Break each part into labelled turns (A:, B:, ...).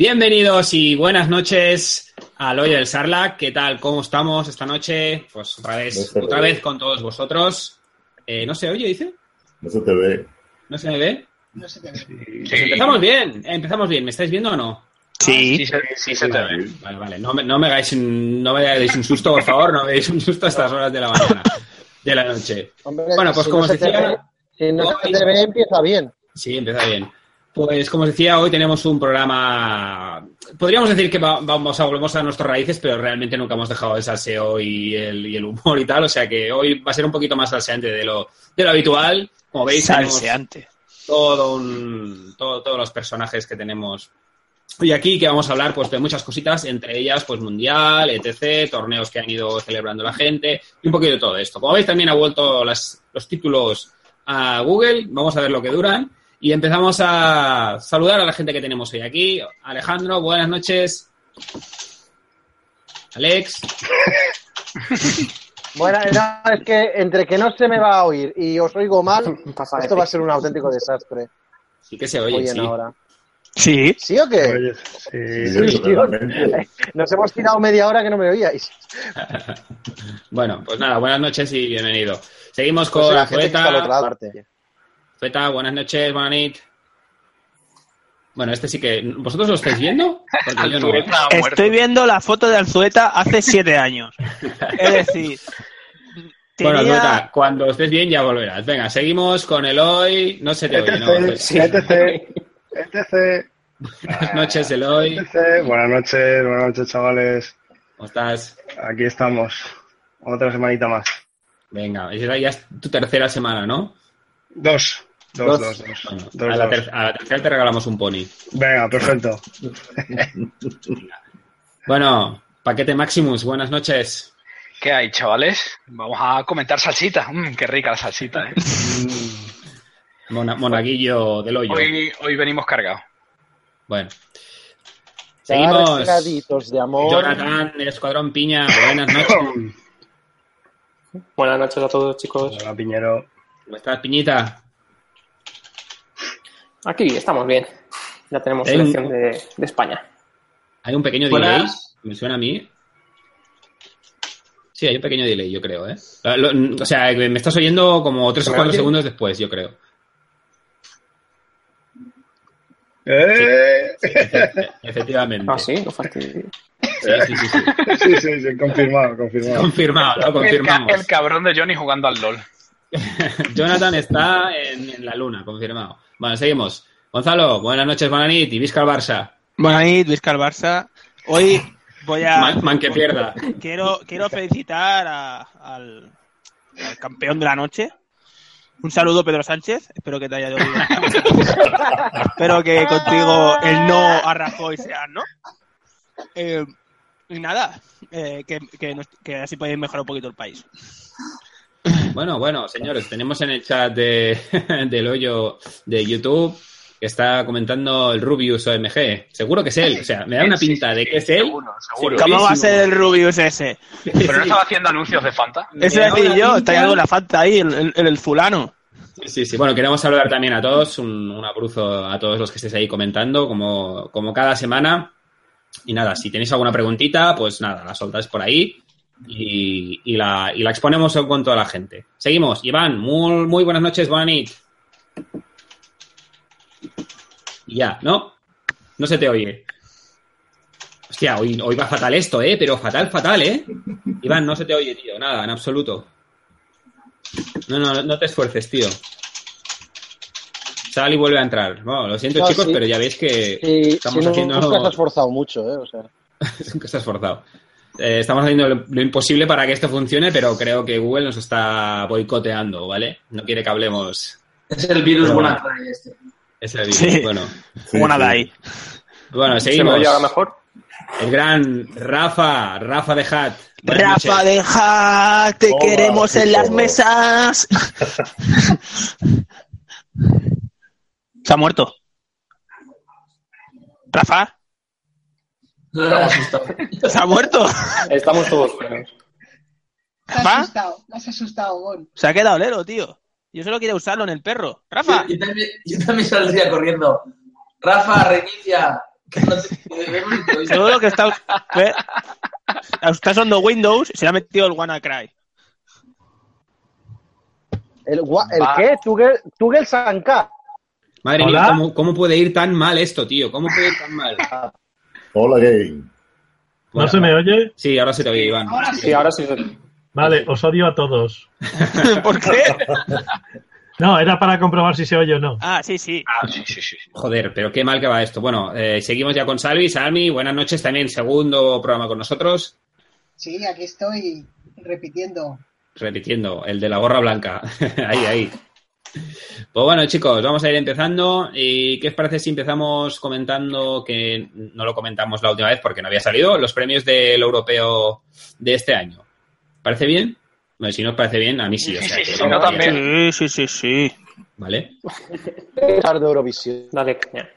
A: Bienvenidos y buenas noches al Hoy del Sarlac. ¿Qué tal? ¿Cómo estamos esta noche? Pues otra
B: No
A: vez,
B: se
A: otra
B: ve.
A: vez con todos vosotros. Eh, ¿No se oye, dice?
B: No se te ve.
A: ¿No se me ve?
C: No se te ve.
A: Pues empezamos bien, eh, empezamos bien. ¿Me estáis viendo o no?
D: Sí.
E: Ah, Sí, se- sí se te ve.
A: Vale, vale. No me, no me, hagáis, un, no me hagáis un susto, por favor. No me deis un susto a estas horas de la mañana, de la noche.
C: Hombre,
A: Bueno, pues
C: si
A: como
C: no se
A: os
C: te
A: decía...
C: ve- si no se te ve, empieza bien.
A: Sí, empieza bien. Pues como os decía, hoy tenemos un programa. Podríamos decir que va- vamos a volvemos a nuestras raíces, pero realmente nunca hemos dejado el salseo y el, y el humor y tal. O sea que hoy va a ser un poquito más salseante de lo, de lo habitual. Como veis, tenemos
D: Salseante.
A: todo un- todo- todos los personajes que tenemos hoy aquí, que vamos a hablar pues, de muchas cositas, entre ellas pues Mundial, etc., torneos que han ido celebrando la gente y un poquito de todo esto. Como veis, también ha vuelto las- los títulos a Google, vamos a ver lo que duran y empezamos a saludar a la gente que tenemos hoy aquí. Alejandro, buenas noches. Alex,
C: Bueno, no, es que entre que no se me va a oír y os oigo mal, esto va a ser un auténtico desastre.
A: sí que se
C: Oye,
A: oye, sí.
C: ahora.
D: Sí.
C: ¿Sí o qué?
F: Oye,
B: Sí,
F: sí.
B: sí,
C: sí.
B: totalmente.
C: Nos hemos tirado media hora que no me oíais.
A: Bueno, pues nada, buenas noches y bienvenido. Seguimos con
C: Pues la
A: la
C: gente que está al otro lado.
A: Feta, buenas noches, buenas noches. Bueno, este sí que. ¿Vosotros lo estáis viendo? Porque yo no. ¿eh?
E: Altureta ha muerto.
D: Estoy viendo la foto de Alzueta hace siete años. Es decir,
A: Bueno,
D: tenía...
A: Altureta, cuando estés bien ya volverás. Venga, seguimos con Eloy. No se te oye, ¿no?
C: Este
A: Pues
F: ETC, ETC,
A: Buenas
F: ETC,
A: noches, Eloy.
F: ETC. Buenas noches, buenas noches, chavales.
A: ¿Cómo estás?
F: Aquí estamos. Otra semanita más.
A: Venga, esa ya es tu tercera semana, ¿no?
F: Dos. Dos, dos, dos.
A: Bueno,
F: Dos,
A: a, la
F: dos.
A: ter- a la tercera te regalamos un pony.
F: Venga, perfecto.
A: Bueno, paquete Maximus, buenas noches.
E: ¿Qué hay, chavales? Vamos a comentar salsita. Mm, qué rica la salsita. ¿eh?
A: Mm. Mona- monaguillo del hoyo.
E: Hoy, hoy venimos cargados.
A: Bueno. Seguimos.
C: Seguimos. de amor.
A: Jonathan, del Escuadrón Piña, buenas noches.
G: Buenas noches a todos, chicos.
F: Hola, Piñero.
A: ¿Cómo estás, Piñita?
G: Aquí estamos bien. Ya tenemos
A: Ven.
G: selección de, de España.
A: Hay un pequeño delay,
G: Buenas.
A: me suena a mí. Sí, hay un pequeño delay, yo creo, ¿eh? Lo- lo- o sea, me estás oyendo como 3 o
G: ¿Me
A: 4
G: oye?
A: segundos después, yo creo.
F: ¡Eh!
A: Efe- Efectivamente.
G: Ah, sí, no fastidio.
A: Sí, sí, sí, sí.
F: Sí, sí, sí, confirmado, confirmado.
A: Confirmado, lo
E: El, ca-
A: confirmamos.
E: el cabrón de Johnny jugando al LOL.
A: Jonathan está en, en la luna, confirmado. Bueno, seguimos. Gonzalo, buenas noches, buenas nit y visca al Barça.
D: Bueno, ahí, Luis Barça. Hoy voy a...
A: Man, man que pierda.
D: Quiero, quiero felicitar a- al, al campeón de la noche. Un saludo, Pedro Sánchez. Espero que te haya llovido. Espero que contigo el no a Rajoy sea no. Eh, y nada, eh, que, que nos- que así podéis mejorar un poquito el país.
A: Bueno, bueno, señores, tenemos en el chat de, del hoyo de YouTube que está comentando el Rubius OMG. Seguro que es él, o sea, me da una
E: Sí, sí,
A: pinta de
E: sí,
A: que es él.
E: Seguro, seguro.
A: Sí,
D: ¿Cómo va a
A: Buenísimo.
D: ser el Rubius ese?
E: Pero no estaba haciendo anuncios de Fanta. Eh,
D: Eso
A: Me da
D: iba a decir
A: una
D: yo,
A: pinta-
D: está dando la falta ahí, el, el, el fulano.
A: Sí, sí. Bueno, queremos saludar también a todos, un, un abrazo a todos los que estéis ahí comentando, como, como cada semana. Y nada, si tenéis alguna preguntita, pues nada, la soltáis por ahí y, y la, y la exponemos con toda la gente. Seguimos. Iván, muy, muy buenas noches, buenas nit. Y ya, ¿no? No se te oye. Hostia, hoy, hoy va fatal esto, ¿eh? Pero fatal, fatal, ¿eh? Iván, no se te oye, tío, nada, en absoluto. No, no, no te esfuerces, tío. Sal y vuelve a entrar. Bueno, lo siento,
C: No,
A: chicos,
C: sí.
A: pero ya veis que
C: Sí, si
A: estamos
C: no,
A: haciendo...
C: nunca te has esforzado mucho, ¿eh? O sea,
A: que está esforzado. Eh, estamos haciendo lo, lo imposible para que esto funcione, pero creo que Google nos está boicoteando, ¿vale? No quiere que hablemos.
H: Es el virus
A: Pero
H: buena cara este.
A: ese virus.
D: Sí.
A: Bueno,
B: Sí,
D: Buena
B: sí.
D: de ahí.
A: bueno,
G: ¿Se me
A: seguimos.
G: oye ahora mejor?
A: El gran Rafa, Rafa de Hat. Buenas
D: Rafa,
A: noches.
D: deja, te
B: Toma,
D: queremos en
B: chico.
D: las mesas. Se ha muerto. Rafa,
H: Ah, asustado.
D: se ha muerto.
G: Estamos todos buenos.
C: Te has
D: ¿Va?
C: asustado, te has asustado, Gon.
D: Se ha quedado lero, tío. Yo solo quiero usarlo en el perro. Rafa,
H: Yo, yo también, yo también saldría corriendo. Rafa, reinicia.
D: Todo lo que está. ¿eh? Está usando Windows y se le ha metido el WannaCry.
C: ¿El, gua- el
E: Va.
C: qué? ¿Tugel, Tugel Sanka?
A: Madre
E: ¿Hola?
A: mía, ¿cómo, cómo puede ir tan mal esto, tío? ¿Cómo puede ir tan mal?
B: Hola, game.
I: ¿No se me oye?
A: Sí, ahora se te oye, Iván.
E: Ahora
G: Sí, ahora sí.
I: Vale, os odio a todos.
D: ¿Por qué?
I: No, era para comprobar si se oye o no.
D: Ah, sí, sí.
E: Ah, sí, sí, sí.
A: Joder, pero qué mal que va esto. Bueno, eh, seguimos ya con Salvi. Salmi, buenas noches también. Segundo programa con nosotros.
J: Sí, aquí estoy repitiendo.
A: Repitiendo, el de la gorra blanca. ahí, ahí. Pues bueno, chicos, vamos a ir empezando. ¿Y qué os parece si empezamos comentando, que no lo comentamos la última vez porque no había salido, los premios del europeo de este año? ¿Parece bien? Bueno, si no os parece bien, a mí sí. O sea,
E: Sí,
A: que
E: sí,
A: vamos
E: no,
A: allá,
E: también.
D: Sí, sí, sí, sí.
A: ¿Vale?
C: Pesar de Eurovisión.
G: Dale caña.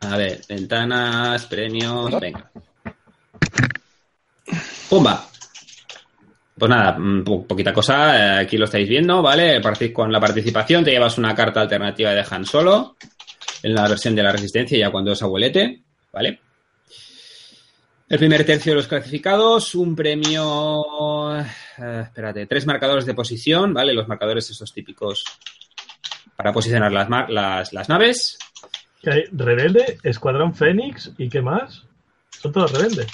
A: A ver, ventanas, premios, venga. ¡Pumba! Pues nada, mm, po- poquita cosa, eh, aquí lo estáis viendo, ¿vale? Partic- Con la participación te llevas una carta alternativa de Han Solo, en la versión de la Resistencia, ya cuando es abuelete, ¿vale? El primer tercio de los clasificados, un premio, eh, espérate, tres marcadores de posición, ¿vale? Los marcadores esos típicos para posicionar las, mar- las- las naves,
I: Que hay Rebelde, Escuadrón Fénix y qué más. Son todos rebeldes.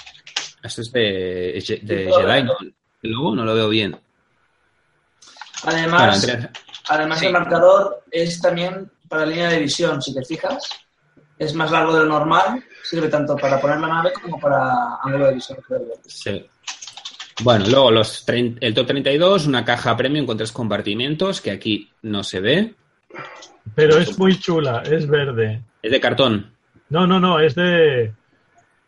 A: Esto es de, Je- de Jedi, ¿no? El logo no lo veo bien. Bueno,
H: Además,
A: entre-
H: además
E: Sí.
H: el marcador es también para la línea de visión, si te fijas. Es más largo de lo normal, sirve tanto para poner la nave como para ángulo de visión. creo yo.
A: sí. Bueno, luego los trein- el top 32, una caja premium con tres compartimentos que aquí no se ve.
I: Pero es muy chula, es verde.
A: Es de cartón.
I: No, no, no, es de.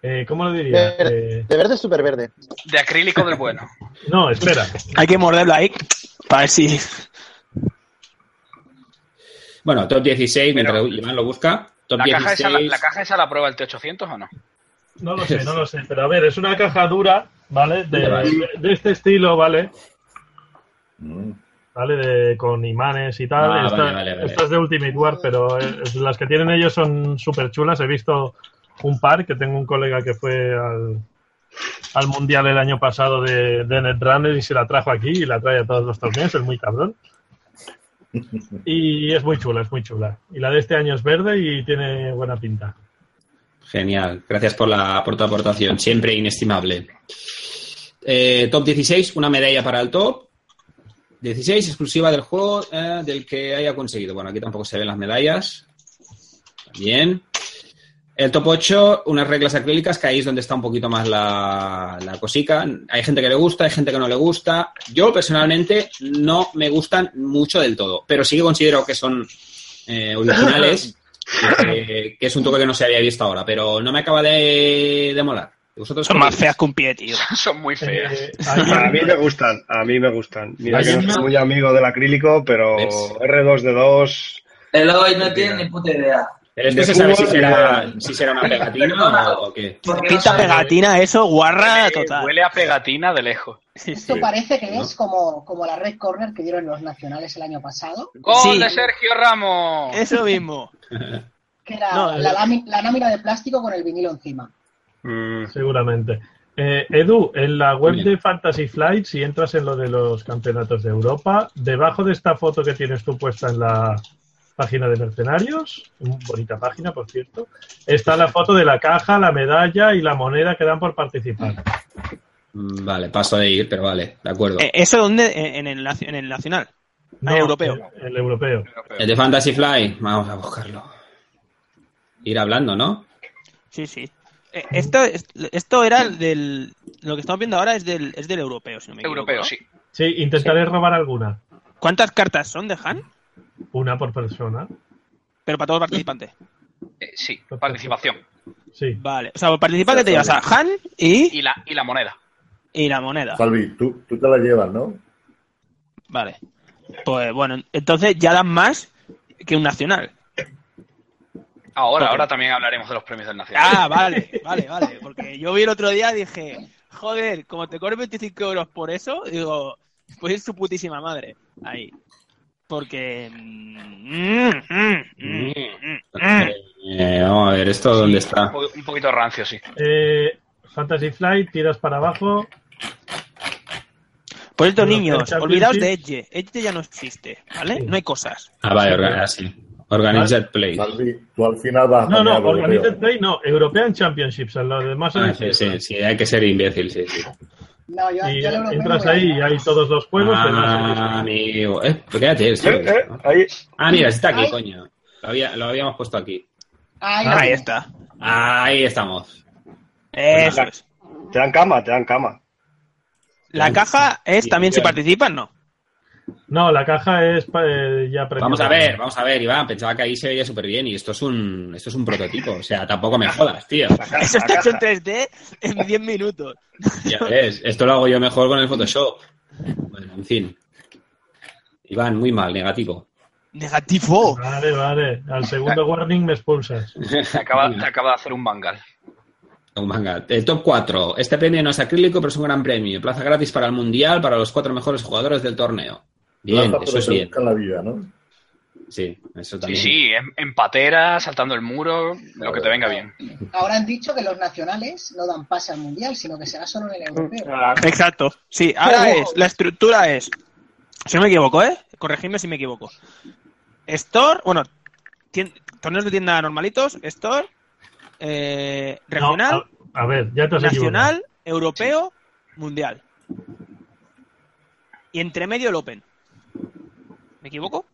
I: eh, ¿Cómo lo diría? Eh,
C: De verde, súper verde.
E: De acrílico del bueno.
I: no, espera.
D: Hay que morderla ahí para ver si.
A: Bueno, top 16,
E: Pero-
A: mientras Iván lo busca. Top
E: ¿La caja,
A: 16.
E: esa, la, la caja esa la prueba el T800 o no?
I: No lo sé, no lo sé. Pero a ver, es una caja dura, ¿vale? De,
A: Vale.
I: de este estilo, ¿vale?
B: Mm.
I: ¿Vale? De, con imanes y tal.
A: Ah,
I: Esta-
A: vale, vale, vale.
I: Estas de Ultimate War, pero eh, es- las que tienen ellos son súper chulas. He visto un par que tengo un colega que fue al, al mundial el año pasado de, de Netrunner y se la trajo aquí y la trae a todos los torneos. Es muy cabrón. Y es muy chula, es muy chula. Y la de este año es verde y tiene buena pinta.
A: Genial, gracias por, la, por tu aportación, siempre inestimable. Eh, top 16, una medalla para el top. 16, exclusiva del juego eh, del que haya conseguido. Bueno, aquí tampoco se ven las medallas. Bien. El top 8, unas reglas acrílicas, que ahí es donde está un poquito más la, la cosica. Hay gente que le gusta, hay gente que no le gusta. Yo personalmente no me gustan mucho del todo, pero sí que considero que son eh, originales Eh, que, que es un toque que no se había visto ahora, pero no me acaba de, de molar. ¿Vosotros
D: Son
A: qué
D: más
A: creéis?
D: feas que un pie, tío.
E: Son muy feas.
I: Eh,
F: A mí
I: alguien-
F: me gustan, a mí me gustan. Mira que no
H: Ayuno.
F: soy muy amigo del acrílico, pero
A: ¿Ves?
F: R2D2.
H: El hoy no
F: Mira.
H: tiene ni puta idea.
A: Pero es que
F: de
A: se sabe si
F: fútbol,
A: será,
F: mira.
A: si será una pegatina o, o qué.
H: Porque no
D: Pinta
H: sabe.
D: pegatina, eso, guarra
E: Huele,
D: total.
E: huele a pegatina de lejos.
D: Sí, sí.
J: Esto parece que es como, como la red corner que dieron los nacionales el año pasado,
E: ¡Gol
D: Sí.
E: de Sergio Ramos!
D: Eso mismo.
J: que era
D: No, eh.
J: la,
D: no.
J: lami- la lámina de plástico con el vinilo encima.
F: mm,
I: Seguramente. Eh, Edu, en la web
A: Bien.
I: de Fantasy Flight, si entras en lo de los campeonatos de Europa, debajo de esta foto que tienes tú puesta en la página de Mercenarios, una bonita página, por cierto, está la foto de la caja, la medalla y la moneda que dan por participar.
A: Mm, Vale, paso de ir, pero vale, de acuerdo.
D: Eh, ¿Eso dónde? Eh, En el, naci- en el nacional. Ah, europeo.
I: El, el europeo.
A: El de Fantasy Fly, vamos a buscarlo. Ir hablando, ¿no?
D: Sí, sí. Eh, Esto, es- esto era el del. Lo que estamos viendo ahora es del, es del europeo, si no me equivoco.
E: Europeo,
D: ¿no?
E: sí.
I: Sí, intentaré robar alguna.
D: ¿Cuántas cartas son de Han?
I: Una por persona.
D: Pero para todos los participantes.
E: Eh, sí, participación.
I: Sí.
D: Vale. O sea, por participante te llevas a Han y,
E: Y la, y la moneda.
D: y la moneda.
B: Salvi, tú, tú te la llevas, ¿no?
D: Vale. Pues bueno, entonces ya dan más que un nacional.
E: Ahora,
D: Ok.
E: ahora también hablaremos de los premios del Nacional.
D: Ah, vale, vale, vale. Porque yo vi el otro día y dije, joder, como te cobres 25 euros por eso, digo, pues es su putísima madre. Ahí. Porque. mm, mm, mm, mm, mm, mm.
A: Eh, Eh, vamos a ver, ¿esto dónde está?
E: po- un poquito rancio, sí.
I: Eh, Fantasy Flight, tiras para abajo.
D: Por cierto,
I: Bueno, el
D: niños,
I: Championship-
D: olvidaos de Edge. Edge ya no existe, ¿vale? No hay cosas.
A: Ah, vale, orga- así. Organized Play.
B: Tú al final vas a
I: No, no,
B: ganar, porque
I: Organized Play no, European Championships, a los demás
A: Ah, sí, sí, sí, hay que ser imbécil, sí, sí.
J: No, yo,
I: Y
J: yo lo europeo no
I: entras
J: voy a
I: ahí
J: ir.
I: y hay todos los juegos. pero no sé
A: Ah, amigo. Eh, pero quédate, sí.
F: Eh, eh, ahí.
A: Ah, mira, está aquí,
J: Ay.
A: coño. Lo, había- lo habíamos puesto aquí.
J: Ahí lo
D: Ahí
J: tienes.
D: está.
A: Ahí estamos. Eh,
D: Eso es.
F: Te dan cama, te dan cama.
D: La caja es también si participan, ¿no?
I: qué- No, la caja es pa- eh, ya pre-
A: Vamos a ver, vamos a ver, Iván. Pensaba que ahí se veía súper bien y esto es un esto es un prototipo. O sea, tampoco me jodas, tío.
D: Eso está hecho en 3D en 10 minutos.
A: Ya ves, esto lo hago yo mejor con el Photoshop. Bueno, en fin. Iván, muy mal, negativo.
D: Negativo.
I: Vale, vale. Al segundo warning me expulsas.
E: Te acaba, te acaba de hacer un bangal.
A: Un manga. El top 4. Este premio no es acrílico, pero es un gran premio. Plaza gratis para el Mundial, para los cuatro mejores jugadores del torneo. Bien,
B: Plaza, pero
A: eso es
B: te
A: bien.
B: buscan la vida, ¿no?
A: Sí, eso
E: Sí,
A: también.
E: sí, en, en patera, saltando el muro, lo que te venga bien.
J: Ahora han dicho que los nacionales no dan pase al mundial, sino que será solo
D: Mm.
J: en el europeo.
G: Ah,
D: Exacto. Sí, ahora es, la estructura es. Si no me equivoco, ¿eh? Corregidme si me equivoco. Store, bueno, tien- torneos de tienda normalitos, Store, eh,
I: No,
D: regional,
I: a, a ver, ya te has equivocado.
D: nacional, europeo, mundial. Y entre medio el Open. ¿Me equivoco?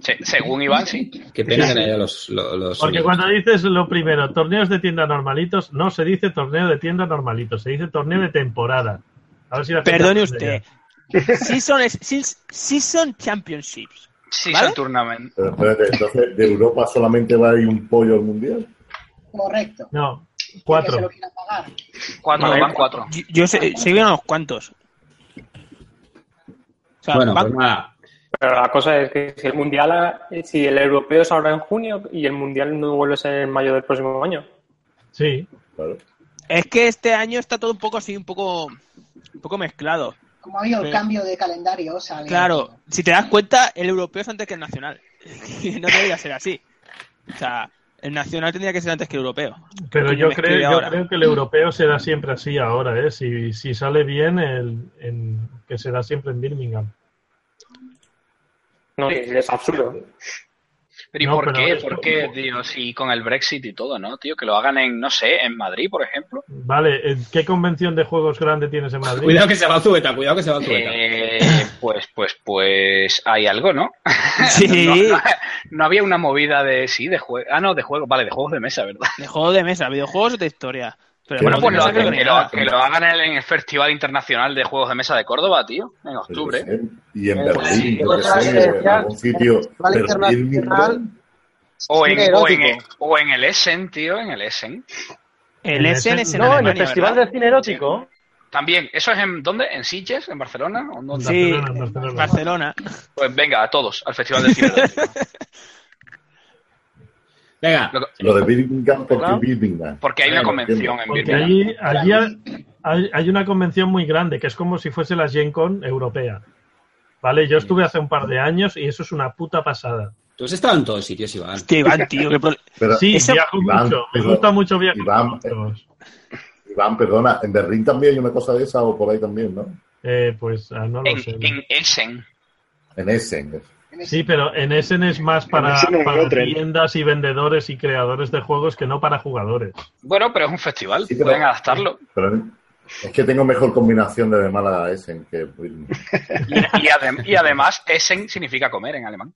E: Se- según Iván, sí.
A: Qué pena que no haya los. los, los-
I: Porque cuando dices lo primero, torneos de tienda normalitos, no se dice torneo de tienda normalitos, se dice torneo de temporada. A ver si la gente
D: Perdone
I: entiende
D: usted. Season, es- seas- season Championships.
E: Sí,
D: ¿Vale?
E: son tournament.
B: Pero espérate, Eh, entonces, ¿de Europa solamente va a ir un pollo al mundial?
J: Correcto.
I: ya. No,
J: Que se
I: cuatro.
J: lo quieran pagar.
E: Cuatro, van cuatro.
D: Yo, yo sé, sé bien unos cuantos. O sea,
A: Bueno,
D: van-
A: pues nada.
G: Pero la cosa es que si el mundial, ah, si el europeo es ahora en junio y el mundial no vuelve a ser en mayo del próximo año.
I: Sí.
B: Claro.
D: Es que este año está todo un poco así, un poco, un poco mezclado.
J: Como ha habido el
D: Sí.
J: cambio de calendario, o sea,
D: Claro, si te das cuenta, el europeo es antes que el nacional. Y no debería ser así. O sea, el nacional tendría que ser antes que el europeo.
I: Pero
D: Como
I: yo
D: me
I: creo,
D: escribe
I: yo
D: ahora.
I: creo que el europeo será siempre así ahora, ¿eh? Si, si sale bien, el, en- que será siempre en Birmingham.
G: No, es, es absurdo.
E: Pero ¿y
I: No,
E: por
I: pero
E: qué?
I: es-
E: ¿Por qué, tío? Si con el Brexit y todo, ¿no, tío? Que lo hagan en, no sé, en Madrid, por ejemplo.
I: Vale, eh, ¿qué convención de juegos grande tienes en Madrid?
A: Cuidado que se va Zueta, cuidado que se va Zueta.
E: Eh, pues, pues, pues hay algo, ¿no? No,
D: Sí,
E: no- no había una movida de, sí, de juego. Ah, no, de juego, vale, de juegos de mesa, ¿verdad?
D: de juego de mesa, videojuegos o de historia. Pero
E: Bueno,
D: bueno,
E: pues
D: de
E: lo,
D: mesa creo
E: que,
D: que
E: lo,
D: no.
E: que lo hagan en el- en el Festival Internacional de Juegos de Mesa de Córdoba, tío, en octubre.
B: Y en
G: Eh,
B: Berlín, yo que
H: otra
B: sé,
H: vez,
B: en algún sitio.
C: Festival
B: Pero
C: Internacional.
B: Birmingham,
E: O
C: Cine
E: en, o, en,
C: erótico.
E: o en el Essen, tío, en el Essen.
D: El Essen es en
I: No, en el
D: Alemania, ¿verdad?
K: cine erótico.
E: También, ¿eso es en dónde? ¿En Sitges? ¿En Barcelona? ¿O en dónde?
D: Sí,
I: Barcelona, Barcelona.
D: Barcelona.
E: Pues venga, a todos, al Festival de Cine. erótico.
A: Venga,
E: Lo que-
B: Lo de Birmingham, porque
K: Claro.
B: Birmingham.
E: Porque hay una
B: Claro,
E: convención
B: entiendo.
E: en
I: Porque
E: Birmingham.
I: allí, allí ha- hay, hay una convención muy grande, que es como si fuese la Gen Con europea. Vale, yo estuve hace un par de años y eso es una puta pasada.
A: tú has estado en todos sitios, Este Iván.
D: Hostia, Iván, tío, qué pro-
B: Pero,
I: Sí,
D: Esa-
I: viajo
B: Iván,
I: mucho. Me
B: pero-
I: gusta mucho viajar.
B: Iván, eh,
I: con otros.
B: Iván, perdona, en Berlín también hay una cosa de esa o por ahí también, ¿no?
I: Eh, pues ah, no lo
E: En,
I: sé.
E: en Essen.
B: En Essen.
I: Sí, pero en Essen es más para,
F: Essen no
I: para
F: lo traen.
I: tiendas y vendedores y creadores de juegos que no para jugadores.
E: Bueno, pero es un festival,
B: Sí, pero-
E: pueden adaptarlo.
B: Pero es que tengo mejor combinación de Málaga a Essen que Birmingham.
E: Y, y adem- y además, Essen significa comer en alemán.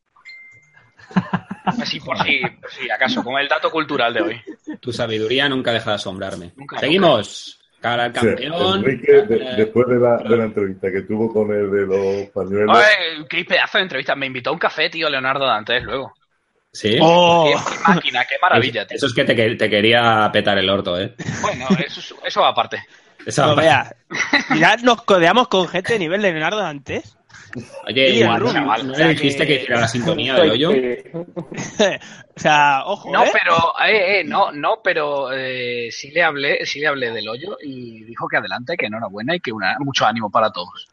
E: Así por si, por si acaso, con el dato cultural de hoy.
A: Tu sabiduría nunca deja de asombrarme.
E: Nunca,
A: Seguimos. Cara al campeón.
B: Enrique, de-
A: Eh,
B: después de la, de la entrevista que tuvo con el de los pañuelos,
E: Ay, qué pedazo de entrevista. Me invitó a un café, tío, Leonardo Dantes, luego.
A: Sí.
D: Oh,
E: Qué, qué máquina, qué maravilla, tío.
A: Eso es que te, que- te quería petar el orto, ¿eh?
E: Bueno, eso, es- eso va aparte.
A: Esa-
D: no veas. Mirad, nos codeamos con gente de nivel de Leonardo antes.
A: Oye,
D: Y el
A: Iván,
D: Rubio,
A: ¿no
D: o
A: le
D: sea
A: dijiste que
D: que-
A: hiciera la sintonía del hoyo?
D: o sea, ojo,
E: No,
D: ¿eh?
E: pero, eh, eh, no, no, pero eh, sí le hablé, sí le hablé del hoyo y dijo que adelante, que enhorabuena y que una, mucho ánimo para todos.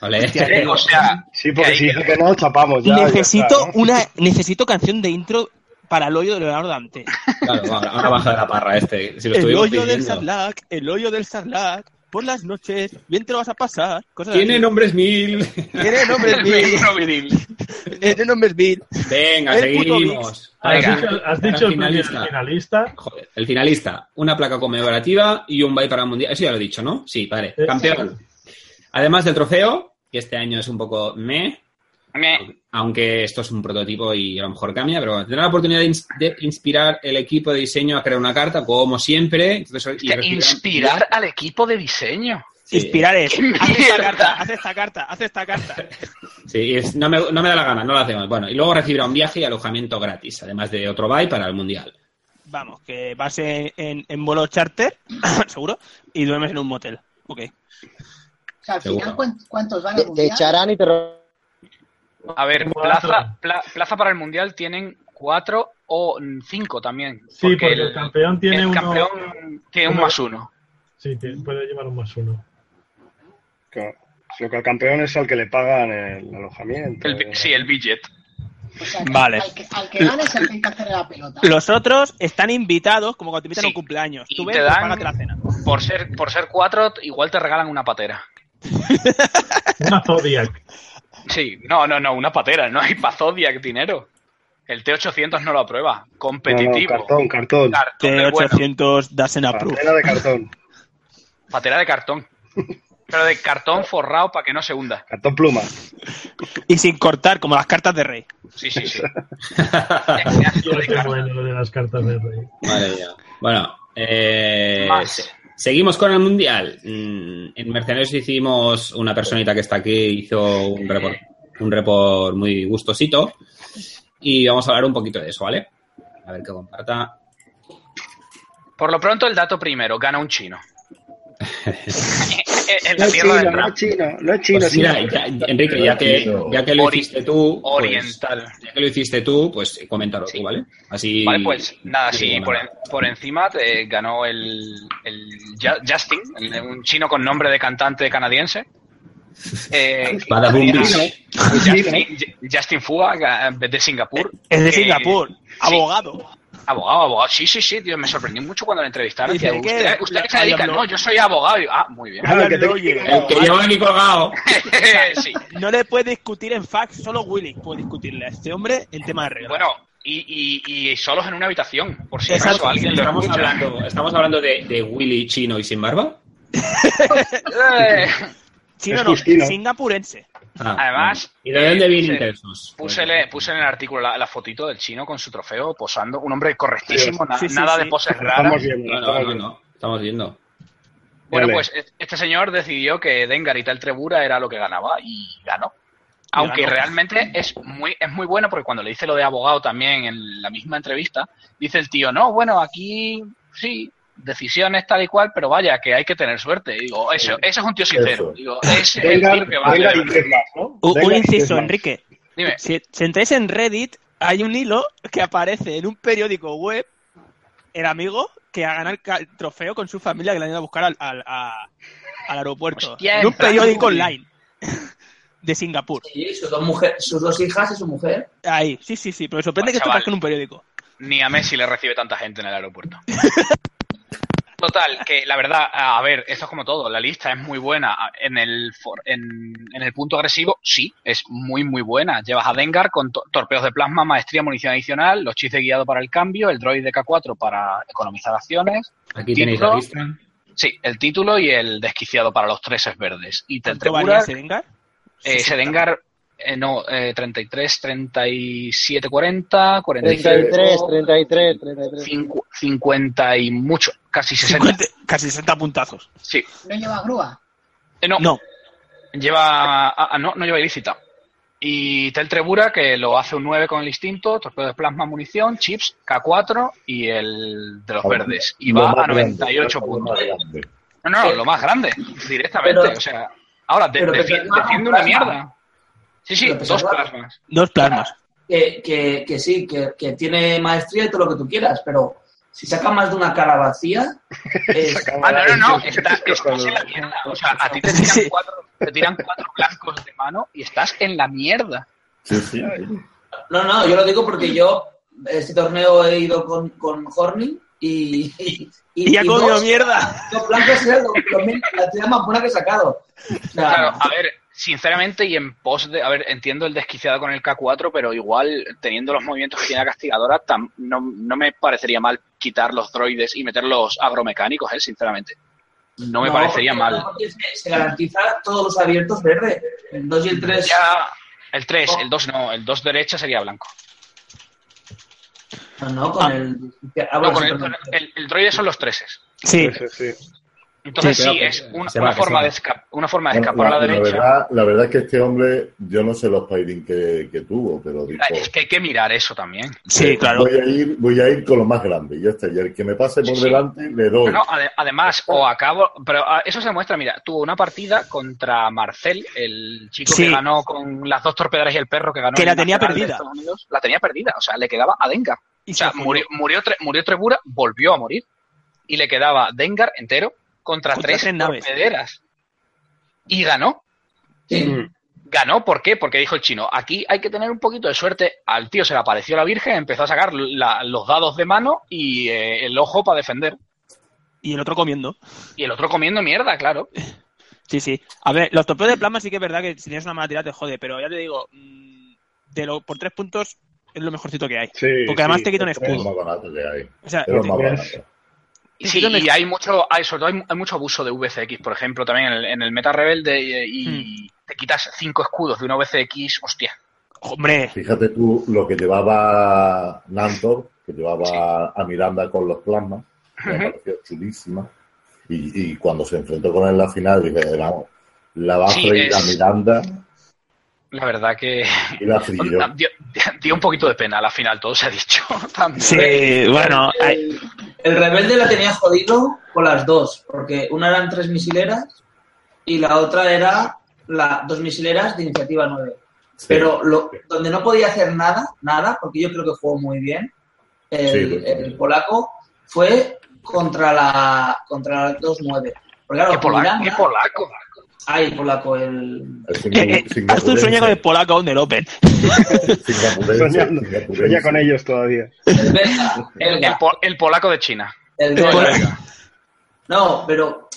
A: Ole.
E: Eh, o sea,
F: Sí, porque
E: ahí
F: si
E: que-
F: dice que no, chapamos Pues ya. ya
D: necesito
F: está, ¿no?
D: una necesito canción de intro para el hoyo de Leonardo Dante.
A: Claro, ahora, ahora baja de la parra este. Si lo
D: el
A: estuvimos
D: hoyo del
A: pidiendo.
D: Sarlac, el hoyo del Sarlac, por las noches, bien te lo vas a pasar. Cosas
A: Tiene
D: así.
A: nombres mil.
D: Tiene nombres mil. Tiene nombres mil.
A: Venga,
D: El puto
A: seguimos.
I: Has
A: Venga,
I: dicho- has
A: el
I: dicho el
A: finalista.
I: finalista.
A: El finalista, una placa conmemorativa y un bye para el mundial. Eso ya lo he dicho, ¿no? Sí, vale.
I: Eh,
A: Campeón. Además del trofeo, que este año es un poco meh, aunque esto es un prototipo y a lo mejor cambia, pero bueno, tendrá la oportunidad de, ins- de inspirar el equipo de diseño a crear una carta, como siempre. Entonces, y recibirán-
E: Inspirar al equipo de diseño.
A: Sí.
D: Inspirar es.
E: ¡Qué
D: Haz esta
E: mierda!
D: carta, haz esta carta, haz esta carta.
A: Sí, es- no, me, no me da la gana, no lo hacemos. Bueno, y luego recibirá un viaje y alojamiento gratis, además de otro bye para el mundial.
D: Vamos, que vas en, en, en vuelo charter, seguro, y duermes en un motel. Ok.
J: O sea, al
A: Seguro.
J: final, ¿cuán- ¿cuántos van a
C: Te, te echarán y te ro-
E: A ver,
I: Cuatro.
E: plaza, pla- plaza para el mundial tienen cuatro o cinco también.
I: Sí, porque, el, campeón tiene
E: el
I: uno.
E: campeón tiene un
I: uno-
E: más uno.
I: Sí,
F: Mm.
I: tiene- puede llevar un más uno.
F: Que- Lo que al campeón es al que le pagan el alojamiento.
E: El bi- sí, el budget.
J: O sea, que
D: Vale.
J: Al que, al que gana es el que hay que hacerle la pelota.
D: Los otros están invitados, como cuando te invitan a
E: Sí.
D: un cumpleaños.
E: Y
D: Tú
E: te
D: ves, pues,
E: dan-
D: págate la cena.
E: Por ser, por ser cuatro, igual te regalan una patera.
I: Una Zodiac.
E: Sí, no, no, no, una patera. No hay pa' Zodiac dinero. El T800 no lo aprueba.
F: No, no,
E: Competitivo.
F: cartón, cartón.
E: Cartón del bueno.
D: T800 das en approve.
F: Patera de cartón.
E: Patera de cartón. Pero de cartón forrado para que no se hunda.
F: Cartón pluma.
D: Y sin cortar, como las cartas de rey.
E: Sí, sí, sí.
I: Yo estoy bueno lo de las cartas de rey.
A: Madre mía. Bueno, eh,
E: Más.
A: se- seguimos con el Mundial. Mm, En Mercenarios hicimos una personita que está aquí, hizo un report, un report muy gustosito. Y vamos a hablar un poquito de eso, ¿vale? A ver que comparta.
E: Por lo pronto, el dato primero. Gana un chino. en la tierra del
F: no
E: rap.
F: es chino, no es chino.
A: Pues
F: chino.
A: mira, ya- Enrique, ya que, ya que lo
E: Ori-
A: hiciste tú, pues,
E: Oriental.
A: ya que lo hiciste tú, pues coméntalo tú, ¿vale? Así.
E: Vale, pues nada,
A: no
E: sí,
A: digo
E: por,
A: nada.
E: en- por encima eh, ganó el, el Ja- Justin, el- un chino con nombre de cantante canadiense. Eh,
A: Bada boom,
E: tenía-
A: bitch.
E: Justin, eh, Justin Fua, ga- de Singapur.
D: Es de
E: que-
D: Singapur. Abogado.
E: Abogado, abogado. Sí, sí, sí, tío, me sorprendió mucho cuando le entrevistaron.
D: Dice,
E: Dice,
D: ¿qué?
E: ¿Usted, usted a qué se
D: Ay,
E: dedica?
D: habló.
E: No, yo soy abogado. Y yo, ah, muy bien.
F: Claro, el que te-
A: El que lleva aquí colgado.
E: sí.
D: No le puede discutir en fax, solo Willy puede discutirle a este hombre el tema de reglas.
E: Bueno, y, y, y solos en una habitación, por si
D: Exacto,
E: acaso alguien lo
A: Estamos
E: escucha.
A: hablando, estamos hablando de, de Willy chino y sin barba.
E: Eh,
D: Chino
F: es
D: no,
F: justino.
D: singapurense.
A: Ah,
E: Además,
A: ¿y de dónde
E: eh,
A: vienen
E: puse-
A: esos?
E: Púsele, puse en el artículo la, la fotito del chino con su trofeo posando, un hombre correctísimo, na-
D: Sí, sí,
E: nada
D: sí.
E: de poses
F: Estamos
E: raras.
F: bien,
A: No,
F: estamos
A: no, no,
F: bien.
A: no, estamos viendo.
E: Bueno,
F: Dale.
E: pues e- este señor decidió que Dengar y tal Trebura era lo que ganaba y ganó. Aunque
D: ganó.
E: realmente es muy, es muy bueno porque cuando le dice lo de abogado también en la misma entrevista, dice el tío, no, bueno, aquí sí, decisiones tal y cual, pero vaya, que hay que tener suerte. Y digo, eso, ese es un tío sincero.
B: Eso.
E: Digo, ese es el
F: Venga,
E: tío que vale.
F: venga, y tres más, ¿no?
D: U-
F: Venga,
D: un
F: y tres
D: inciso,
F: más.
D: Enrique.
E: Dime,
D: Si, si entráis en Reddit, hay un hilo que aparece en un periódico web, el amigo que ha ganado el ca- el trofeo con su familia que le han ido a buscar al, al- a- al aeropuerto.
E: Hostia,
D: en un
E: entra-
D: periódico online de Singapur.
H: Sí, sus dos, mujer- sus dos hijas y su mujer.
D: Ahí, sí, sí, sí, pero me sorprende
E: Ah,
D: que esto
E: chaval.
D: pase en un periódico.
E: ni a Messi le recibe tanta gente en el aeropuerto. Total, que la verdad, a ver, esto es como todo, la lista es muy buena. En el, for- en, en el punto agresivo, sí, es muy, muy buena. Llevas a Dengar con to- torpedos de plasma, maestría, munición adicional, los chistes guiados para el cambio, el droid de K4 para economizar acciones.
A: Aquí
E: Título.
A: tenéis la lista.
E: Sí, el título y el desquiciado para los treses verdes. Y te
D: ¿Cuánto valía
E: entreguras,
D: Serengar?
E: eh, Serengar, eh, no, eh, 33, 37, 40, 45.
C: 33, 33, 33.
E: Cincu- 50 y mucho, casi 60.
D: 50, casi 60 puntazos.
E: Sí.
J: No lleva grúa.
E: Eh, no,
D: No,
E: lleva ah, ah, no, no lleva ilícita. Y Tel Trebura, que lo hace un 9 con el instinto, torpedo de plasma, munición, chips, K4 y el de los verdes. Y
B: Lo
E: va
B: más
E: a
B: grande,
E: 98
B: lo
E: puntos.
B: más grande.
E: No, no, lo más grande, directamente.
H: Pero-
E: o sea, ahora de-
H: pero que
E: defi-
H: plasma con
E: defiende una
H: plasma.
E: mierda. Sí, sí,
H: Pero que se
E: dos
H: guarda.
E: plasmas.
D: dos plasmas.
H: Que, que, que sí, que, que tiene maestría y todo lo que tú quieras, pero si saca más de una cara vacía, es-
E: Ah, no, no, no, estás, estás en la mierda. O sea, a ti te
D: Sí, sí.
E: tiran cuatro, te tiran cuatro blancos de mano y estás en la mierda.
B: Sí, sí.
H: no, no, yo lo digo porque yo este torneo he ido con, con Horny y. Y,
D: Y ha comido
H: dos-
D: mierda.
H: Dos blancas eran lo- lo mismo, la tía más buena que he sacado. O sea,
E: Claro, a ver, sinceramente y en pos de... A ver, entiendo el desquiciado con el K4, pero igual teniendo los movimientos que tiene la castigadora, tam- no, no me parecería mal quitar los droides y meter los agromecánicos, eh, sinceramente. No me
H: No,
E: parecería
H: porque
E: mal.
H: aparte se- Se garantiza todos los abiertos verde. El 2 y el 3.
E: Ya, el 3, el 2 no, el 2 derecha sería blanco.
H: No, no, con el. ah,
E: No,
H: bueno,
E: con
H: sí,
E: el,
H: perdón.
E: con el- el droide son los 3
D: Sí.
E: Entonces
B: Sí,
E: sí,
B: pero-
E: es un-
B: se
E: una,
B: va, que
E: forma
B: se
E: de
B: va.
E: esca- una forma de
B: Bueno,
E: escapar a la derecha.
B: verdad, la verdad es que este hombre, yo no sé los pairing que, que tuvo, pero dijo,
E: Ah,
B: "Eh,
E: Es que hay que mirar eso también.
B: pues. voy, a ir, voy a ir con lo más grande, y ya está, y el que me pase por
E: Sí.
B: delante le doy.
E: No, ade- además, o acabo. Pero ah, eso se muestra, mira, tuvo una partida contra Marcel, el chico
D: Sí.
E: que ganó con las dos torpederas y el perro que ganó.
D: Que
E: en
D: la
E: el
D: tenía
E: Nacional de
D: perdida.
E: Estados Unidos. La tenía perdida, o sea, le quedaba a Dengar. O sea, murió, murió, tre- murió Trebura, volvió a morir. Y le quedaba Dengar entero contra,
D: Contra
E: tres,
D: tres naves.
E: torpederas. Y ganó. Ganó, ¿por qué? Porque dijo el chino, aquí hay que tener un poquito de suerte. Al tío se le apareció la Virgen, empezó a sacar la- los dados de mano y eh, el ojo para defender.
D: Y el otro comiendo.
E: Y el otro comiendo mierda, claro.
D: Sí, sí. A ver, los torpedos de plasma sí que es verdad que si tienes una mala tirada te jode, pero ya te digo, mm, de lo, por tres puntos es lo mejorcito que hay. Porque además te quita un
B: Es lo más
D: escudo.
B: barato que hay.
D: O sea,
B: Es lo
D: te-
B: más barato.
E: Y Sí, y hay mucho, hay, sobre todo hay, hay mucho abuso de VCX, por ejemplo, también en el, en el Meta Rebelde y,
D: Hmm.
E: y te quitas cinco escudos de una VCX, hostia.
D: Hombre.
B: Fíjate tú lo que llevaba Nantor, que llevaba a Miranda con los plasmas, que me
E: Ujú.
B: pareció chulísima. Y, y cuando se enfrentó con él en la final, dije, vamos, la va a
E: Sí,
B: freír
E: es-
B: a Miranda
E: La verdad que
B: y la frió.
E: dio, dio un poquito de pena al final, todo se ha dicho. también.
D: Sí, Eh, bueno. hay-
H: El rebelde la tenía jodido con las dos, porque una eran tres misileras y la otra era la, dos misileras de iniciativa 9. Pero lo, donde no podía hacer nada, nada, porque yo creo que jugó muy bien el,
B: Sí, pues,
H: el polaco, fue contra la contra la 2-9. Porque claro,
E: ¿Qué polaco?
H: Miranda-
E: ¿Qué polaco?
H: Ay, el polaco, el...
B: Es
D: Eh, eh, haz un sueño con el polaco on the open.
F: Soñando, soña con ellos todavía.
E: El, el po- el polaco de China.
H: El
E: No,
H: Dora.
E: venga.
H: No, pero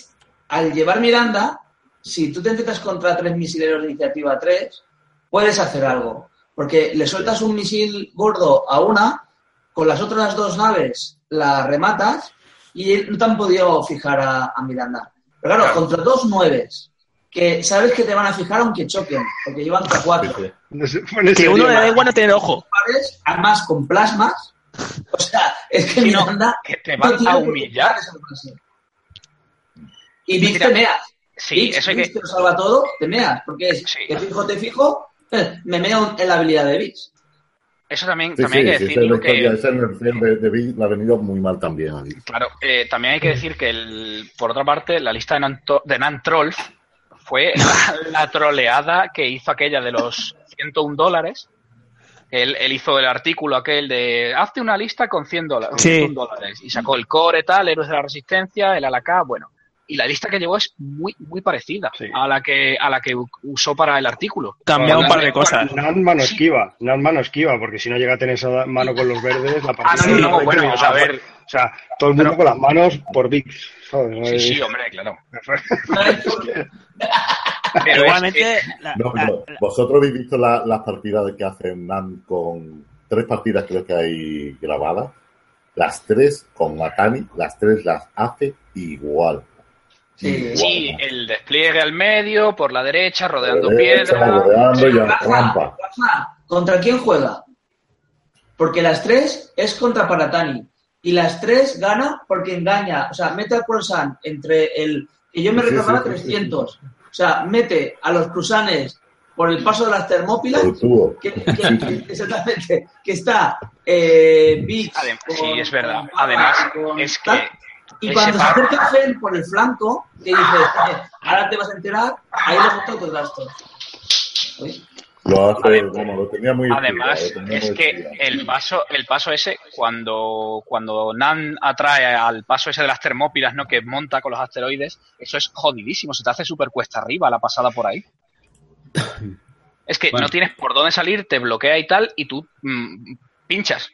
H: al llevar Miranda, si tú te intentas contra tres misileros de iniciativa 3, puedes hacer algo. Porque le sueltas un misil gordo a una, con las otras dos naves la rematas y no te han podido fijar a, a Miranda. Pero claro, contra dos nueves, que sabes que te van a fijar aunque choquen, porque llevan hasta cuatro.
D: Que uno le da igual no tener ojo.
H: Pares, Además, con plasmas. O sea, es que Miranda...
E: Que te van
H: no tiene
E: a
H: por qué
E: humillar.
H: esa frase. Y Vix te meas.
E: Sí,
H: Vix,
E: eso hay
H: Vix
E: que-
H: te lo salva todo, te meas. Porque es, te fijo, te fijo, eh, me meo en la habilidad de Vix.
E: Eso también,
B: Sí, sí,
E: también hay que
B: sí, esa es la
E: decirlo que.
B: historia, esa es la versión de, de Big, la ha venido muy mal también. a mí.
E: Claro, eh, también hay que decir que, el, por otra parte, la lista de, Nanto- de Nantrolf fue la, la troleada que hizo aquella de los 101 dólares. Él, él hizo el artículo aquel de hazte una lista con 100 dólares,
D: Sí.
E: 101 dólares. Y sacó el core, tal, Héroes de la Resistencia, el Alacá, bueno. Y la lista que llevó es muy muy parecida a la que a la que u- usó para el artículo.
D: Cambiaba un par de cosas.
F: Nan mano esquiva, Nan mano esquiva, porque si no llega a tener esa mano con los verdes, la partida
E: Ah, no, no, no,
F: es
E: bueno,
F: complicada.
E: o sea, a ver.
F: O sea, todo el mundo con las manos por Vix. ¿sabes?
E: Sí, sí, hombre, claro.
D: Pero
E: es
D: igualmente, la-
B: No,
D: la-
B: no, Vosotros habéis visto la- las partidas que hace Nan con tres partidas creo que hay grabadas. Las tres con Makani, las tres las hace igual.
H: Sí,
E: Sí, el despliegue al medio, por la derecha, rodeando
B: Derecha,
E: piedra.
B: rodeando y a la trampa.
H: Rafa, Ah, ¿Contra quién juega? Porque las tres es contra Paratani. Y las tres gana porque engaña. O sea, mete al Corsan entre el. Que yo me
B: Sí, sí,
H: reclamaba
B: sí, sí,
H: 300. O sea, mete a los cruzanes por el paso de las termópilas.
B: Por el tubo.
H: Que, que- que- exactamente. Que está. Eh, Vix con-
E: sí, es verdad. Además, es que
H: y
E: ese
H: cuando se
E: par-
H: acerca Fel por el flanco, que dices, "Eh, ahora te vas a enterar, ahí le gusta otro gasto.
B: Lo hace, bueno, lo tenía muy
E: además
B: estudiado, lo tenía
E: es
B: eh, muy
E: que
B: estudiado.
E: el paso, el paso ese, cuando, cuando Nan atrae al paso ese de las termópilas, ¿no? Que monta con los asteroides, eso es jodidísimo, se te hace súper cuesta arriba la pasada por ahí. Es que
A: Bueno.
E: no tienes por dónde salir, te bloquea y tal, y tú mm, pinchas.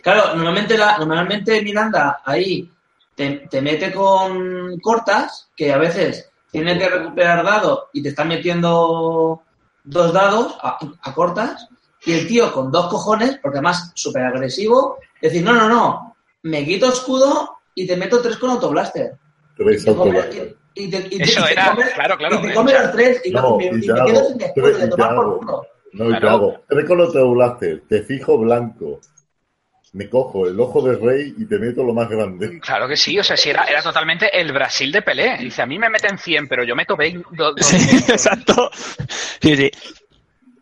H: Claro, normalmente, la, normalmente Miranda ahí te, te mete con cortas, que a veces tiene que recuperar dados y te está metiendo dos dados a, a cortas, y el tío con dos cojones, porque además súper agresivo, decir, no, no, no, me quito escudo y te meto tres con autoblaster.
B: Tres
H: Y te come-
B: autoblaster.
H: y- y te- y te-
E: Eso
H: y te
E: era,
H: come-
E: claro, claro.
H: y te
E: eh.
H: come los tres y,
B: No,
H: me,
B: y
H: y
B: te
H: me
B: hago
H: quedo sin escudo
B: tres
H: y a
B: y
H: tomar
B: te hago-
H: por culo.
B: No, y te
E: Claro.
B: hago. Tres con los blaster, te fijo blanco. Me cojo el ojo del rey y te meto lo más grande.
E: Claro que sí, o sea, si era, era totalmente el Brasil de Pelé. Dice, a mí me meten 100, pero yo meto 20. do- do-
D: Sí, exacto. Sí, sí.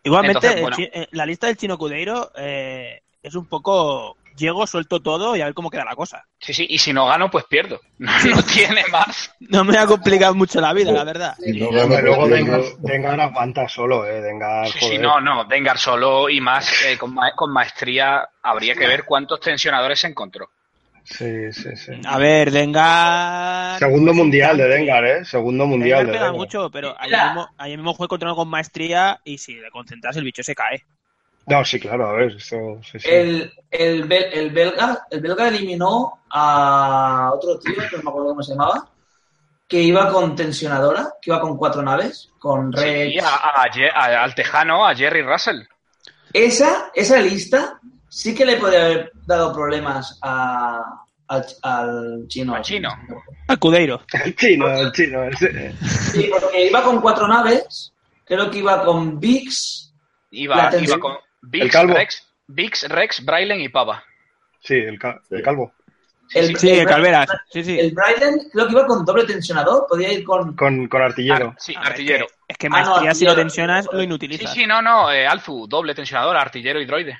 D: Igualmente,
E: Entonces,
D: el
E: bueno.
D: chi- eh, la lista del chino Cudeiro eh, es un poco. Llego, suelto todo y a ver cómo queda la cosa.
E: Sí, sí, y si no gano, pues pierdo. No, no tiene más.
D: No me ha complicado mucho la vida, la verdad.
B: Si no
F: Y
B: gano,
F: luego
B: pues,
F: Dengar,
B: yo-
F: Dengar aguanta solo, eh. Dengar,
E: Sí,
F: joder.
E: sí, no, no. Dengar solo y más eh, con, ma- con maestría. Habría que ver cuántos tensionadores se encontró.
F: Sí, sí, sí.
D: A ver, Dengar.
F: Segundo mundial de Dengar, eh. Segundo mundial
D: Dengar
F: de
D: pega
B: eh.
F: Dengar.
D: mucho, pero ayer
H: Mira.
D: mismo, ayer mismo jugué contra uno con maestría y si le concentras el bicho se cae.
F: No, sí, claro, a ver, eso, sí, sí.
H: El, el, bel- el belga, el belga eliminó a otro tío, que no me acuerdo cómo se llamaba, que iba con tensionadora, que iba con cuatro naves, con Rex.
E: Sí, a- a Ye- a- al Tejano, a Jerry Russell.
H: Esa, esa lista sí que le podría haber dado problemas a, al, al chino.
E: Al chino.
D: Al Ah, Cudeiro.
F: El chino, el chino. ese.
H: Sí, porque iba con cuatro naves, creo que iba con VIX.
E: Iba,
H: La
E: iba
H: tensión.
E: con
F: El
E: Vix,
F: calvo.
E: Rex, Vix, Rex, Brailen y Pava.
F: Sí, el, ca- el calvo.
H: El,
D: Sí,
H: el-
D: Calveras. Sí, sí.
H: El Bryden creo que iba con doble tensionador, podía ir con...
F: Con, con artillero.
E: Ar- sí,
D: A ver,
E: artillero.
D: es que- Es que
H: Ah, no,
D: maestría, si lo
H: artillero.
D: tensionas, lo
E: Sí,
D: inutilizas.
E: sí, no, no. eh, Alzu, doble tensionador, artillero y droide.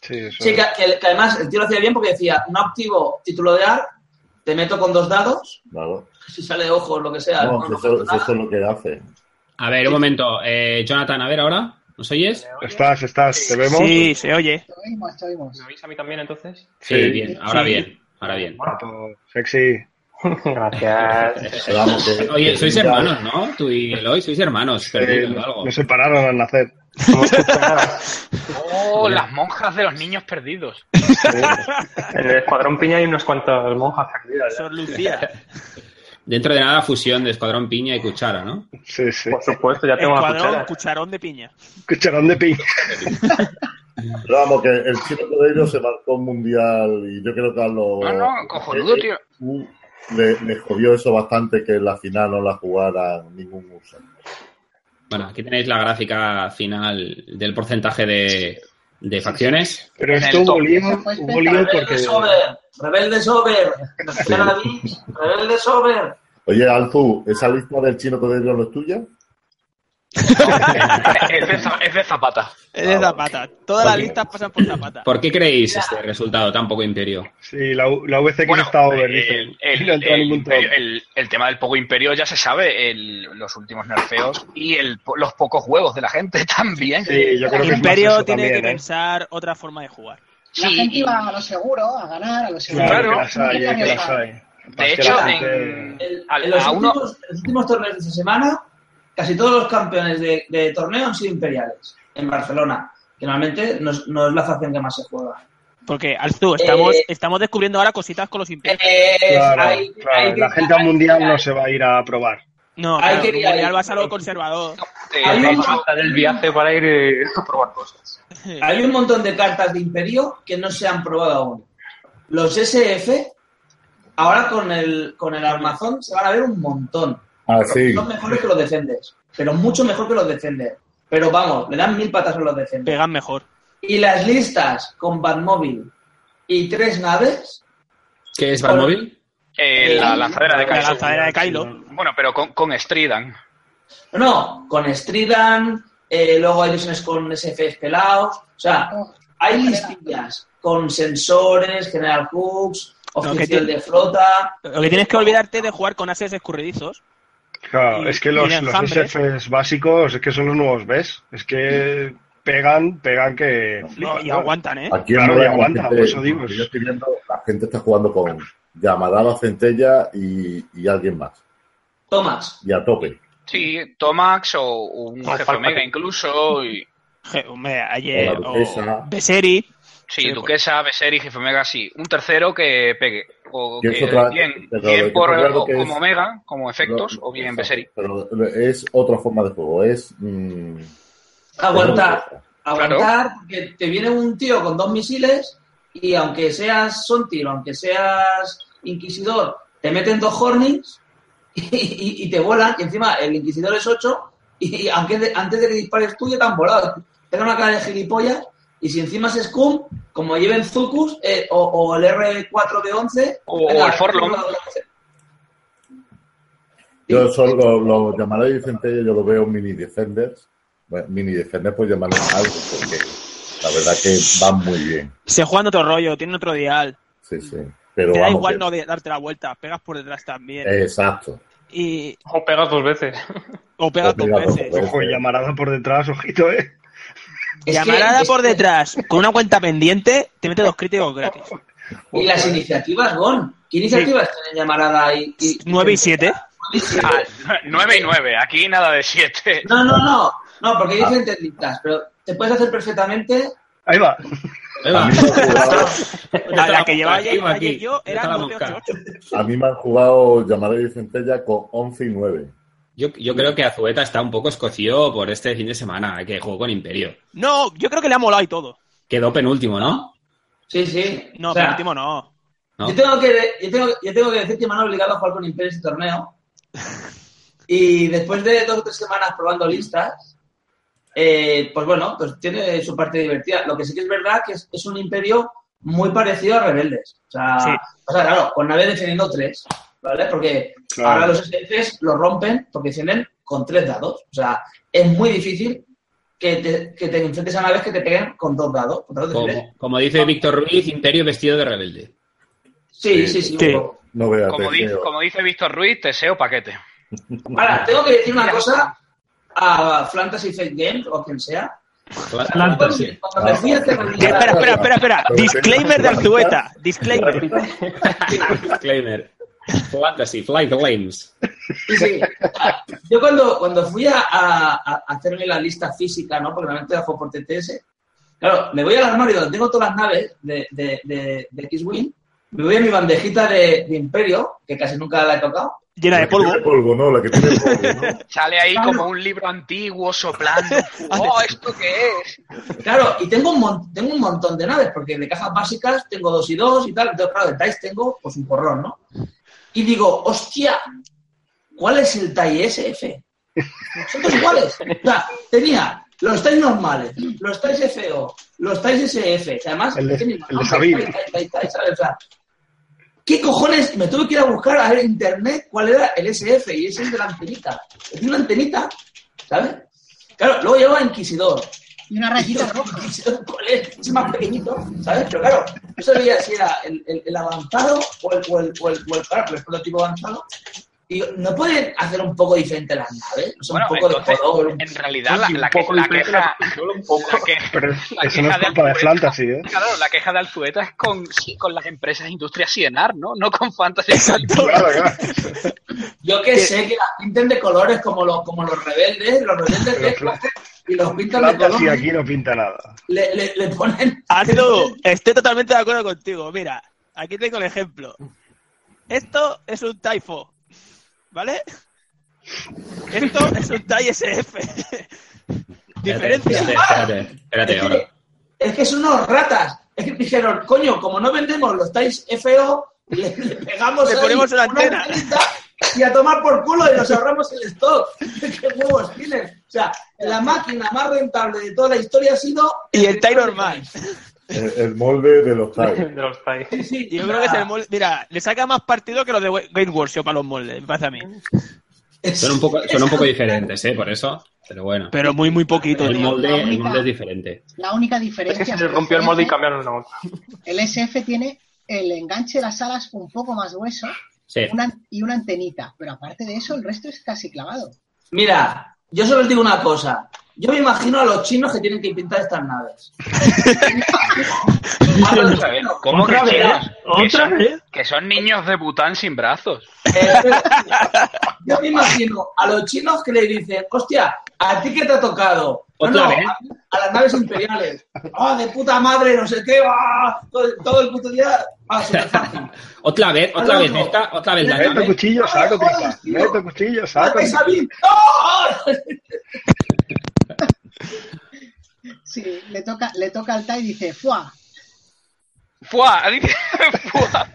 F: Sí, eso
H: Sí,
F: es.
H: que, que- que además el tío lo hacía bien porque decía, no activo título de AR, te meto con dos dados,
B: Claro.
H: si sale ojos, lo que sea.
B: No,
H: no,
B: si
H: no
B: pues eso,
H: pasa
B: si eso es
H: nada.
B: lo que hace.
A: A ver, un momento. Eh, Jonathan, a ver ahora. ¿Nos oyes?
F: Estás, estás, te vemos.
D: Sí, se oye.
J: Te oímos, te oímos.
G: ¿Me oís a mí también entonces?
F: Sí.
A: Sí,
F: pues,
A: bien. Ahora
D: Sí.
A: bien. Ahora bien.
F: Guapo, sexy.
G: Gracias.
B: Pero vamos, que-
A: Eh, Oye, sois
B: que-
A: hermanos, ¿no? Tú y Eloy sois hermanos.
F: Eh,
A: Perdidos, algo.
F: nos separaron al nacer.
E: Oh, las monjas de los niños perdidos.
G: En el Escuadrón Piña hay unos cuantos monjas perdidas.
D: Sor Lucía.
A: Dentro de nada, fusión de Escuadrón Piña y Cuchara, ¿no?
F: Sí, sí.
G: Por supuesto, ya tengo la
D: Escuadrón,
G: cuchara.
D: cucharón de piña.
F: Cucharón de piña.
B: Pero vamos, que el chino Codeiro se marcó un mundial y yo creo que a los.
E: No,
A: Eh,
E: no, cojonudo, tío.
B: Le, le jodió eso bastante que en la final no la jugara ningún USA.
A: Bueno, aquí tenéis la gráfica final del porcentaje de, de facciones.
F: Pero
E: En
F: esto
E: el
F: hubo
E: top.
F: lío,
J: Eso fue
A: Pues
F: hubo lío porque...
H: Rebeldes over, rebeldes over, nos pegan a Vix, rebeldes over.
B: Oye, Alzu, ¿esa lista del chino Codeiro no es tuya?
E: es, de, za- es de Zapata.
D: Es
F: Ah,
D: de Zapata. Todas las listas pasan por Zapata.
A: ¿Por qué creéis este resultado tan poco imperio?
F: Sí, la, U- la VC que
E: Bueno,
F: está over, dice.
E: el, el-
F: Y no entró a
E: el
F: ningún top.
E: imperio- el- el tema del poco imperio ya se sabe, el- los últimos nerfeos y el po- los pocos juegos de la gente también.
F: Sí, yo creo
D: El
F: que es más
D: Imperio
F: eso
D: tiene
F: también,
D: que
F: ¿eh?
D: pensar otra forma de jugar.
J: La gente
E: y-
J: iba a lo seguro, a ganar, a lo seguro.
F: Claro,
E: Claro.
F: que las hay, eh, que las hay. Más
E: De
F: que
E: hecho,
F: la
E: en,
H: El-
E: al-
H: en los,
E: a uno-
H: últimos, los últimos torneos de esta semana, casi todos los campeones de, de torneo han sido imperiales en Barcelona, que normalmente no es, no es la facción que más se juega.
D: Porque, Alzu, estamos,
H: Eh,
D: estamos descubriendo ahora cositas con los imperios.
H: Eh,
F: Claro,
H: hay-
F: claro,
H: hay que-
F: la gente al mundial no se va a ir a probar.
D: No,
H: hay
D: claro,
H: que-
D: en un mundial
H: hay-
D: vas a lo conservador.
E: eh,
G: Ah,
H: hay
E: de
H: un-
E: hecho,
G: Dar el viaje para ir eh, a probar cosas.
H: Hay un montón de cartas de Imperio que no se han probado aún. Los SF, ahora con el, con el armazón, se van a ver un montón.
B: Ah, sí.
H: Son mejores que los defendes, pero mucho mejor que los defendes. Pero vamos, le dan mil patas a los defendes.
D: Pegan mejor.
H: Y las listas con Batmóvil y tres naves,
A: ¿Qué es Batmóvil?
E: eh, la lanzadera de
D: La
E: Kaizo.
D: lanzadera de Kylo.
E: Bueno, pero con, con Stridan.
H: no, con Stridan, eh, luego hay versiones con SF pelados, o sea, hay listillas con sensores, General Hooks,
D: que
H: oficial
D: te-
H: de flota.
D: Lo que tienes que olvidarte es de jugar con ases escurridizos.
F: Claro,
D: Y-
F: es que
D: y
F: los,
D: de
F: los
D: enjambre.
F: SFs básicos es que son los nuevos ¿ves? Es que pegan, pegan que
D: No,
F: flipas,
D: y
F: ¿no?
D: aguantan, ¿eh?
B: Aquí
F: Claro,
B: Málaga
F: y
B: la
F: aguanta,
B: gente-
F: por eso digo.
B: yo estoy viendo, la gente está jugando con Yamadaba Centella y, y alguien más.
H: Tomás,
B: Y a tope.
E: Sí, Tomax o un
G: O
E: jefe
G: Palpatine.
E: Omega incluso. Y...
D: Je- hombre, ayer.
B: O la
D: o
B: duquesa.
D: Beseri.
E: Sí,
B: pues.
E: Duquesa, Beseri, Jefe Omega, sí. Un tercero que pegue. O
B: Y es
E: que,
B: otra-
E: bien,
B: pero
E: bien
B: lo que
E: por,
B: está claro
E: o
B: que es-
E: como Omega, como efectos,
B: lo-
E: o bien Beseri.
B: Pero es otra forma de juego, es... mm,
H: Aguantar. Aguantar, porque te viene un tío con dos misiles y aunque seas Sontir, aunque seas Inquisidor, te meten dos Hornings y, y- y te vuelan. Y encima el Inquisidor es 8 y, y aunque de- antes de que dispares tú ya te han volado. Tenga una cara de gilipollas y si encima es Scum, como lleven Zucus eh, o, o el R4 de 11
E: O- o el Forlorn.
B: Yo solo lo, lo llamaré Vicentello, yo lo veo mini defenders. Bueno, mini defenders pues llamarlo algo, porque la verdad que van muy bien.
D: Se juegan otro rollo, tienen otro dial.
B: Sí, sí. Pero
D: Te da
B: vamos,
D: igual
B: que- eh,
D: no de- darte la vuelta, pegas por detrás también.
B: Exacto.
D: Y...
G: O pegas dos veces.
D: O pegas
B: O
D: dos
B: pegas dos
D: veces.
B: veces.
F: Ojo, y llamarada por detrás, ojito, ¿eh?
D: Llamarada
H: es
D: por
H: que-
D: detrás, con una cuenta pendiente, te mete dos críticos gratis.
H: Y las iniciativas, Gon. ¿Qué iniciativas tienen llamarada y, y-
D: 9 y 7.
E: Ah, 9 y 9, aquí nada de 7.
H: No, no, no. No, porque hay diferentes listas, pero te puedes hacer perfectamente.
F: Ahí va.
A: Ahí va.
B: A mí, me han jugado,
D: La, la que llevaba
A: Aquí,
D: ayer,
A: aquí.
D: ayer yo era
A: Está la
D: 9 8
A: mosca.
D: 8.
B: a mí me han jugado llamaré Vicentella con 11 y 9.
A: Yo, yo creo que Azueta está un poco escocido por este fin de semana, que jugó con Imperio.
D: No, yo creo que le ha molado y todo.
A: Quedó penúltimo, ¿no?
H: Sí, sí.
D: No,
H: O sea,
D: penúltimo no.
A: ¿No?
H: Yo, tengo que, yo, tengo, yo tengo que decir que me han obligado a jugar con Imperio este torneo. Y después de dos o tres semanas probando listas, eh, pues bueno, pues tiene su parte divertida. Lo que sí que es verdad que es, es un imperio muy parecido a Rebeldes. O sea,
D: Sí.
H: o sea, claro, con naves defendiendo tres, ¿vale? Porque
F: Claro.
H: ahora los SFs los rompen porque defienden con tres dados. O sea, es muy difícil que te, que te enfrentes a naves que te peguen con dos dados. Con dos defensores.
A: Como, como dice Víctor Ruiz, Imperio vestido de rebelde.
H: Sí,
B: Sí.
H: sí, sí. un
D: Sí.
H: poco.
B: No veas.
E: Como dice,
B: Teseo.
E: como dice Víctor Ruiz, Teseo paquete.
H: Ahora, tengo que decir una cosa a Fantasy Fake Games o quien sea.
A: Atlanta, sí.
H: Cuando me fui a hacer la lista-
D: Espera, espera, espera, espera.
B: Pero-
D: Disclaimer de Alzueta. Disclaimer.
G: Repite.
A: Disclaimer. Fantasy, Fly the Flames.
H: Sí, sí. Yo cuando, cuando fui a, a- a hacerme la lista física, ¿no? Porque normalmente la juego por TTS. Claro, me voy al armario donde tengo todas las naves de, de, de, de X-Wing. Me voy a mi bandejita de, de Imperio, que casi nunca la he tocado.
D: Llena
B: La
D: de
B: que
D: polvo.
B: tiene polvo, no, la que tiene polvo, ¿no?
E: Sale ahí como un libro antiguo soplando. ¡Oh, esto qué es!
H: Claro, y tengo un, mon- tengo un montón de naves, porque de cajas básicas tengo dos y dos y tal. Entonces, claro, de TIEs tengo pues un porrón, ¿no? Y digo, hostia, ¿cuál es el TIE SF? ¿Son todos iguales? O sea, tenía los TIEs normales, los TIEs FO, los TIEs SF, que además...
F: El de-
H: es que mi mamá,
F: el de Sabine.
H: TIE, TIE, TIE, ¿sabes? O sea, ¿Qué cojones? Me tuve que ir a buscar a ver en internet cuál era el SF y ese es de la antenita. Es de una antenita, ¿sabes? Claro, luego lleva Inquisidor,
J: Y una
H: rayito
J: rayita
H: rojo,
J: roja.
H: es más pequeñito, ¿sabes? Pero claro, no sabía si era el, el- el avanzado o el, o el, o el, o el- claro, pero el prototipo avanzado. Y digo, ¿no pueden hacer un poco diferente las naves? O sea,
E: Bueno,
H: un poco
E: entonces,
H: de color. un-
E: en realidad, la, la que- la queja... la que-
F: Pero
E: la
F: eso no
E: queja
F: es
E: de
F: culpa de
E: Alzueta-
F: Fantasy, ¿eh?
E: Claro, la queja de Alzueta es con, sí, con las empresas industrias Cienar, ¿no? No con Fantasy.
F: Claro, claro.
H: Yo que sé que las pinten de colores como, los como los rebeldes, los rebeldes
F: Pero
H: que
F: Fla-
H: y los pintan de
F: Fantasy
H: color.
F: aquí no pinta nada.
H: Le, le, le ponen.
D: Hazlo. Estoy totalmente de acuerdo contigo. Mira, aquí tengo el ejemplo. Esto es un Taifo. ¿Vale? Esto es un TIE SF. Diferencia.
A: Espérate, espérate, espérate,
H: Es
A: ahora.
H: que, es que son unos ratas. Es que dijeron, coño, como no vendemos los TAIs FO, le, le pegamos
D: Le
H: ahí
D: ponemos una antena.
H: antenita y a tomar por culo y nos ahorramos el stock. ¡Qué huevos tienen! O sea, la máquina más rentable de toda la historia ha sido...
D: Y el TIE normal.
B: El, el molde de los
G: De
B: Tigers.
G: los TIE.
H: Sí, sí.
D: Yo creo que es el molde. Mira, le saca más partido que los de Game Workshop a los moldes, me parece a mí.
A: Son un poco, son un poco diferentes, ¿eh? Por eso. Pero bueno.
D: Pero muy, muy poquito,
A: El
D: tío.
A: molde, el molde es diferente.
J: La única
G: Es
J: diferencia
G: que se
J: es
G: les
J: que
G: rompió el molde y
J: SF
G: cambiaron la otra.
J: el SF tiene el enganche de las alas un poco más grueso
A: Sí.
J: una- y una antenita, pero aparte de eso el resto es casi clavado.
H: Mira, yo solo os digo una cosa. Yo me imagino a los chinos que tienen que pintar estas naves.
E: Ah,
H: A los
E: A ver,
H: chinos.
E: ¿Cómo que
I: ¿Otra vez?
E: chinos? Que
I: ¿Otra
E: son-
I: vez?
E: Que son niños de Bután sin brazos.
H: Eh, Yo me imagino a los chinos que le dicen, hostia, ¿a ti qué te ha tocado? No,
A: Otra
H: no,
A: vez.
H: a, a las naves imperiales. ¡Ah, de puta madre! No sé qué. ¡Ah! Todo, todo el puto día. ¡Ah, súper fácil!
A: Otra vez, otra
H: Al
A: vez,
H: otro.
A: esta, otra vez la
F: Meto
A: llave.
F: cuchillo, saco pipa. Meto cuchillo, saco
H: ¡Matáis
F: pipa.
H: a mí! ¡No!
J: Sí, le toca, le toca al Tai y dice, ¡fua!
E: ¡Fua! Dice, ¡Fua!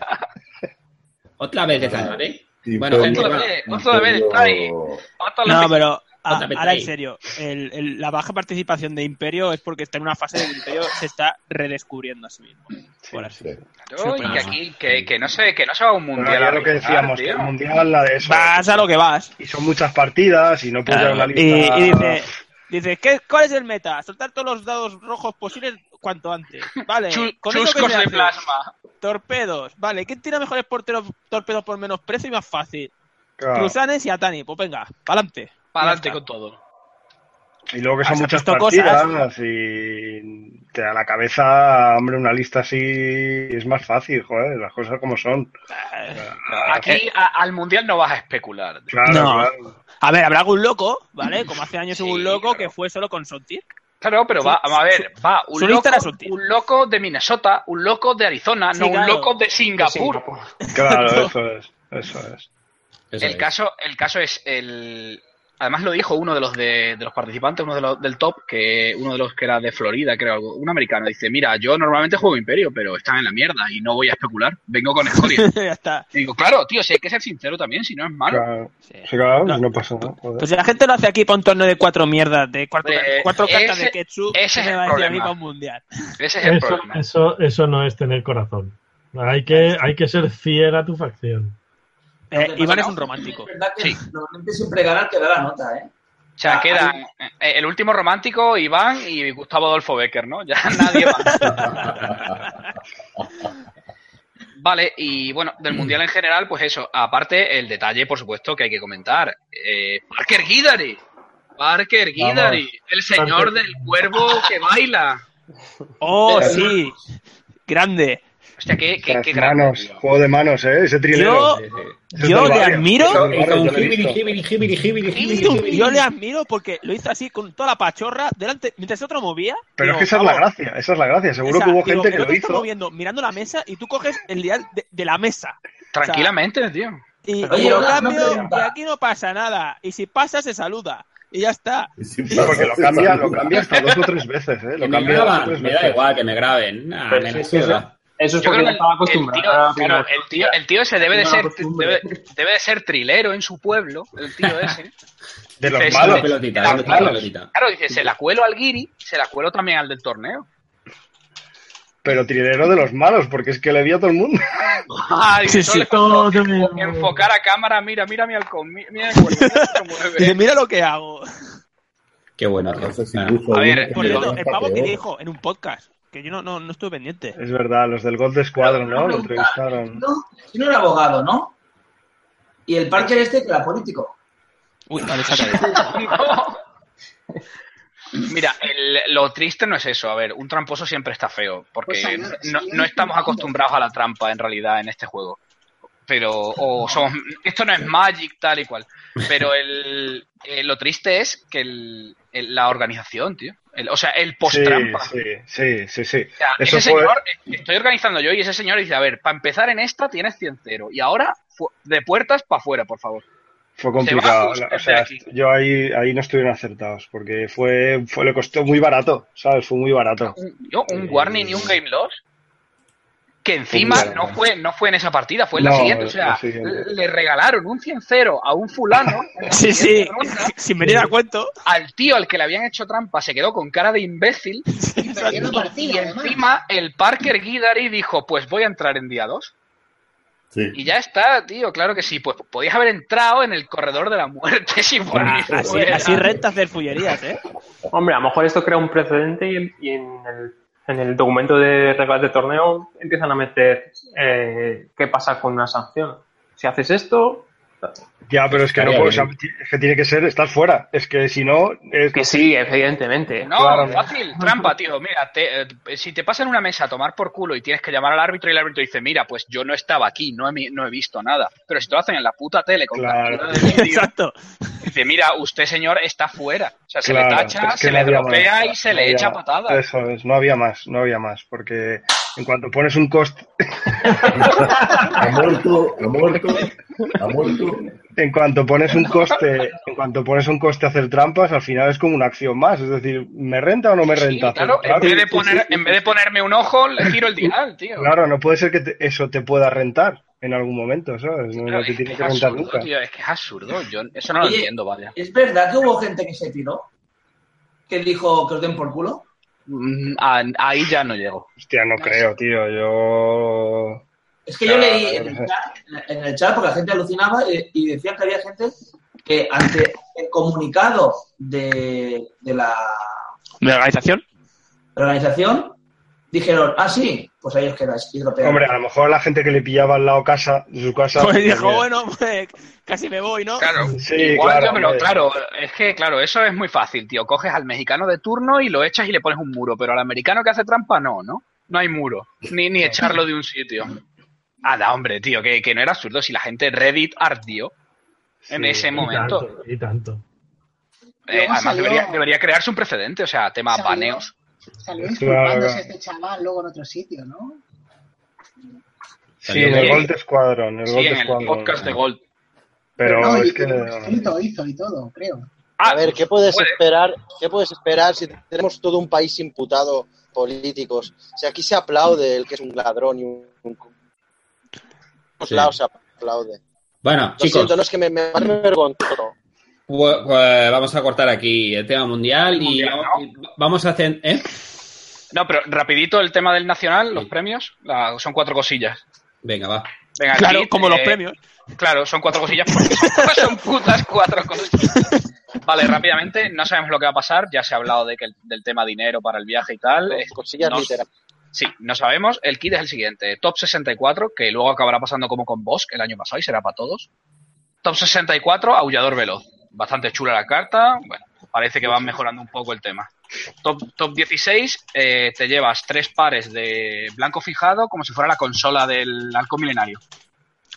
A: Otra vez la llave. ¿eh? Bueno,
B: Imperio-
A: gente,
E: Otra
A: bueno,
E: vez, otra vez, está ahí. Otra
D: No,
E: vez.
D: pero a-
A: Otra vez
D: ahora
A: ahí.
D: en serio, el- el- la baja participación de Imperio es porque está en una fase de que Imperio se está redescubriendo a sí mismo. por así.
B: Sí.
E: Yo, y que aquí, que, que no se, que no se va a un
F: Bueno,
E: mundial.
F: ya
E: a
F: lo que
E: arriesgar,
F: decíamos, que
E: tío.
F: el mundial la de eso.
D: Vas a lo que vas.
F: Y son muchas partidas y no puedes
D: Claro.
F: dar una
D: Y,
F: lista.
D: y dice, dice ¿qué, ¿cuál es el meta? Soltar todos los dados rojos posibles cuanto antes. Vale,
E: Chu-
D: con eso que
E: chuscos
D: se
E: de
D: hace,
E: plasma.
D: torpedos. Vale, ¿quién tira mejores porteros, torpedos por menos precio y más fácil?
F: Claro.
D: Cruzanes y Atani, pues venga, pa'lante.
E: Pa'lante
D: Ya
E: con
D: está.
E: todo.
F: Y luego que
D: Has
F: son muchas
D: visto
F: partidas y te da la cabeza, hombre, una lista así es más fácil, joder, las cosas como son.
E: Aquí a- al mundial no vas a especular. tío.
F: Claro,
D: No.
F: claro.
D: A ver, habrá algún loco, ¿vale? Como hace años
E: Sí,
D: hubo un loco
E: claro.
D: que fue solo con Sontir.
E: Claro, pero va, a ver, va un
D: su
E: loco,
D: lista era sutil.
E: un loco de Minnesota, un loco de Arizona,
D: Sí,
E: no un
D: claro.
E: loco de Singapur.
F: Claro, eso es, eso es.
A: eso
E: El
A: es.
E: caso, el caso es el. Además lo dijo uno de los de, de los participantes, uno de los del top, que uno de los que era de Florida, creo, algo, un americano, dice, mira, yo normalmente juego Imperio, pero están en la mierda y no voy a especular, vengo con escoria.
D: ya está.
E: Y digo, claro, tío, si hay que ser sincero también, si no es malo.
F: Claro,
D: Sí.
F: Sí, claro,
D: No.
F: no, pasa nada. joder.
D: Pues si la gente lo hace aquí para un torneo de cuatro mierdas, de cuatro,
E: Eh,
D: cuatro cartas
E: ese-
D: de Ketsu,
E: ese
D: ¿qué
E: es
D: me
E: el
D: va a decir a mí
E: problema.
D: para un mundial?
E: Ese es el
I: Eso,
E: problema.
I: eso, eso no es tener corazón. Hay que, hay que ser fiel a tu facción.
D: Eh,
H: Lo que
D: Iván
H: pasa
D: es
H: que
D: un romántico.
H: Es verdad que
E: Sí.
H: normalmente siempre ganar te da la nota, ¿eh?
E: O sea,
H: Ah,
E: quedan eh, el último romántico, Iván y Gustavo Adolfo Becker, ¿no? Ya nadie más. vale, y bueno, del Mundial en general, pues eso. Aparte, el detalle, por supuesto, que hay que comentar. Eh, Parker Guidari. Parker Guidari. El señor
I: Parker.
E: del cuervo que baila.
D: Oh,
F: Pero-
D: sí. Grande.
E: Hostia, qué, qué,
F: Las
E: qué grande,
F: manos,
E: tío.
F: juego de manos, ¿eh? Ese trilero.
D: Yo,
A: Sí, sí.
F: Eso es
D: yo
F: del
D: le
F: barrio.
D: admiro.
F: Eso es del barrio, yo lo he visto.
D: Yo le admiro porque lo hizo así con toda la pachorra delante, mientras otro movía.
F: Pero
D: digo,
F: es que esa es la
D: "Vamos".
F: gracia, esa es la gracia. Seguro
D: O sea,
F: que hubo
D: digo,
F: gente
D: el
F: que lo
D: otro está
F: hizo.
D: moviendo, mirando la mesa y tú coges el dial de, de la mesa.
E: Tranquilamente, tío.
D: Y,
H: Oye,
D: y lo
H: una- una
D: cambio y
H: pregunta.
D: aquí no pasa nada. Y si pasa, se saluda. Y ya está.
B: Sí,
F: Porque lo cambia, lo cambia hasta dos o tres veces, ¿eh?
A: Que
F: Lo
A: me
F: cambia dos o
A: graban,
F: tres
A: me da
F: veces.
A: igual que me graben. Nah,
G: Pero
A: me
G: sí,
A: la
G: sí,
A: suda.
G: Eso es
E: Yo
G: porque
E: creo
G: no
E: que
G: estaba
E: el- el, tío,
G: acostumbrado a la
E: claro,
G: primera
E: el, tío, el tío ese debe de
G: Una
E: ser,
G: costumbre.
E: debe, debe de ser trilero en su pueblo, el tío ese.
F: De
E: Sí,
F: los
E: sí,
A: Dame
E: Vale.
A: la
F: malos.
A: pelotita,
E: Claro,
A: dame la
E: claro.
A: pelotita.
E: Claro, dice, se la cuelo al guiri, se la cuelo también al del torneo.
F: Pero trilero de los malos, porque es que le vio a todo el mundo.
E: Ay,
D: Sí,
E: solo
D: sí.
I: Todo
E: enfo-
I: de-
E: enfo- enfocar a cámara, mira, mira mi halcón, mi- mira el cuerpo, cómo se
D: Dice,
E: mueve.
D: mira lo que hago.
A: Qué bueno, tío.
B: No sé si
A: Ah,
B: puso
E: A ver,
B: uno que
D: Por
B: me
D: cierto,
B: gusta
D: el pavo que
B: peor.
D: dijo en un podcast, que yo no, no, no estuve pendiente.
F: Es verdad, los del God de Squadron,
H: Pero
F: ¿no?
H: una
F: Lo
H: pregunta,
F: entrevistaron.
H: No, si no era abogado, ¿no? Y el Parker este que era político.
D: Uy, vale, se ha caído.
E: Mira, el- lo triste no es eso. A ver, un tramposo siempre está feo, porque
J: Pues salió-
E: no,
J: salió
E: no estamos
J: discutiendo.
E: acostumbrados a la trampa en realidad en este juego. Pero, o somos- esto no es Magic, tal y cual. Pero el, eh, lo triste es que el- el- la organización, tío. El- o sea, el
F: Sí,
E: post-trampa.
F: sí, sí, sí, sí.
E: O sea,
F: Eso
E: ese
F: fue-
E: señor, eh, estoy organizando yo y ese señor dice, a ver, para empezar en esta tienes 100 cero y ahora fu- de puertas para afuera, por favor.
F: Fue
E: Se va a
F: complicado.
E: ajustar
F: O sea,
E: aquí.
F: yo ahí, ahí no estuvieron acertados, porque fue, fue, le costó muy barato, ¿sabes? Fue muy barato.
E: Un, yo, un
F: Eh,
E: warning y un game loss. Que encima
F: claro.
E: no fue, no fue en esa partida, fue en la
F: No,
E: siguiente. O sea,
F: la siguiente.
E: le regalaron un 100 cero a un fulano en la
D: Sí, sí,
E: siguiente ronda,
D: sin venir a cuento.
E: al tío al que le habían hecho trampa se quedó con cara de imbécil
J: Y perdió la
E: y
J: partida, además.
E: encima el Parker Guidari dijo, pues voy a entrar en día 2. Y
B: Sí.
E: ya está, tío, claro que sí. Pues podías haber entrado en el corredor de la muerte si por mí
D: Ah, Así,
E: fuera.
D: así rentas de fullerías, ¿eh?
G: Hombre, a lo mejor esto crea un precedente y, y en, el, en el documento de reglas de torneo empiezan a meter eh, qué pasa con una sanción. Si haces esto,
F: Ya, pero es que no
A: Estaría
F: puedo,
A: bien.
F: o sea, es que tiene que ser, estás fuera. Es que si no, es-
G: que sí, evidentemente.
E: No,
F: Claro.
E: fácil, trampa, tío. Mira, te- eh, si te pasa en una mesa a tomar por culo y tienes que llamar al árbitro y el árbitro dice, mira, pues yo no estaba aquí, no he, mi- no he visto nada. Pero si te lo hacen en la puta tele con
F: Claro.
E: captura de vídeo,
D: Exacto.
E: dice, mira, usted señor está fuera. O sea, se le
F: Claro,
E: tacha,
F: es que
E: se
F: no
E: le
F: había
E: dropea
F: más.
E: y se
F: No
E: le
F: había-
E: echa patadas.
F: Eso es, no había más, no había más, porque en cuanto pones un coste,
B: Ha muerto, ha muerto, ha muerto.
F: en cuanto pones un coste, en cuanto pones un coste a hacer trampas, al final es como una acción más, es decir, ¿me renta o no me renta? hacer
E: Claro, en
F: trampas?
E: vez, de poner, en vez de ponerme un ojo, le giro el dial, tío.
F: Claro, no puede ser que te- eso te pueda rentar en algún momento, ¿sabes? No,
E: Pero
F: no te
E: es, que
F: tiene
E: es
F: que rentar
E: absurdo,
F: nunca.
E: tío, es que es absurdo. Yo eso no lo
H: Oye,
E: entiendo, vaya.
H: ¿Es verdad que hubo gente que se tiró? ¿Que dijo que os den por culo?
E: Mm, a- ahí ya no llego.
F: Hostia, no creo, tío, yo...
H: Es que yo
F: Claro,
H: leí en
F: yo qué
H: el,
F: sé.
H: chat, en el chat porque la gente alucinaba eh, y, decían que había gente que ante el comunicado de, de la,
D: ¿De la organización?
H: de la organización dijeron, ah, sí, pues ahí os quedáis y dropearon.
F: Hombre, a lo mejor la gente que le pillaba al lado casa, de su casa...
D: Pues dijo,
F: mira,
D: bueno, pues, casi me voy, ¿no?
E: Claro,
F: Sí,
E: igual
F: claro,
E: yo, pero
F: hombre.
E: claro, es que claro, eso es muy fácil, tío. Coges al mexicano de turno y lo echas y le pones un muro, pero al americano que hace trampa no, ¿no? No hay muro, ni, ni echarlo de un sitio. Nada, hombre, tío, que, que no era absurdo si la gente Reddit ardió en
F: Sí,
E: ese
I: Y
E: momento.
I: tanto, y tanto.
E: Eh,
J: Luego
E: además,
J: salió-
E: debería, debería crearse un precedente, o sea, tema
J: Salió-
E: baneos.
J: Salió
F: Claro,
J: disculpándose
F: claro.
J: este chaval luego en otro sitio, ¿no?
F: Sí, en el
E: Oye,
F: Gold Squadron, el
E: Sí,
F: Gold
E: en el
F: Squadron.
E: podcast de Gold.
F: Pero
J: no, y-
F: es que...
J: y un escrito hizo y todo, creo.
C: A ver, ¿qué puedes
E: puede.
C: esperar? ¿Qué puedes esperar si tenemos todo un país imputado políticos? Si aquí se aplaude el que es un ladrón y un... un- por
A: Sí.
C: lados se aplaude.
A: Bueno,
C: Lo
A: chicos,
C: siento, no es que me, me, me avergonzo.
A: pu- pu- vamos a cortar aquí el tema mundial, y,
E: Mundial,
A: vamos- y vamos a hacer. ¿eh?
E: No, pero rapidito el tema del nacional, los
A: Sí.
E: premios, la- son cuatro cosillas.
A: Venga, va.
E: Venga,
D: Claro,
E: Kit,
D: como los
E: eh,
D: premios.
E: Claro, son cuatro cosillas porque son, Pues son putas cuatro cosillas. Vale, rápidamente, no sabemos lo que va a pasar, ya se ha hablado de que el- del tema dinero para el viaje y tal. eh,
C: Cosillas
E: no-
C: literales.
E: Sí, no sabemos. El kit es el siguiente. Top 64, que luego acabará pasando como con Boss, que el año pasado y será para todos. Top 64, Aullador Veloz. Bastante chula la carta. Bueno, parece que van mejorando un poco el tema. Top, top 16, eh, te llevas tres pares de blanco fijado como si fuera la consola del arco milenario.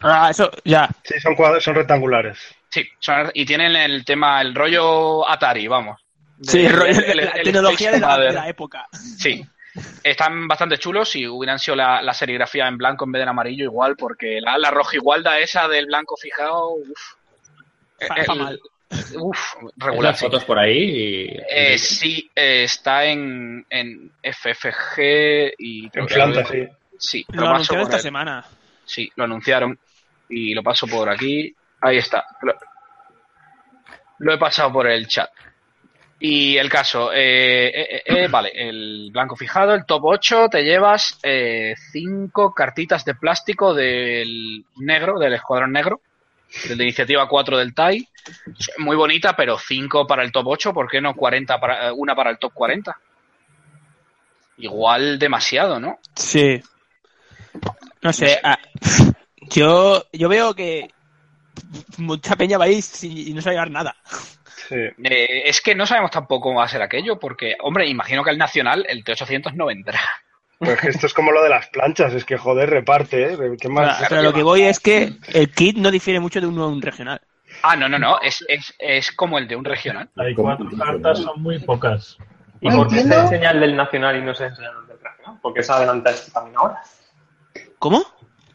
D: Ah, eso, ya.
F: Sí, son cuadros, son rectangulares.
E: Sí, son- y tienen el tema, el rollo Atari, vamos. De-
D: Sí, el rollo
E: el-
D: de
E: el-
D: la
E: el
D: tecnología de
E: Space
D: la, de
E: Invaders.
D: la época.
E: Sí. Están bastante chulos. Si hubieran sido la, la serigrafía en blanco en vez del amarillo, igual, porque la, la roja igualda esa del blanco fijado, uff.
D: Fa- fa mal.
E: Uf, regular.
A: Las
E: sí.
A: fotos por ahí. y-
E: Eh, sí, eh, está en, en FFG y creo
F: En
E: que-
F: Flandes, sí.
E: Sí, lo,
D: Lo
E: paso
D: anunciaron
E: por
D: esta
E: el-
D: semana.
E: Sí, lo anunciaron. Y lo paso por aquí. Ahí está. Lo, lo he pasado por el chat. Y el caso, eh, eh, eh, eh, vale, el blanco fijado, el top 8, te llevas 5 cartitas de plástico del negro, del escuadrón negro, de la iniciativa 4 del TAI. Muy bonita, pero 5 para el top 8, ¿por qué no 40 para, eh, una para el top 40? Igual demasiado, ¿no?
D: Sí. No sé. ah, yo, yo veo que mucha peña va a ir sin- y no se va a llevar nada.
F: Sí.
E: Eh, es que no sabemos tampoco cómo va a ser aquello, porque, hombre, imagino que el Nacional, el T800 no vendrá.
F: Pero es que esto es como lo de las planchas, es que joder, reparte, ¿eh? ¿Qué
D: Pero,
F: más?
D: pero lo que voy es que el kit no difiere mucho de uno a un regional.
E: Ah, no, no, no, es, es, es como el de un regional.
I: Hay cuatro cartas, son muy pocas.
G: ¿Y
J: No
G: por qué se
J: entiendo.
G: enseña el del nacional y no se enseña el del regional? Porque se adelanta esto también ahora.
D: ¿Cómo?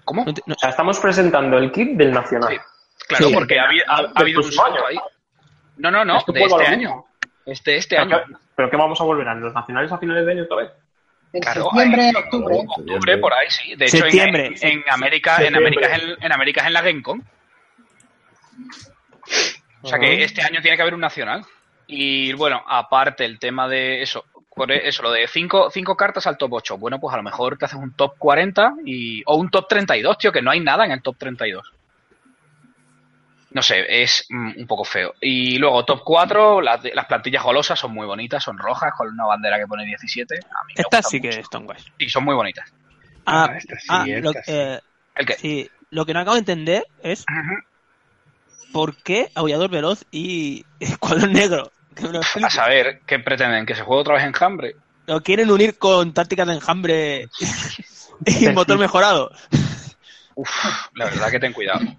E: ¿Cómo?
D: No te- no-
G: O sea, estamos presentando el kit del nacional.
E: Sí. Claro,
D: Sí.
E: porque ha, habi- ha- ha
G: Del
E: habido un
G: próximo
E: salto ahí.
G: año.
E: No, no, no,
G: Es que
E: de
G: vuelvo a
E: este
G: lo
E: año.
G: mismo.
E: Es de este
G: ¿Pero
E: año.
G: qué, pero qué vamos a volver a los nacionales a finales de año otra vez?
J: En
E: Claro,
J: septiembre,
E: ahí-
J: en octubre.
B: Claro.
E: Octubre, por ahí, sí. De hecho, en-
D: Septiembre.
E: en, en América, en
I: Septiembre.
E: América, es en, en América es en la Gen Con. O sea que este año tiene que haber un nacional. Y bueno, aparte el tema de eso, por eso, lo de 5 Eh, cinco, cinco cartas al top 8. Bueno, pues a lo mejor te haces un top 40 y, o un top 32, tío, que no hay nada en el top 32. No sé, es mm, un poco feo. Y luego, top 4, las, de- las plantillas golosas son muy bonitas, son rojas, con una bandera que pone 17. A mí me
D: Estas
E: gustan
D: sí que
E: mucho.
D: están guays.
E: Sí, son muy bonitas.
D: Ah,
F: esta sí,
D: ah,
F: esta
D: lo,
F: sí.
D: eh,
E: ¿El que
D: sí, lo que no acabo de entender es por qué Aullador Veloz y Escuadrón Negro. Que me lo explico.
E: A saber, ¿qué pretenden? ¿Que se juegue otra vez enjambre?
D: Lo quieren unir con tácticas de enjambre y motor mejorado.
E: Uf, la verdad que ten cuidado. Hombre,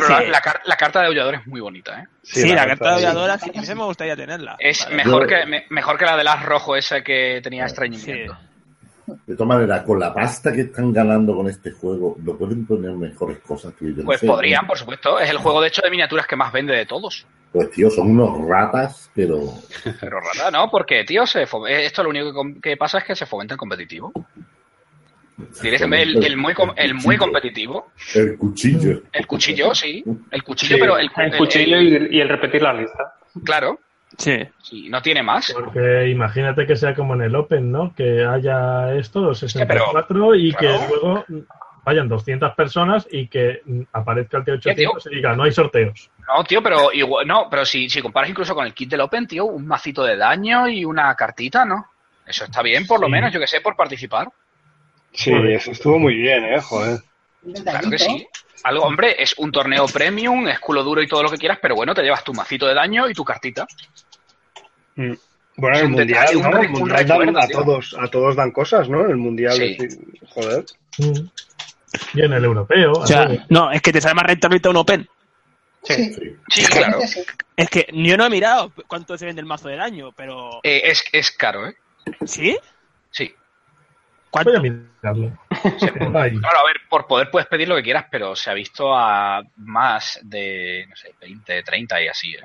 E: pero
D: Sí.
E: la, la car- la carta de aullador es muy bonita, ¿eh?
D: Sí, la, carta de aviadora sí,
J: Sí.
D: sí me gustaría tenerla.
E: Es
D: Vale.
E: mejor,
B: Yo-
E: que, me- mejor que la de las rojo esa que tenía estreñimiento.
B: De todas maneras, con la pasta que están ganando con este juego, ¿lo pueden poner mejores cosas? Tío? Yo no
E: Pues
B: sé.
E: podrían, por supuesto. Es el juego, de hecho, de miniaturas que más vende de todos.
B: Pues, tío, son unos ratas, pero...
E: Pero rata, ¿no? Porque, tío, se fo- eh, esto lo único que, com- que pasa es que se fomenta el competitivo. Directamente el, el muy, com- el muy
B: cuchillo.
E: competitivo.
B: El cuchillo.
E: El cuchillo, sí. El cuchillo,
G: Sí,
E: pero el,
G: el cuchillo
E: el-
G: y, y el repetir la lista.
E: Claro,
D: Sí.
E: sí, no tiene más.
I: Porque imagínate que sea como en el Open, ¿no? Que haya esto, los
E: que, pero-
I: 64, y
E: claro.
I: que luego vayan 200 personas y que mm, aparezca el
E: digo?
I: T800 y diga, no hay sorteos.
E: No, tío, pero igual, no, pero si, si comparas incluso con el kit del Open, tío, un macito de daño y una cartita, ¿no? Eso está bien, por lo
I: Sí.
E: menos, yo que sé, por participar.
F: Sí, eso estuvo muy bien, ¿eh? Joder.
J: Un
E: Claro que
J: detallito.
E: sí. Algo, hombre, es un torneo premium, es culo duro y todo lo que quieras, pero bueno, te llevas tu macito de daño y tu cartita.
F: Bueno,
E: Es
F: el
E: Mm. un
F: mundial,
E: detalle, un
F: ¿no?
E: re-
F: El
E: un
F: mundial dan-
E: recuerdo,
F: a
E: tío.
F: todos, a todos dan cosas, ¿no? El mundial,
E: Sí.
F: es- joder.
I: Mm. Y en el europeo.
D: O sea,
I: algo.
D: no, es que te sale más rentable irte a un Open.
J: Sí,
B: Sí.
E: Sí, claro.
J: realmente sí.
D: Es que yo no he mirado cuánto se vende el mazo del año, pero.
E: Eh, es, es caro, ¿eh?
D: ¿Sí?
E: Sí.
D: ¿Cuánto?
I: Voy a mirarlo. Ahí.
E: Claro, a ver, por poder puedes pedir lo que quieras, pero se ha visto a más de, no sé, 20, 30 y así, ¿eh?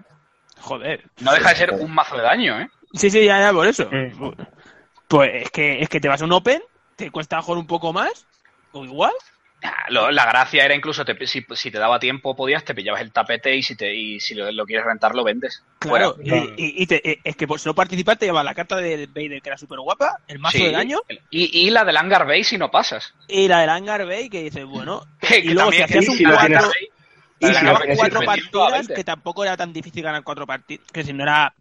D: Joder.
E: No deja de ser un mazo de daño, ¿eh?
D: Sí, sí, ya, ya, por eso.
F: Mm.
D: Pues es que, es que te vas a un Open, te cuesta mejor un poco más, o igual.
E: Ah, lo- la gracia era incluso te- si, si te daba tiempo podías te pillabas el tapete y si te y si lo, lo quieres rentar lo vendes
D: Claro,
E: Fuera.
D: y,
F: claro.
D: y- y te- eh, es que por si no participar te lleva la carta del Vader, que era súper guapa, el mazo
E: Sí.
D: del año,
E: y, y la del hangar bay si no pasas
D: y la del Hangar Bay, que dices, bueno.
E: Que-
D: y
E: que
D: luego si
E: también-
D: hacías
F: y
D: un
F: si lo
D: cuatro-
F: tienes-
E: la del
D: y si
E: Hangar
D: ganabas
E: Bay
D: cuatro
E: sí,
D: partidas,
E: efectivamente.
D: que tampoco era tan difícil ganar cuatro partidas, que si no era.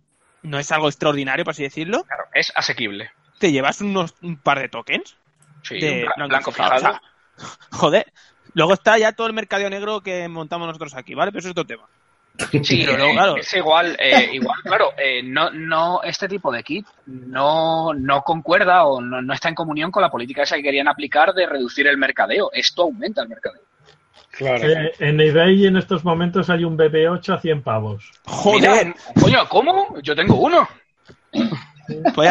D: No es algo extraordinario, por así decirlo.
E: Claro, es asequible
D: Te llevas unos, un par de tokens
E: Sí,
D: de
E: un bla-
D: blanco,
E: blanco
D: fijado,
E: fijado,
D: o sea, joder. Luego está ya todo el mercadeo negro que montamos nosotros aquí, ¿vale? Pero eso es otro tema.
E: Sí,
D: pero luego,
E: eh,
D: claro.
E: es igual, eh, igual, claro, eh, no, no, este tipo de kit no, no concuerda o no, no está en comunión con la política esa que querían aplicar de reducir el mercadeo. Esto aumenta el mercadeo.
F: Claro.
I: Eh, en eBay en estos momentos hay un BB8 a 100 pavos.
D: Joder,
E: Mira, coño, ¿cómo? Yo tengo uno.
D: pues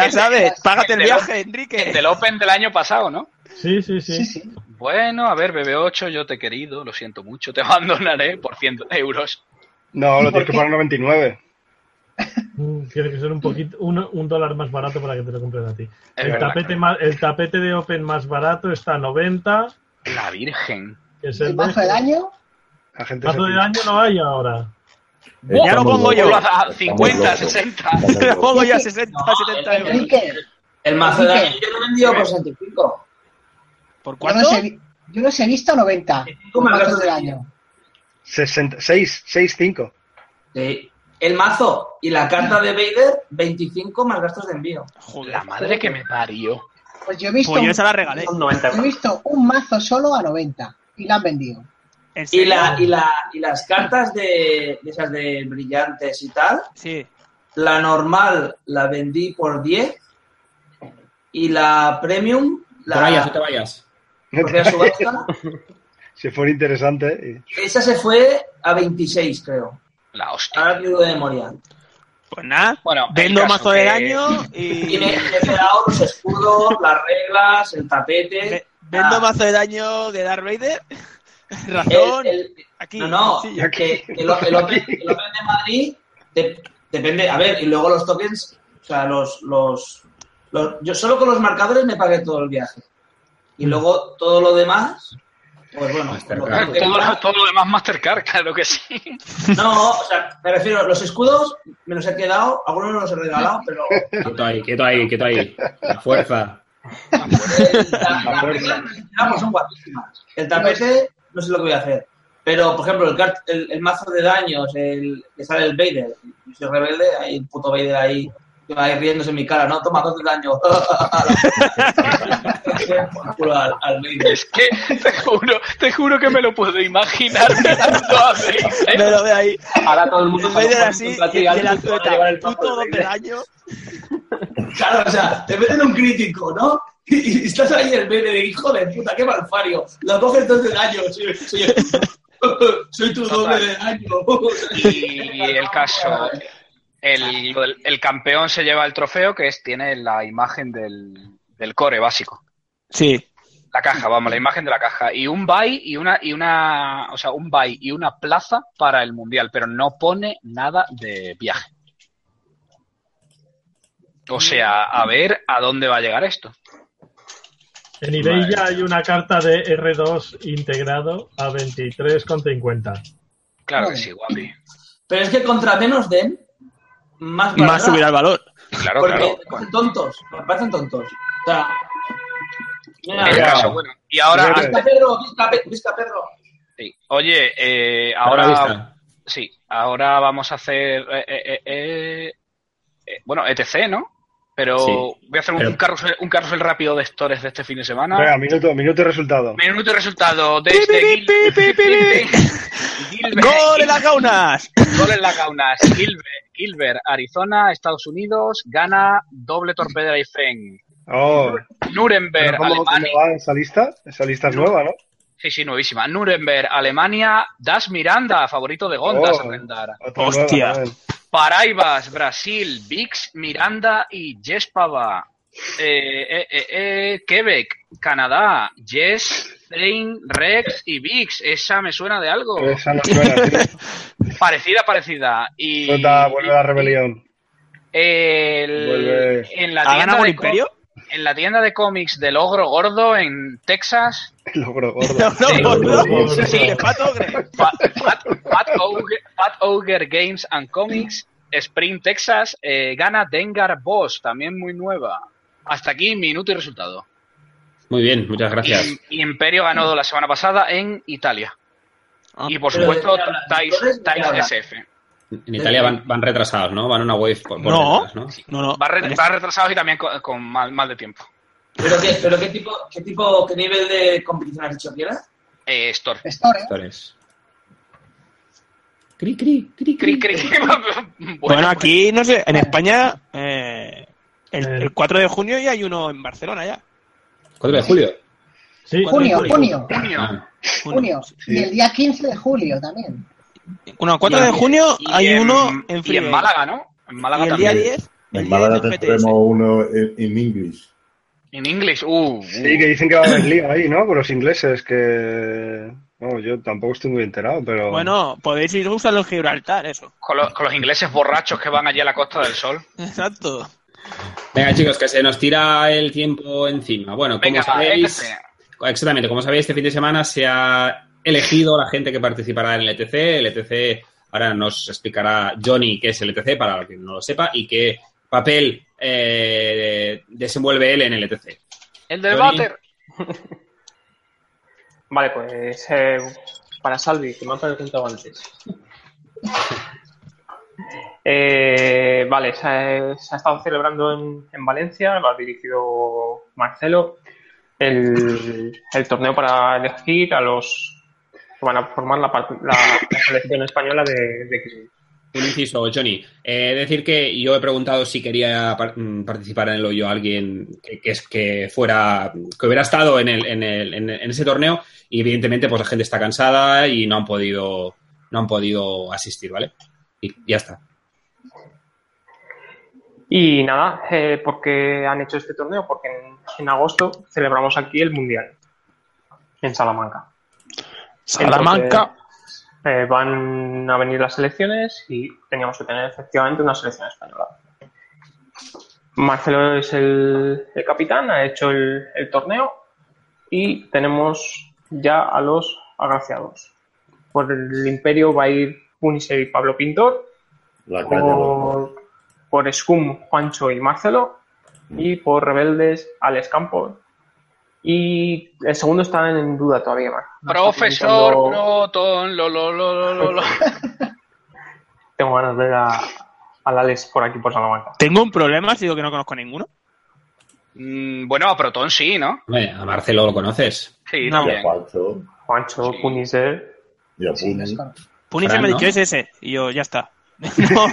D: ya sabes, págate el
E: el de lo-
D: viaje, Enrique.
E: El del Open del año pasado, ¿no?
I: Sí, sí,
J: Sí,
I: sí.
J: sí.
E: Bueno, a ver, BB8, yo te he querido, lo siento mucho, te abandonaré por 100 euros.
F: No, lo
J: ¿Por
F: tienes que
J: qué?
F: pagar 99.
I: Mm, Tiene que ser un poquito un, un dólar más barato para que te lo compren a ti.
E: Es
I: el,
E: verdad,
I: tapete más- el tapete de Open más barato está a 90.
E: La Virgen.
I: Que es
J: El
I: el
J: mazo del
I: de- este.
J: año,
F: La gente se
I: mazo del
F: pincha.
I: año no hay ahora.
D: Ya lo pongo yo.
E: A 50, 60.
D: Te lo pongo ya a 60,
H: No,
D: 70 euros.
J: Enrique,
H: El mazo de año
J: Enrique.
H: yo lo he vendido por 65.
D: ¿Por
J: yo
D: cuánto?
J: los, he, vi- yo los he visto a 90.
H: ¿Cómo
J: Los
H: me
J: mazos
H: vas a
J: del
H: decir?
J: año.
F: 66, 65.
H: Sí. El mazo y la carta de Vader, 25 más gastos de envío.
D: Joder.
E: La madre que me parió.
J: Pues yo he visto,
D: Pues yo esa
J: yo
D: la regalé.
G: Son 90
J: he
G: euros.
J: visto un mazo solo a 90 y la han vendido.
D: ¿En
H: Y,
D: serio?
H: la, y, la, y las cartas de, de esas de brillantes y tal,
D: Sí.
H: la normal la vendí por 10 y la premium la
A: No vayas, no te vayas.
H: porque era subasta,
F: si fuera interesante.
H: esa se fue a 26 creo
E: La hostia.
H: ahora que digo de memoria
D: Pues nada,
E: Bueno, el
D: vendo
E: caso
D: mazo del
E: que-
D: año
H: y
D: y.
H: me, me he quedado los escudos las reglas el tapete
D: ve- Vendo
H: Ah.
D: mazo del año de Darth Vader.
H: el,
D: Razón.
H: el-
D: Aquí.
H: no no
D: sí,
F: ya.
H: que, que lo- el, Open, el Open de Madrid de- depende a ver y luego los tokens o sea los, los los yo solo con los marcadores me pagué todo el viaje y
D: Mm.
H: luego todo lo demás pues bueno lo que
E: Claro,
H: te
E: Todo,
H: queda.
E: todo lo demás Mastercard, claro que sí.
H: No, o sea, me refiero, los escudos me los he quedado, algunos me los he regalado, pero
A: Quieto ahí, quieto ahí, quieto ahí. La fuerza.
H: las las reglas me las he quedado, son guapísimas. El tapete, no sé lo que voy a hacer. Pero, por ejemplo, el, cart- el, el mazo de daños, el que sale el Vader, yo soy rebelde, hay un puto Vader ahí, que va ahí riéndose en mi cara, ¿no? Toma dos de daño. Culo al, al Vader.
E: Es que te juro, te juro que me lo puedo imaginar mirando a Vader.
D: Me lo ve ahí.
H: Ahora todo el mundo
D: El
H: está
D: Vader
H: jugando
D: así
H: contra ti,
D: y el
H: alguien te va a
D: azueta.
H: llevar el
D: El puto
H: mazo
D: dos
H: del
D: del
H: Vader.
D: año.
H: Claro, o sea, te meten un crítico, ¿no? Y, y estás ahí el meme de hijo de puta, qué malfario. Lo coges dos de daño. Soy, soy- Soy tu
E: Total.
H: doble de año.
E: Y el caso, el, el campeón se lleva el trofeo que es, tiene la imagen del, del core básico.
D: Sí.
E: La caja, vamos, la imagen de la caja. Y un buy y una, y una, o sea, un buy y una plaza para el mundial, pero no pone nada de viaje. O sea, a ver a dónde va a llegar esto.
I: En eBay
E: Madre
I: ya hay una carta de R2 integrado a 23,50.
E: Claro que sí, guapi.
H: Pero es que contra menos den, más barato.
D: Más subirá el valor.
E: Claro,
H: Porque
E: claro.
H: son tontos, me parecen tontos. O sea, mira,
E: El caso, bueno. Y ahora,
F: Claro.
H: Vizca perro, visca, pe- visca perro.
E: Sí. Oye, eh,
A: Ahora
E: ahora sí, ahora vamos a hacer eh, eh, eh, eh, bueno etc, ¿no? Pero
A: Sí.
E: voy a hacer un,
A: Pero-
E: un carrusel, un carrusel rápido de stores de este fin de semana.
F: Venga, minuto, minuto y resultado.
E: Minuto y resultado de
D: Pi,
E: este
D: pi, pi, pi, pi,
E: Gilbert,
D: ¡Gol en las gaunas!
E: Gol en la Gaunas. Gilbert, Gilbert, Arizona, Estados Unidos, gana doble torpedera y fen.
F: Oh,
E: Nuremberg,
F: pero ¿cómo, cómo
E: Alemania.
F: va esa lista? Esa lista es nueva, ¿no?
E: Sí, sí, nuevísima. Nuremberg, Alemania, Das Miranda, favorito de Gondas,
F: Oh.
E: Arrendar.
F: Otra
D: Hostia.
F: nueva, a ver.
E: Paraibas, Brasil, Vix, Miranda y Jespava. Eh, eh, eh, eh, Quebec, Canadá, Jess, Zane, Rex y Vix. Esa me suena de algo.
F: Esa no suena, tío.
E: Parecida, parecida. Y,
F: Suelta, vuelve la rebelión.
E: el-
F: Vuelve.
E: en la
D: ¿Ha
E: tienda
D: ganado el
E: de
D: Imperio?
E: co- En la tienda de cómics del Ogro Gordo en Texas,
F: Logro gordo.
D: No, no, no, no.
I: Sí,
D: Sí,
I: sí.
D: de Pato Ogre.
E: Pat, Pat- Pat Ogre, Pat Ogre Games and Comics, Spring, Texas, eh, gana Dengar Boss, también muy nueva. Hasta aquí, minuto y resultado.
A: Muy bien, muchas gracias.
E: Y, y Imperio ganó la semana pasada en Italia.
D: Ah.
E: y por
H: Pero
E: supuesto,
H: ¿de qué hablas?
E: Times
H: ¿Entonces de qué
E: Times
H: hablas?
E: SF.
A: En Italia van, van retrasados, ¿no? Van una wave por, por
D: No.
A: detrás, ¿no?
D: No, no. este-
E: Va, re- va retrasados y también con, con mal, mal de tiempo.
H: ¿Pero, qué, pero qué, tipo, qué tipo, qué nivel de competición has dicho que era?
E: Eh, Store.
J: Store,
A: Actores. Cri, cri, cri,
E: Cri,
A: cri.
E: cri, cri. Bueno, pues-
D: Bueno, aquí, no sé, en España, eh, el,
I: Eh.
D: el 4 de junio ya hay uno en Barcelona ya.
A: 4 de julio.
I: Sí,
D: Junio,
J: junio,
D: junio.
J: junio, junio.
E: Junio.
A: Ah,
J: Y el día 15 de julio también.
D: Bueno, el 4
E: Y
D: de
E: en-
D: junio
E: y
D: hay
E: en-
D: uno en
E: Y
D: Freeway.
E: en Málaga, ¿no? En Málaga
D: Y el día
E: también.
D: 10. el
B: En
D: día
B: Málaga
D: 10 en
B: tendremos
D: PTS.
B: uno en, en English.
E: En inglés. Uh,
F: Sí, que dicen que va a haber lío ahí, ¿no? Con los ingleses, que... No, yo tampoco estoy muy enterado, pero...
D: Bueno, podéis ir usando el Gibraltar, eso.
E: con, los, con los ingleses borrachos que van allí a la Costa del Sol.
D: Exacto.
A: Venga, chicos, que se nos tira el tiempo encima. Bueno, como
E: Venga,
A: sabéis,
E: ETC.
A: exactamente, como sabéis, este fin de semana se ha elegido la gente que participará en el ETC. El ETC, ahora nos explicará Johnny qué es el ETC, para quien no lo sepa, y qué papel eh, desenvuelve él en el ETC.
E: El del
A: Johnny.
E: váter.
G: Vale, pues eh, para Salvi, que me han preguntado antes. Eh, vale, se ha, se ha estado celebrando en, en Valencia, lo ha dirigido Marcelo, el, el torneo para elegir a los que van a formar la, par- la, la selección española de, de cricket.
A: Un inciso, Johnny. Eh, decir que yo he preguntado si quería par- mm, participar en el hoyo alguien que, que es, que fuera, que hubiera estado en, el, en, el- en- en ese torneo y evidentemente pues la gente está cansada y no han podido, no han podido asistir, ¿vale? Y ya está.
G: Y nada, eh, ¿por qué han hecho este torneo? Porque en, en agosto celebramos aquí el Mundial, en Salamanca.
D: Salamanca.
G: Eh, van a venir las elecciones y teníamos que tener efectivamente una selección española. Marcelo es el, el capitán, ha hecho el, el torneo y tenemos ya a los agraciados. Por el Imperio va a ir Unice y Pablo Pintor,
B: La caña. loco.
G: por, por Scum, Juancho y Marcelo, y por Rebeldes, Alex Campos. Y el segundo está en duda todavía. Mar-
E: Profesor
G: intentando-
E: Proton. Lo, lo, lo, lo, lo, lo.
G: Tengo ganas de ver a, al Alex por aquí, por Salamanca.
D: Tengo un problema, ha sido que no conozco ninguno.
E: Mm, bueno, a Proton sí, ¿no?
A: Hombre, a Marcelo lo conoces.
E: Sí,
D: No.
B: Y a
E: también.
B: Pancho,
G: Juancho,
E: Sí.
G: Puniser.
B: y a
J: Sí,
B: Puni.
J: les conozco.
D: Puni
A: Fran,
D: se me ha
A: ¿no?
D: dicho es ese. Y yo, ya está. No,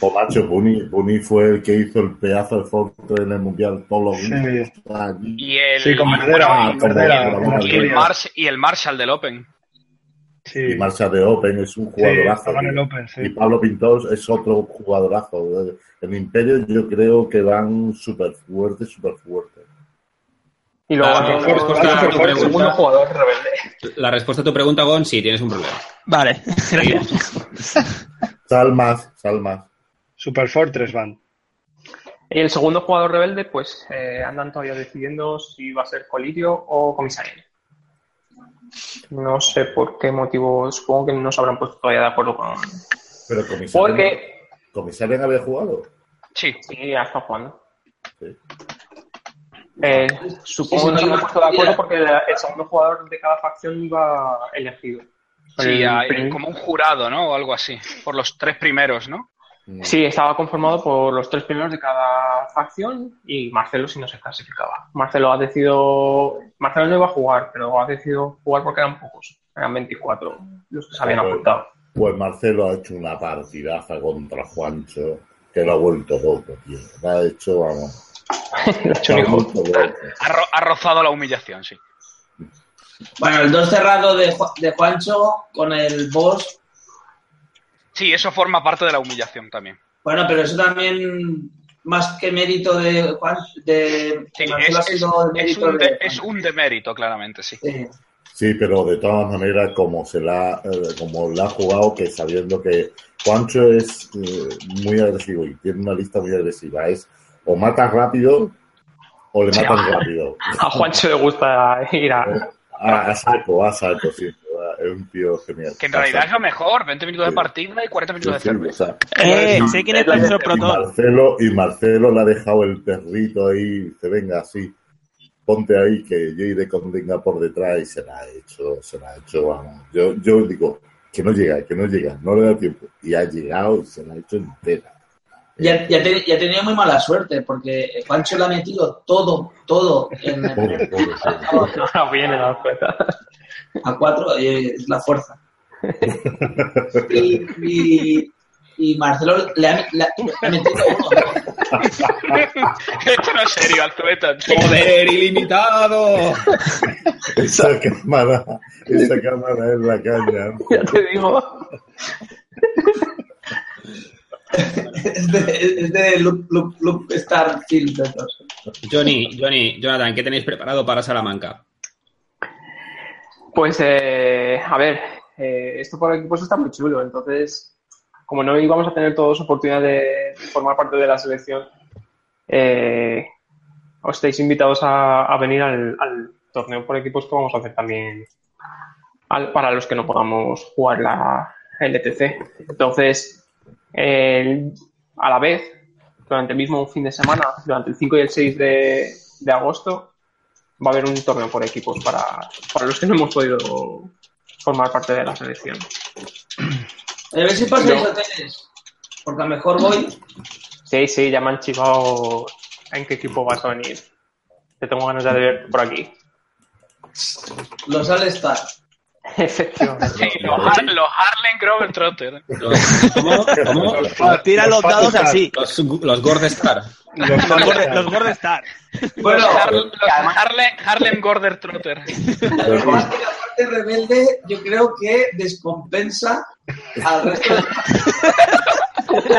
B: O macho, Puni, Puni fue el que hizo el pedazo de foto en el mundial. Todos los Ah,
F: Sí,
B: allí.
E: Y el,
F: sí, con
E: bueno,
F: Verdera,
B: y-
F: con Verdera,
B: y-
F: en
E: y, el
F: Asturias.
E: Mars- y el Marshall del Open.
F: Sí.
B: Y Marcha de Open es un
F: Sí,
B: jugadorazo.
F: estaban en
B: Y-
F: Open, sí.
B: Y Pablo Pintos es otro jugadorazo. En Imperio yo creo que van súper fuerte, súper fuerte.
G: Y luego
A: Ah,
G: tengo-
A: por supuesto,
G: tengo
A: por supuesto.
G: el segundo jugador rebelde.
A: La respuesta a tu pregunta, Gon, sí, tienes un problema.
D: Vale, gracias.
B: Salmas, Salmas.
F: Super Fortress van.
G: Y el segundo jugador rebelde, pues eh, andan todavía decidiendo si va a ser Colirio o Comisario. No sé por qué motivo, supongo que no se habrán puesto todavía de acuerdo con.
B: Pero Comisarian,
G: Porque
B: Comisarian había jugado.
E: Sí,
G: sí, ya están jugando.
B: Sí.
G: Eh,
H: Sí, sí,
G: supongo que no se
H: no
G: habrán
H: hay
G: puesto de acuerdo
H: idea.
G: porque la- el segundo jugador de cada facción iba elegido.
E: sí,
G: El
E: hay-
G: prim-
E: como un jurado, ¿no? O algo así. Por los tres primeros, ¿no?
B: Mm.
G: Sí, estaba conformado por los tres primeros de cada facción y Marcelo si no se clasificaba. Marcelo ha decidido, Marcelo no iba a jugar, pero ha decidido jugar porque eran pocos, eran 24 los que se habían
B: Joder.
G: apuntado.
B: Pues Marcelo ha hecho una partidaza contra Juancho que lo ha vuelto loco, tío. Lo ha hecho, vamos.
G: Lo ha hecho un
B: lo ha
G: hijo.
B: vuelto loco.
E: Ha, ro- ha rozado la humillación, sí.
H: Bueno, el 2 cerrado de, Ju- de Juancho con el boss.
E: Sí, eso forma parte de la humillación también.
H: Bueno, pero eso también, más que mérito de Juan, de
E: Sí, es-
H: Marcelo ha sido el
E: Es
H: mérito
E: un,
H: de.
E: de- es un demérito, claramente, sí.
H: Sí.
B: Sí, pero de todas maneras, como se la, eh, como la ha jugado, que sabiendo que Juancho es eh, muy agresivo y tiene una lista muy agresiva, es o matas rápido o le matan rápido.
G: A Juancho le gusta ir a...
B: A, a saco, a saco, sí. Es un tío genial.
E: Que en realidad
B: A
E: es lo mejor, 20 minutos de
B: Sí.
E: partida y 40 minutos de
B: saco. Sí, o
E: cerveza.
B: sea,
D: Eh, sé quién es Pancho
B: y
D: Protón.
B: Marcelo, y Marcelo le ha dejado el perrito ahí, dice, venga, así, ponte ahí que yo iré con Dinga por detrás y se la ha hecho, se la ha hecho, vamos. Yo, yo digo, que no llega, que no llega, no le da tiempo. Y ha llegado y se la ha hecho entera.
H: Ya, ya, te- ya tenía muy mala suerte, porque Juancho le ha metido todo, todo en,
B: Pobre, pobre,
H: No,
B: pobre.
H: no,
G: No viene la cuenta.
H: a cuatro, eh, es la fuerza. Y, y- y Marcelo le ha, le ha- le ha metido uno.
E: Esto no es serio, Alzueta.
A: ¡Poder ilimitado!
B: Esa cámara, esa cámara es la caña.
G: Ya te digo.
H: Es de, es de Loop, Loop, Loop Star Film. de estos.
A: Johnny, Johnny, Jonathan, ¿qué tenéis preparado para Salamanca?
G: Pues, eh, a ver, eh, esto por equipos está muy chulo, entonces, como no íbamos a tener todos oportunidad de formar parte de la selección, eh, os estáis invitados a, a venir al, al torneo por equipos que vamos a hacer también al- para los que no podamos jugar la LTC. Entonces, el- a la vez, durante el mismo fin de semana, durante el 5 y el 6 de, de agosto, va a haber un torneo por equipos para, para los que no hemos podido formar parte de la selección.
H: Eh, A ver si pasáis
G: No.
H: hoteles, porque a lo mejor voy.
G: Sí, sí, ya me han chivado en qué equipo vas a venir. Te tengo ganas de ver por aquí.
H: Los All Star.
E: Sí,
G: Efectivamente.
E: los, Har- los Harlem Grover Trotter.
A: Los, ¿Cómo? ¿Cómo?
D: Tira los
F: Los
D: dados
F: Fatos
D: así.
A: Los, los Gord Star.
F: Los
D: Los
F: Fatos
D: Gord- los Gord Star.
H: Bueno,
E: los Har- los Harlem, Harlem Gorder Trotter.
H: además que la parte rebelde yo creo que descompensa al resto de...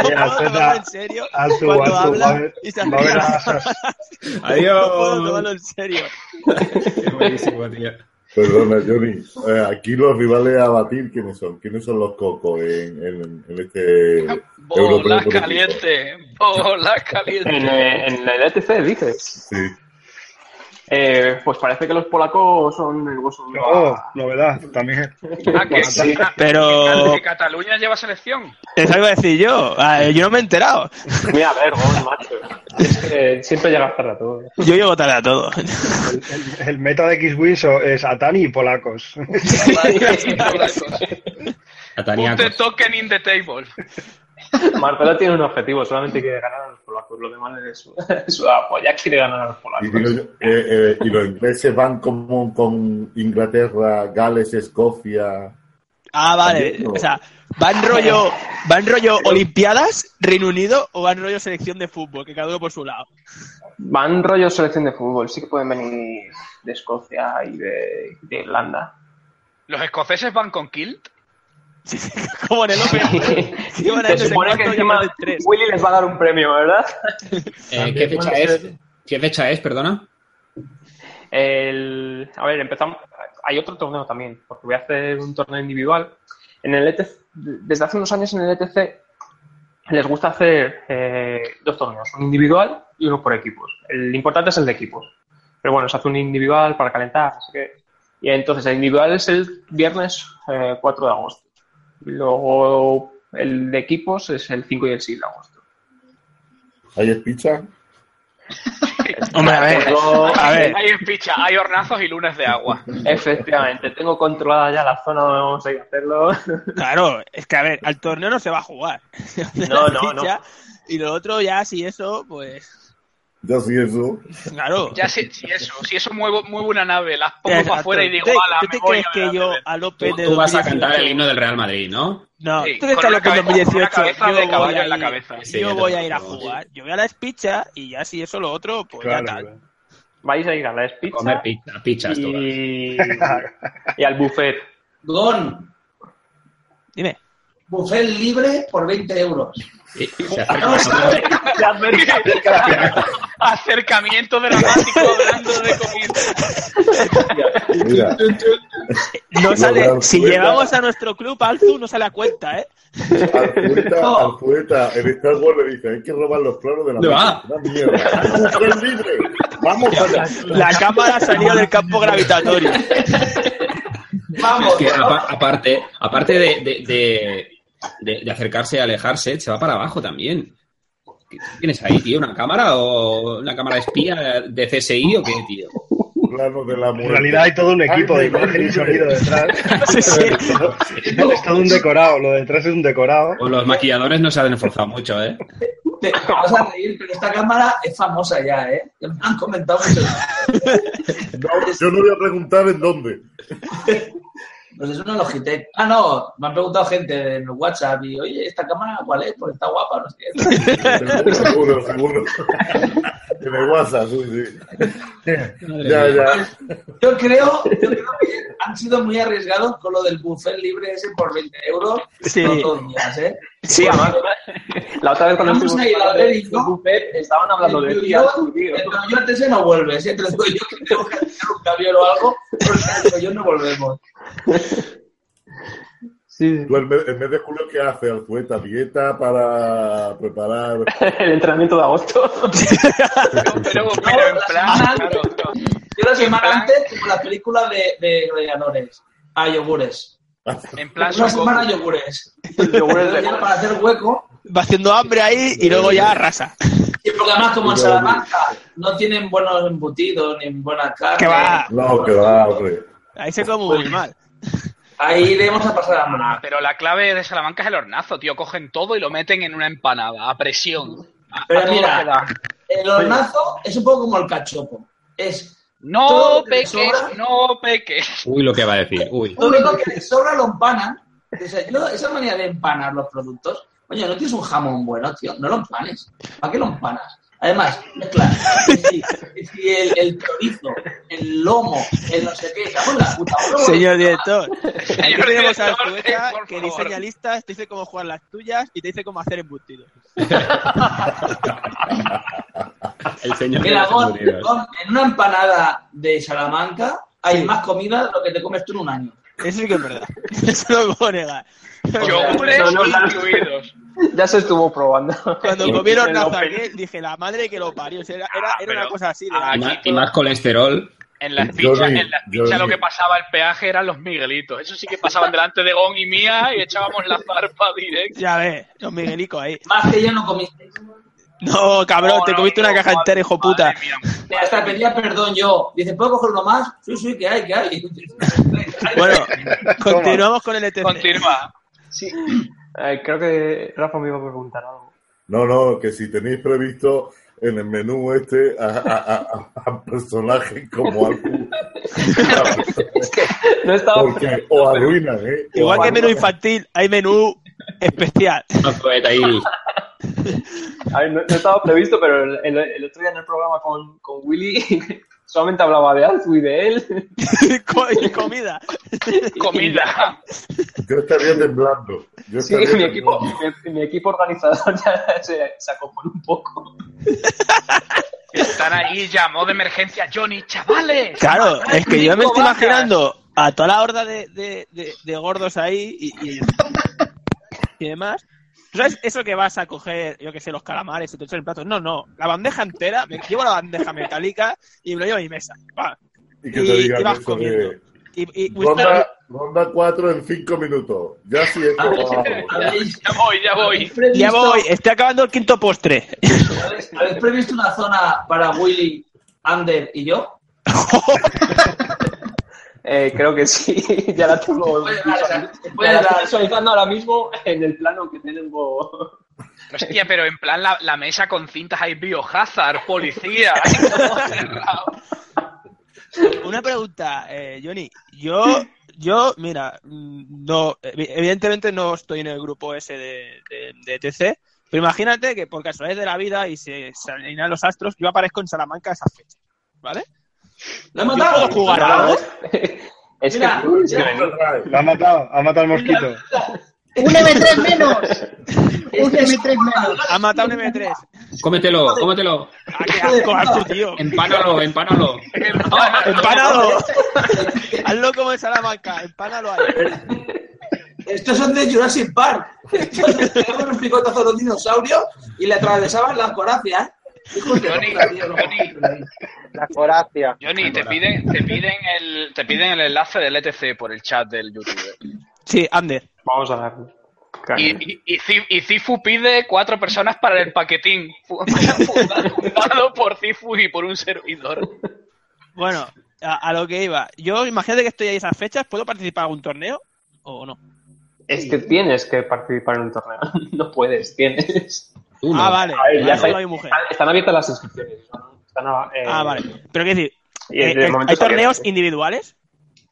F: Mira,
D: No puedo
F: Zeta,
D: tomarlo en serio
F: Alzu,
D: cuando
F: Alzu,
D: habla
F: va a ver-
D: y se
F: va a ver
D: ríe.
F: a-
D: No puedo tomarlo
A: Adiós.
D: en serio.
A: Qué buenísimo, tío.
B: Perdona, Johnny. Eh, aquí los rivales a batir, ¿quiénes son? ¿Quiénes son los cocos en, en, en este
D: Ah,
B: Europeo
E: Bolas
B: por equipo?
E: caliente. Bolas caliente.
G: En, eh, en la LTC dices.
B: Sí.
G: Eh, pues parece que los polacos son el hueso duro.
F: Oh, novedad también.
E: Ah, que,
F: Sí,
E: ah,
D: pero-
E: que Cataluña lleva selección.
D: Eso iba a decir yo. Ah, yo no me he enterado.
G: Mira, a ver, gol, macho. Es que siempre llegas tarde a todo.
D: Yo llego tarde a todo.
F: El, el- el meta de X-Wing so- es Atani y polacos.
A: Ataniacos.
E: Put the token in the table.
G: Marcelo tiene un objetivo, solamente quiere ganar a los polacos. Lo demás es su apoya, quiere ganar a los
B: Y, digo
G: polacos.
B: yo, eh, eh, y los ingleses van como con Inglaterra, Gales, Escocia.
D: Ah, vale.
B: También, ¿no?
D: O sea, ¿van rollo, ¿van rollo Olimpiadas, Reino Unido o van rollo selección de fútbol? Que cada uno por su lado.
G: Van rollo selección de fútbol, sí que pueden venir de Escocia y de, de Irlanda.
E: ¿Los escoceses van con kilt?
D: Sí, sí, como en el Open. Sí, van a
G: Se
D: ese
G: supone que
D: cuarto y
G: encima
D: van de tres.
G: Willy les va a dar un premio, ¿verdad?
A: Eh, ¿qué, fecha
I: puede
A: es?
I: ser.
A: ¿Qué fecha es? Perdona.
G: El- a ver, empezamos. Hay otro torneo también, porque voy a hacer un torneo individual. En el ETC, desde hace unos años en el E ETC les gusta hacer eh, dos torneos, un individual y uno por equipos. El importante es el de equipos. Pero bueno, se hace un individual para calentar, así que. Y entonces el individual es el viernes eh, 4 de agosto. Y Luego el de equipos es el 5 y el 6 de agosto.
B: ¿Ahí es picha?
D: Hombre, a ver, a ver.
E: Hay picha, hay hornazos y lunes de agua.
G: Efectivamente, tengo controlada ya la zona donde vamos a ir a hacerlo.
D: Claro, es que a ver, al torneo no se va a jugar.
G: No, no, no.
D: Ya, Y lo otro ya, si eso, pues,
B: Yo sí eso.
D: claro.
E: Ya si, si eso, si eso muevo, muevo una nave, las pongo
D: Exacto.
E: para afuera y digo,
D: ¿Tú-
E: ala,
D: ¿Tú
E: me
D: te
E: voy
D: crees
E: a
D: que yo
E: la-
D: al López
A: Tú,
D: de
A: tú vas a
D: 2018?
A: cantar el himno del Real Madrid, ¿no?
D: No,
E: Sí,
D: tú crees que
E: con
D: al
E: la
D: Open
E: cabeza- con la
D: 2018
E: cabeza de
D: yo voy
E: caballo
D: a
E: en la
D: ir-
E: cabeza.
A: Sí,
D: yo
A: yo
D: voy a
A: tampoco.
D: ir a jugar. Yo voy a la espicha y ya si eso lo otro, pues
F: Claro,
D: ya tal.
F: claro.
G: Vais a ir a la Spitza.
A: Comer pizza, pichas tú.
G: y, y al buffet.
H: Gon,
D: Dime.
H: buffet libre por 20 euros.
A: Y- y se acerca a nosotros.
E: Acercamiento dramático hablando de comida.
B: Mira,
D: No
B: Lo
D: sale,
B: gran
D: si
B: cuenta.
D: llevamos a nuestro club Alzu, no sale a cuenta, ¿eh?
B: Alfueta,
H: No.
B: Alfueta, en Star Wars le dice, hay que robar los planos de la
A: ¿Dónde
B: mesa. Una mierda. ¡Mujer libre! ¡Vamos para allá!
D: La cámara ha salido del campo gravitatorio.
H: Vamos,
A: Es que apa- aparte, aparte de, de- de- de- de acercarse y alejarse, se va para abajo también. ¿Qué tienes ahí, tío? ¿Una cámara o una cámara espía de CSI o qué, tío?
B: Planos de la
F: En
B: muerte.
F: realidad hay todo un equipo de
B: Ay,
F: imagen y
B: Dios.
F: sonido detrás.
D: Sí, sí.
F: Es todo un decorado, lo detrás es un decorado.
A: Pues los maquilladores no se han esforzado mucho, ¿eh?
H: te te vas a reír, pero esta cámara es famosa ya, ¿eh? Me han comentado mucho.
B: No, yo no voy a preguntar en dónde.
H: Pues es una Logitech. Ah, no, me han preguntado gente en WhatsApp y, oye, ¿esta cámara cuál es? Porque está guapa, no sé qué.
B: Seguro, seguro. En el WhatsApp, sí, sí. Ya, ya.
H: Yo creo, yo creo que han sido muy arriesgados con lo del buffet libre ese por 20 euros.
D: Sí.
H: No todos los días, ¿eh?
G: Sí, además. La otra vez cuando
H: Vamos a ir
G: hablando
H: al
G: este de-
H: Reddit,
G: del
H: ¿no?
G: buffet estaban hablando de
H: el
G: ti, Alzu,
H: yo,
G: tío.
H: ese no vuelve. Si entre tú y yo que tengo que hacer un camión o algo, pero el yo no volvemos.
B: Tú en vez, en vez de Julio, ¿qué hace? Alfueta, dieta para preparar.
G: El entrenamiento de agosto.
E: Pero, pero en
H: la
E: plan,
H: semana
E: claro,
H: antes. Yo la semana antes, como las películas de, de gladiadores, a yogures.
E: en plan
H: Una
E: Son
H: semana a
E: Goku.
H: yogures.
G: Yogures de-
H: Ya para hacer hueco.
D: Va haciendo hambre ahí y luego ya arrasa.
H: Y porque además, como en
B: Yogures.
H: Salamanca, no tienen buenos embutidos ni buena carne.
D: Que va.
B: No, que va, hombre.
D: Ahí se come muy mal.
H: Ahí iremos a pasar la maná.
E: Pero la clave de Salamanca es el hornazo, tío. Cogen todo y lo meten en una empanada, a presión. A- a
H: Pero
E: todo
H: mira,
E: lo que da.
H: El hornazo es un poco como el cachopo. Es todo
E: no
H: lo que
E: peques,
H: sobra.
E: no peques.
A: Uy, lo que va a decir. Uy.
H: todo lo que les sobra lo empanan. O sea, yo, esa manera de empanar los productos. Oye, no tienes un jamón bueno, tío. No lo empanes. ¿Para qué lo empanas? Además, mezclar. Si, si el, el chorizo, el lomo, el no sé qué, cago en la puta. Bueno,
D: Señor director, aquí
E: Señor
D: tenemos a
E: director,
D: Alzueta
E: eh, por
D: que
E: favor.
D: diseña listas, te dice cómo jugar las tuyas y te dice cómo hacer embutidos.
A: El señor de
H: Mira,
A: las
H: Gon,
A: hamburguesas.
H: Gon, en una empanada de Salamanca hay más comida de lo que te comes tú en un año.
D: Eso sí que es verdad. Eso no lo puedo negar.
E: Yogures
G: no, no, claro.
E: incluidos.
G: Ya se estuvo probando.
D: Cuando comieron
G: El Open.
D: nazaquén, dije, la madre que lo parió. O sea, Era, era,
E: Ah,
D: era una
E: pero-
D: cosa así. de-
E: ah,
A: Y
E: aquí
A: más- y más colesterol.
E: En las
B: Yo
E: pizzas,
B: sí,
E: en las
B: yo
E: pizzas lo
B: sí.
E: que pasaba el peaje eran los miguelitos. Eso sí que pasaban delante de Gon y mía y echábamos la zarpa directa.
D: Ya ves, los Miguelicos ahí.
H: Más que ya no comiste.
D: No, cabrón, te
E: No,
D: comiste
E: no,
D: una
E: no,
D: caja
E: madre-
D: entera, hijo puta.
E: madre mía.
H: Y Hasta pedía perdón yo. Dice, ¿puedo coger uno más? Sí, sí, que hay, que hay.
D: Bueno, continuamos con el ETC.
E: Continúa.
G: Eh, creo que Rafa me iba a preguntar algo.
B: No, no, que si tenéis previsto en el menú este a, a- a- a personajes como Alfu.
G: No estaba.
B: Porque o arruinan, ¿eh? O
D: Igual que
B: arruinan.
D: menú infantil, hay menú especial.
A: Una poeta ahí.
G: A ver, no, no estaba previsto, pero el, el- el otro día en el programa con, con Willy Solamente hablaba de Alzu y de él.
D: Co- y comida.
E: Comida.
B: Yo estaría temblando. Yo
G: Sí,
B: estaría
G: mi equipo,
B: temblando.
G: mi, mi equipo organizador ya se, se acompone un poco.
E: Están ahí, llamó de emergencia Johnny, chavales.
D: Claro, es que yo me estoy
E: Cinco bajas.
D: imaginando a toda la horda de, de- de- de gordos ahí y, y- y demás. ¿Tú sabes eso que vas a coger, yo que sé, los calamares y te echas el plato? No, no, la bandeja entera, me llevo la bandeja metálica y me lo llevo a mi mesa. Pa.
B: Y que te
D: Y-
B: digan
D: y vas
B: eso
D: comiendo.
B: de
D: Y, y-
B: ronda, ronda 4 en 5 minutos. Ya si
D: Ah,
B: esto
E: Ah,
B: vamos.
H: ¿Habéis-
E: Ya voy, ya voy.
H: habéis previsto-
D: ya voy, estoy acabando el quinto postre.
H: ¿Habéis habéis previsto una zona para Willy, Ander y yo?
G: Eh, creo que sí, ya la tengo
H: Puede dar, o sea, puede
G: ya la estoy
H: dar.
G: visualizando ahora mismo en el plano que tengo.
E: Hostia, pero en plan la, la mesa con cintas hay biohazard, policía. ahí todo cerrado.
D: Una pregunta, eh, Johnny. Yo, yo, mira, mm, no, evi- evidentemente no estoy en el grupo ese de, de, de TC, pero imagínate que por casualidades de la vida y se se alinean los astros, yo aparezco en Salamanca a esa fecha, ¿vale?
H: ¿Lo he matado?
D: puedo jugar a algo?
G: Es
H: Mira,
G: que, es que
H: ya-
G: venía.
F: Lo ha matado, ha matado al mosquito.
J: Un M3 menos. Un M3 menos.
D: Ha matado un M3.
A: Cómetelo, cómetelo.
D: Ah, qué asco, Artu, tío.
A: Empánalo, empánalo.
D: Empánalo. Hazlo como en Salamanca, empánalo ahí.
H: Estos son de Jurassic Park. Estos pegaban un picotazo a los dinosaurios y le atravesaban las coracias. Hijos de
E: Johnny,
H: puta, tío, no.
E: Johnny.
C: La coracia.
E: Johnny, te piden, te piden el, te piden el enlace del ETC por el chat del YouTube.
D: Sí, Ander.
G: Vamos a darle.
E: Y, y, y Ci- y Cifu pide cuatro personas para el paquetín, fu- fundado fundado por Cifu y por un servidor.
D: Bueno, a, a lo que iba. Yo, imagínate que estoy ahí esas fechas, ¿puedo participar en un torneo o no?
G: Es que tienes que participar en un torneo. No puedes, tienes.
A: Tú no.
D: Ah, vale.
G: A ver, ya
D: Vale,
G: sabes-
D: solo hay mujer.
G: Están- Están abiertas las inscripciones. ¿no? Están a- eh,
D: Ah, vale. Pero qué decir,
G: y es
D: Eh,
G: de
D: eh,
G: momento
D: ¿Hay
G: abierto.
D: torneos individuales?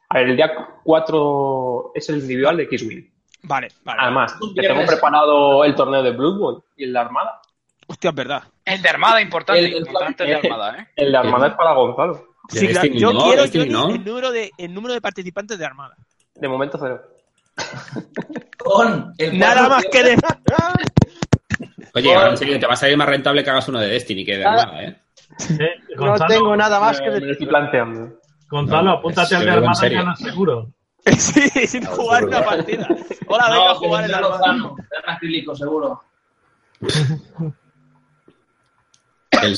G: A ver, el día 4 es el individual de X-Wing.
D: Vale, vale.
G: Además,
H: Un
G: que
H: viernes.
G: tengo preparado el torneo de Blood Bowl y el de Armada.
D: Hostia, es verdad.
E: El de Armada, Ah, importante,
H: El- el-
E: importante el de Armada, ¿eh?
G: El de Armada es para Gonzalo.
A: Ya
D: Sí, claro.
A: Destiny
D: Yo
A: no,
D: quiero
A: Destiny
D: Johnny,
A: no.
D: el, número de, el número de participantes de Armada.
G: De momento cero.
H: Con el
D: Nada
H: cuadro
D: más que de...
A: Oye, ahora en serio, te va a salir más rentable que hagas uno de Destiny que de
C: Ah.
A: Armada, ¿eh?
I: Eh,
C: No
I: Gonzalo,
C: tengo nada más que
G: Me, me lo estoy
C: decir.
G: planteando.
I: Gonzalo,
A: No,
I: apúntate
A: es-
I: al
A: te
I: de
A: lo digo en
I: Armada y
A: serio.
I: ganas seguro.
D: sí, sin
B: Ah,
D: jugar
B: es
D: una
B: verdad.
D: partida. Hola,
H: No,
D: venga a
H: que
D: jugar en
H: está
D: Armada.
H: Lozano, está acrílico, seguro.
A: El-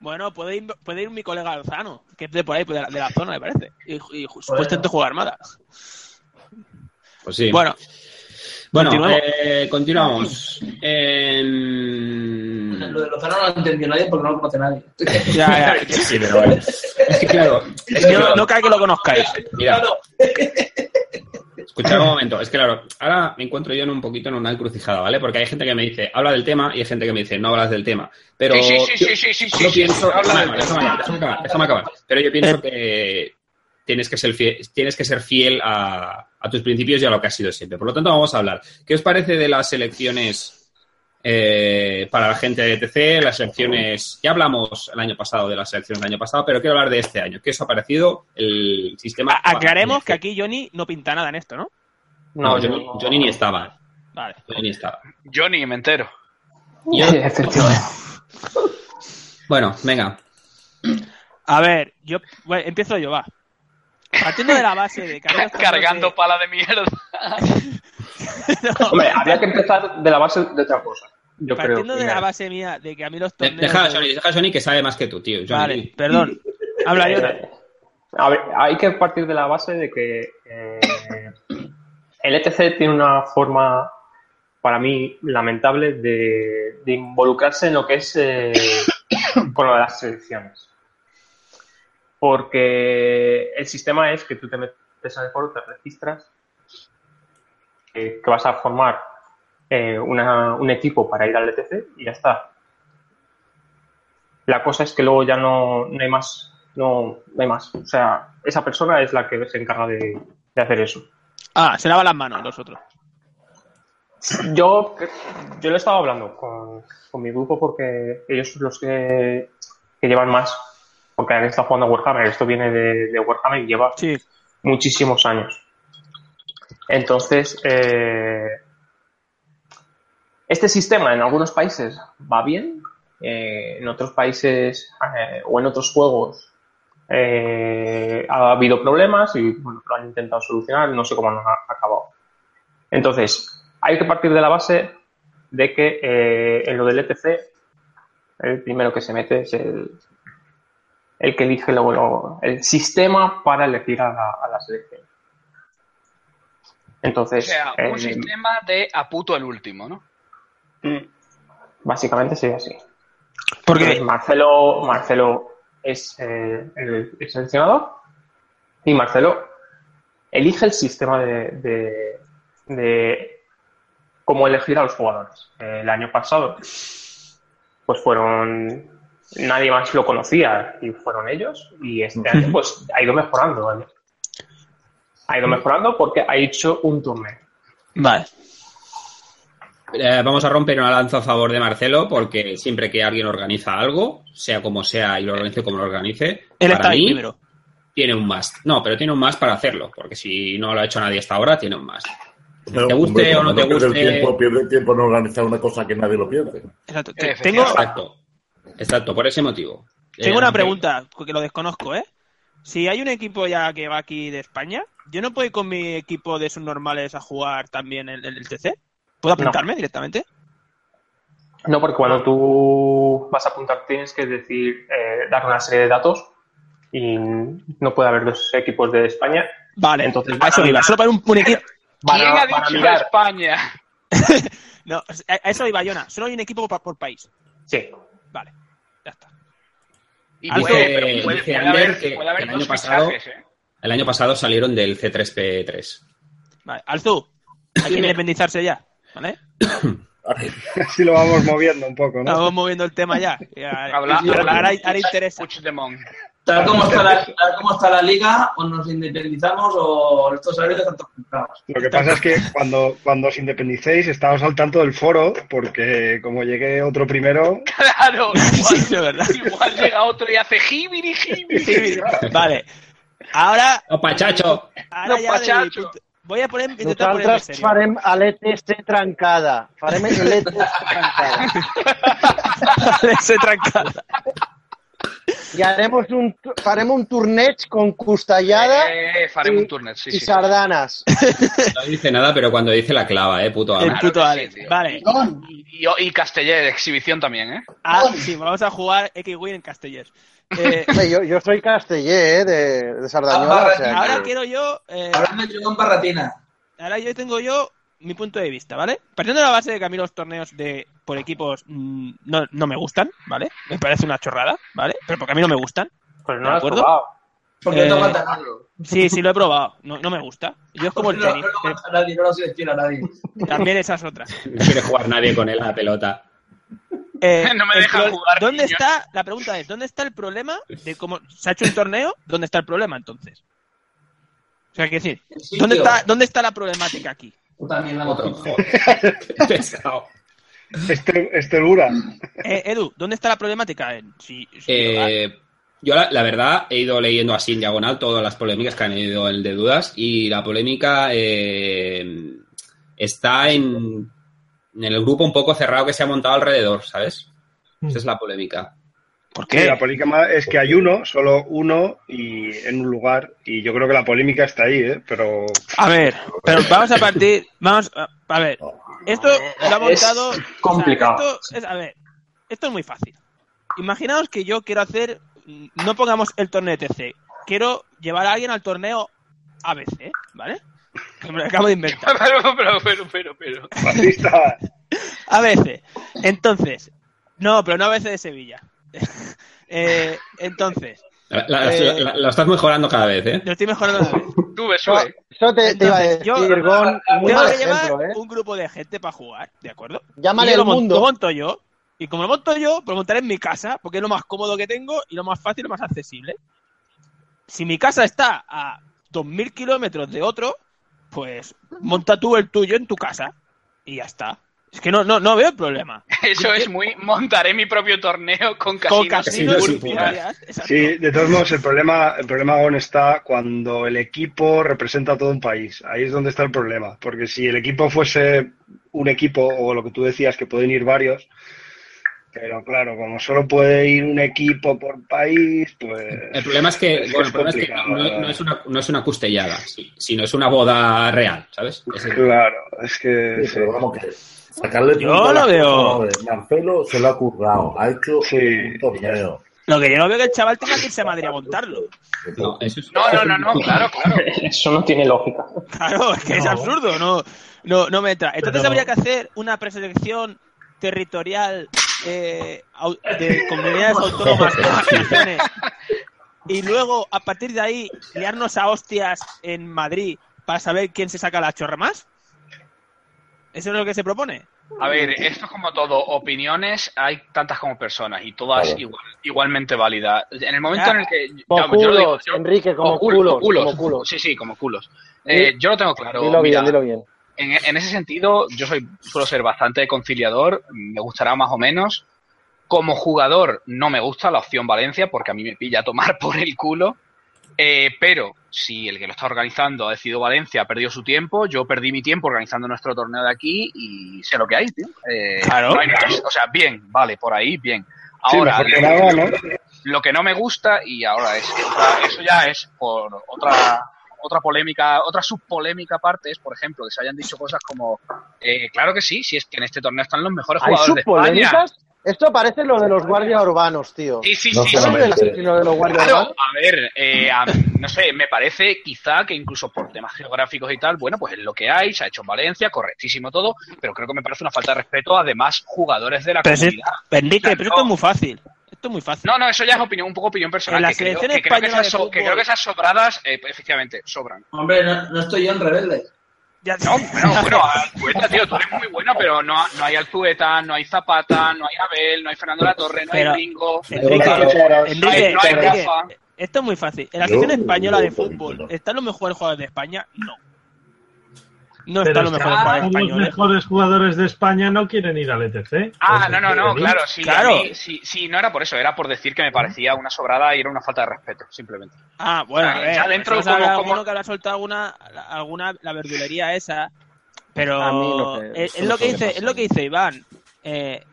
D: Bueno, puede ir, puede ir mi colega Lozano, que es de por ahí, de la, de la zona, me parece. Y, y supuestamente juega Armada.
A: Pues sí.
D: Bueno,
A: Bueno,
D: continuemos.
A: eh, continuamos. Em,
H: Lo de Lozano no lo entendió nadie porque no lo conoce nadie.
D: ya, ya.
A: Sí, pero bueno. Es que claro, es que
D: No,
A: claro,
D: no cae que lo conozcáis.
A: mira,
H: Claro.
A: escuchad un momento, es que claro, ahora me encuentro yo en un poquito en una encrucijada, ¿vale? Porque hay gente que me dice, habla del tema, y hay gente que me dice, no hablas del tema. Pero
E: Sí, sí, sí, sí,
A: yo-
E: sí, sí,
A: yo
E: sí, sí,
A: pienso,
E: habla
A: déjame,
E: del tema.
A: acabar, déjame acabar, déjame acabar, Ah, déjame acabar. Pero yo
D: Eh,
A: pienso que tienes que ser fiel, tienes que ser fiel a, a tus principios y a lo que has sido siempre. Por lo tanto, vamos a hablar. ¿Qué os parece de las elecciones eh, para la gente de ETC? Las elecciones, ya hablamos el año pasado de las elecciones del año pasado, pero quiero hablar de este año. ¿Qué os ha parecido el sistema?
D: A- Aclaremos que aquí Johnny no pinta nada en esto, ¿no?
A: No, yo, ni- yo ni, ni estaba.
D: Vale.
A: yo ni estaba.
E: Johnny, me entero.
G: Efectivamente.
A: Bueno, venga.
D: A ver, yo bueno, empiezo yo, va. Partiendo de la base de que habéis tenido
E: Cargando
D: que-
E: pala de mierda.
D: No.
G: Hombre, habría que empezar de la base de otra cosa. Yo creo.
D: Partiendo de la
G: primero.
D: base mía de que a mí los
A: De-
D: torneos.
A: Deja a Johnny, deja a Johnny que sabe más que tú, tío. Johnny,
D: Vale, perdón. Habla yo.
G: Eh, a ver, hay que partir de la base de que eh, el ETC tiene una forma, para mí, lamentable de, de involucrarse en lo que es eh, con lo de las selecciones. Porque el sistema es que tú te metes al foro, te registras, eh, que vas a formar eh, una- un equipo para ir al ETC y ya está. La cosa es que luego ya no, no hay más. No, no hay más. O sea, esa persona es la que se encarga de, de hacer eso.
D: Ah, se lava las manos los otros.
G: Yo, yo lo estaba hablando con, con mi grupo porque ellos son los que, que llevan más porque han estado jugando a Warhammer. Esto viene de, de Warhammer y lleva
D: Sí,
G: muchísimos años. Entonces, eh, este sistema en algunos países va bien, eh, en otros países eh, o en otros juegos eh, ha habido problemas y bueno, lo han intentado solucionar, no sé cómo han a- acabado. Entonces, hay que partir de la base de que eh, en lo del ETC, el primero que se mete es el, el que elige luego lo- el sistema para elegir a la, a la selección.
E: O
G: Entonces,
E: sea, un
G: eh,
E: sistema de a puto el último, ¿no?
G: básicamente sería así. Entonces,
D: porque
G: Marcelo, Marcelo es eh, el, el seleccionador y Marcelo elige el sistema de, de- de cómo elegir a los jugadores. Eh, El año pasado, pues fueron. Nadie más lo conocía y fueron ellos. Y este año, pues ha ido mejorando, ¿vale? Ha ido mejorando porque ha hecho un torneo.
D: vale.
A: Eh, vamos a romper una lanza a favor de Marcelo porque siempre que alguien organiza algo, sea como sea y lo organice como lo organice,
D: Él
A: para
D: está ahí
A: mí
D: primero.
A: tiene un must. No, pero tiene un must para hacerlo, porque si no lo ha hecho nadie hasta ahora, tiene un must.
B: Pero,
A: Te
B: hombre,
A: guste o no
B: cuando
A: te
B: pierde el
A: guste.
B: Tiempo, pierde el tiempo en organizar una cosa que nadie lo pierde.
D: Exacto. Te- Eh, Tengo,
E: Efectivamente.
A: Exacto. Exacto, por ese motivo.
D: tengo
A: Eh,
D: una
A: aunque-
D: pregunta, que lo desconozco, ¿eh? Si hay un equipo ya que va aquí de España, ¿yo no puedo ir con mi equipo de subnormales a jugar también en en el TC? ¿Puedo
G: No.
D: apuntarme directamente?
G: No, porque cuando tú vas a apuntar tienes que decir, eh, dar una serie de datos y no puede haber dos equipos de España.
D: Vale,
G: Entonces,
D: a eso
G: van a
D: iba.
G: mirar-
D: Solo para un, un equipo.
G: Van
E: ¿Quién
G: a-
E: ha
G: van a
E: dicho
G: mirar.
E: España?
D: No, a a eso iba, Yona. Solo hay un equipo pa- por país.
G: Sí.
D: Vale, ya está.
E: Y
A: Dice-
E: puede, pero puede,
A: dice
E: puede
A: Ander
E: haber,
A: que
E: puede haber
A: el
E: dos
A: año pasado-
E: fichajes, ¿eh?
A: El año pasado salieron del C3P3.
D: Vale. Alzu, hay que independizarse ya. ¿Vale?
F: Así lo vamos moviendo un poco, ¿no?
D: Estamos moviendo el tema ya. Ya,
E: Habla-
D: ahora-
E: habla-
D: ahora, ahora interesa.
E: Puigdemont.
H: Tal como, está la, tal como está la liga, o nos independizamos o estos árbitros están todos comprados.
F: Lo que pasa es que cuando, cuando os independicéis, estáos al tanto del foro, porque como llegue otro primero,
E: Claro,
D: Sí,
E: igual,
D: de verdad.
E: igual llega otro y hace jibiri, jibiri.
D: Vale. Ahora,
A: ¡Opa, chacho!
D: ahora
E: No,
D: ya de-
E: pachacho.
D: voy a poner, intentar ponerme en
C: Nosaltres
D: serio.
C: farem aletes de E trancada. Farem E aletes de trancada.
D: Se trancada.
C: I haremos un, farem un torneig con costellada
E: Eh, faremos
C: y-
E: un turnet, sí,
C: i
E: sí.
C: sardanes.
A: No dice nada, pero cuando dice la clava, eh, puto
D: El
A: amo.
E: Claro que
D: puto
E: sí,
D: Alex.
E: tío.
D: vale.
J: Con,
E: Y, y Castellet, de exhibición también, ¿eh?
D: Ah, sí, vamos a jugar X-Win en Castellers. Eh, Ah,
C: Hombre, yo, yo soy casteller, eh, de, de
E: Ah,
C: Sardañola.
H: Ahora-
C: o sea, que-
D: ahora quiero yo. eh,
H: Hablando yo con Barratina.
D: ahora yo tengo yo mi punto de vista, ¿vale? Partiendo de la base de que a mí los torneos de por equipos mm, no, no me gustan, ¿vale? Me parece una chorrada, ¿vale? Pero porque a mí no me gustan.
G: Pues
D: ¿De
G: no lo has
D: acuerdo?
G: probado.
H: Porque no
D: Eh,
H: mata a nadie.
D: Sí, sí, lo he probado. No, no me gusta. Yo es como el
H: no,
D: tenis.
H: no lo mata a nadie, no lo selecciona a nadie.
D: pero También esas otras.
A: No quiere jugar nadie con él a la pelota.
D: Eh,
E: No me
D: el
E: dejan
D: pro-
E: jugar,
D: ¿Dónde
E: niño.
D: está? La pregunta es, ¿dónde está el problema de cómo se ha hecho un torneo? ¿Dónde está el problema entonces? O sea, quiero decir,
H: El sitio.
D: ¿dónde está, ¿dónde está la problemática aquí?
H: Tú también, vamos.
A: Otro, joder. Pesado.
F: este, este dura.
D: Eh, Edu, ¿dónde está la problemática? En, si, si-
A: Eh, yo, la, la verdad, he ido leyendo así en diagonal todas las polémicas que han ido en el de dudas y la polémica eh, está en, en el grupo un poco cerrado que se ha montado alrededor, ¿sabes? Esa es la polémica.
D: ¿Por
F: Sí,
D: qué?
F: la polémica es que hay uno, solo uno, y en un lugar. Y yo creo que la polémica está ahí, ¿eh? Pero
D: A ver, pero vamos a partir. Vamos a, a ver. Esto lo ha
G: Oh. Es
D: montado. o sea,
G: complicado.
D: esto es, a ver, esto es muy fácil. Imaginaos que yo quiero hacer. No pongamos el torneo de TC. Quiero llevar a alguien al torneo ABC, ¿vale? Que me lo acabo de inventar.
E: Pero, pero, pero, pero, pero.
F: fascista.
D: ABC. Entonces. No, pero no ABC de Sevilla. Eh, entonces,
A: La- la-
D: Eh,
A: la- lo estás mejorando cada vez, ¿eh?
D: lo estoy mejorando una vez.
E: Tú ves,
F: No,
E: eh.
C: Eso te, te iba a
D: Entonces,
C: decir,
D: yo-
C: Gon, muy
D: Tengo
C: mal
D: que llevar
C: ejemplo, ¿eh?
D: un grupo de gente para jugar, ¿de acuerdo?
C: Llámale
D: Y
C: el
D: yo lo mon- Lo
C: mundo.
D: monto yo. Y como lo monto yo, pues lo montaré en mi casa, porque es lo más cómodo que tengo y lo más fácil y lo más accesible. Si mi casa está a 2.000 kilómetros de otro, pues monta tú el tuyo en tu casa y ya está. Es que no, no, no veo el problema.
E: Eso es muy. Montaré mi propio torneo con casinos.
D: Con
A: sí,
D: casinos y
A: sí, sí.
D: furias, exacto.
F: Sí, de todos modos, el problema, el problema aún está cuando el equipo representa a todo un país. Ahí es donde está el problema. Porque si el equipo fuese un equipo, o lo que tú decías, que pueden ir varios, pero claro, como solo puede ir un equipo por país,
A: El
F: pues.
A: problema es que,
F: Es que
A: bueno,
F: es
A: el problema es que
F: complicado,
A: no,
F: la
A: no
F: verdad.
A: es una, no es una custellada, sí, sino es una boda real, ¿sabes? Es el-
F: Claro, es que.
B: Sí, pero vamos que sacarle
D: Yo
B: punta a
D: lo
B: las
D: veo.
B: cosas, no, Marcelo se lo ha currado, ha hecho
F: Sí.
B: un torneo.
D: Lo que yo no veo es que el chaval tenga que irse a Madrid a montarlo.
A: no, eso es-
E: No, no, no, no, claro, claro.
G: Eso no tiene lógica.
D: Claro, es que es
I: No.
D: absurdo, no, no, no me entra. Entonces
I: Pero-
D: habría que hacer una preselección territorial eh, au- de comunidades autónomas con las naciones. y luego, a partir de ahí, liarnos a hostias en Madrid para saber quién se saca la chorra más. ¿Eso es lo que se propone?
E: A ver, esto es como todo. Opiniones hay tantas como personas y todas
B: Claro.
E: igual- igualmente válidas. En el momento
D: Ah,
E: en el que.
C: Como
E: ya, yo
C: culos,
E: lo digo, yo-
C: Enrique, como
E: como culos,
C: culos,
E: como culos.
C: como culos.
E: Sí, sí, como culos. Eh, yo lo tengo claro.
C: dilo bien,
E: mira,
C: dilo bien.
E: En, en ese sentido, yo soy, suelo ser bastante conciliador, me gustará más o menos. Como jugador, no me gusta la opción Valencia porque a mí me pilla tomar por el culo. Eh, pero si el que lo está organizando ha decidido Valencia, ha perdido su tiempo, yo perdí mi tiempo organizando nuestro torneo de aquí y sé lo que hay, tío. Eh,
D: Claro.
E: no hay más. o sea, bien, vale, por ahí, bien.
F: Sí,
E: Ahora,
F: mejor que nada, ¿no?
E: lo que no me gusta y ahora es otra- eso ya es por otra otra polémica otra subpolémica aparte es por ejemplo que se hayan dicho cosas como eh, claro que sí si es que en este torneo están los mejores
C: ¿Hay
E: jugadores de España
C: subpolémicas? Esto parece lo de los guardias urbanos, tío.
E: sí sí
B: No
C: ¿Sabes
E: sí, sí.
B: solamente-
C: el asesino de los guardias
E: Claro,
C: urbanos?
E: a ver, eh, a- no sé, me parece quizá que incluso por temas geográficos y tal, bueno, pues es lo que hay, se ha hecho en Valencia, correctísimo todo, pero creo que me parece una falta de respeto a demás jugadores de la
D: Pero sí.
E: comunidad.
D: Enrique,
E: Claro.
D: pero esto es muy fácil. Esto es muy fácil.
E: No, no, eso ya es opinión, un poco opinión personal.
D: En la
E: que creo- que creo
D: selección
E: que
D: española
E: esas
D: de
E: so- que creo
D: fútbol-
E: que esas sobradas, eh, efectivamente, sobran.
H: Hombre, no, no estoy yo en rebelde.
D: Ya-
E: No, bueno, bueno, Alzueta, tío, tú eres muy bueno, pero no, no hay Alzueta, no hay Zapata, no hay Abel, no hay Fernando La Torre, no
D: Pero-
E: hay Ringo.
D: Enrique, Enrique,
E: Ay, no hay
D: Enrique,
E: Rafa.
D: esto es muy fácil. En la
B: Yo
D: selección
B: no
D: española de
B: digo por
D: fútbol,
B: ninguno.
D: ¿están los mejores jugadores de España? No. No
I: Pero
D: están los
I: es que
D: mejores
I: ahora
D: jugadores
I: los
D: españoles.
I: mejores jugadores de España no quieren ir al ETC.
E: Ah,
I: Entonces,
E: no, no, no,
I: quieren ir.
E: claro, sí,
D: Claro.
E: a mí- sí, sí, no era por eso, era por decir que me parecía una sobrada y era una falta de respeto, simplemente.
D: Ah, bueno, a
E: Ah,
D: ver,
E: ya dentro
D: eso habrá
E: como- como-
D: alguno que habrá soltado alguna, alguna la verdulería esa, pero eh,
C: A mí lo que-
D: es, es
C: eso
D: lo
C: es lo
D: que
C: que
D: dice,
C: pasa.
D: es lo que dice Iván. Eh,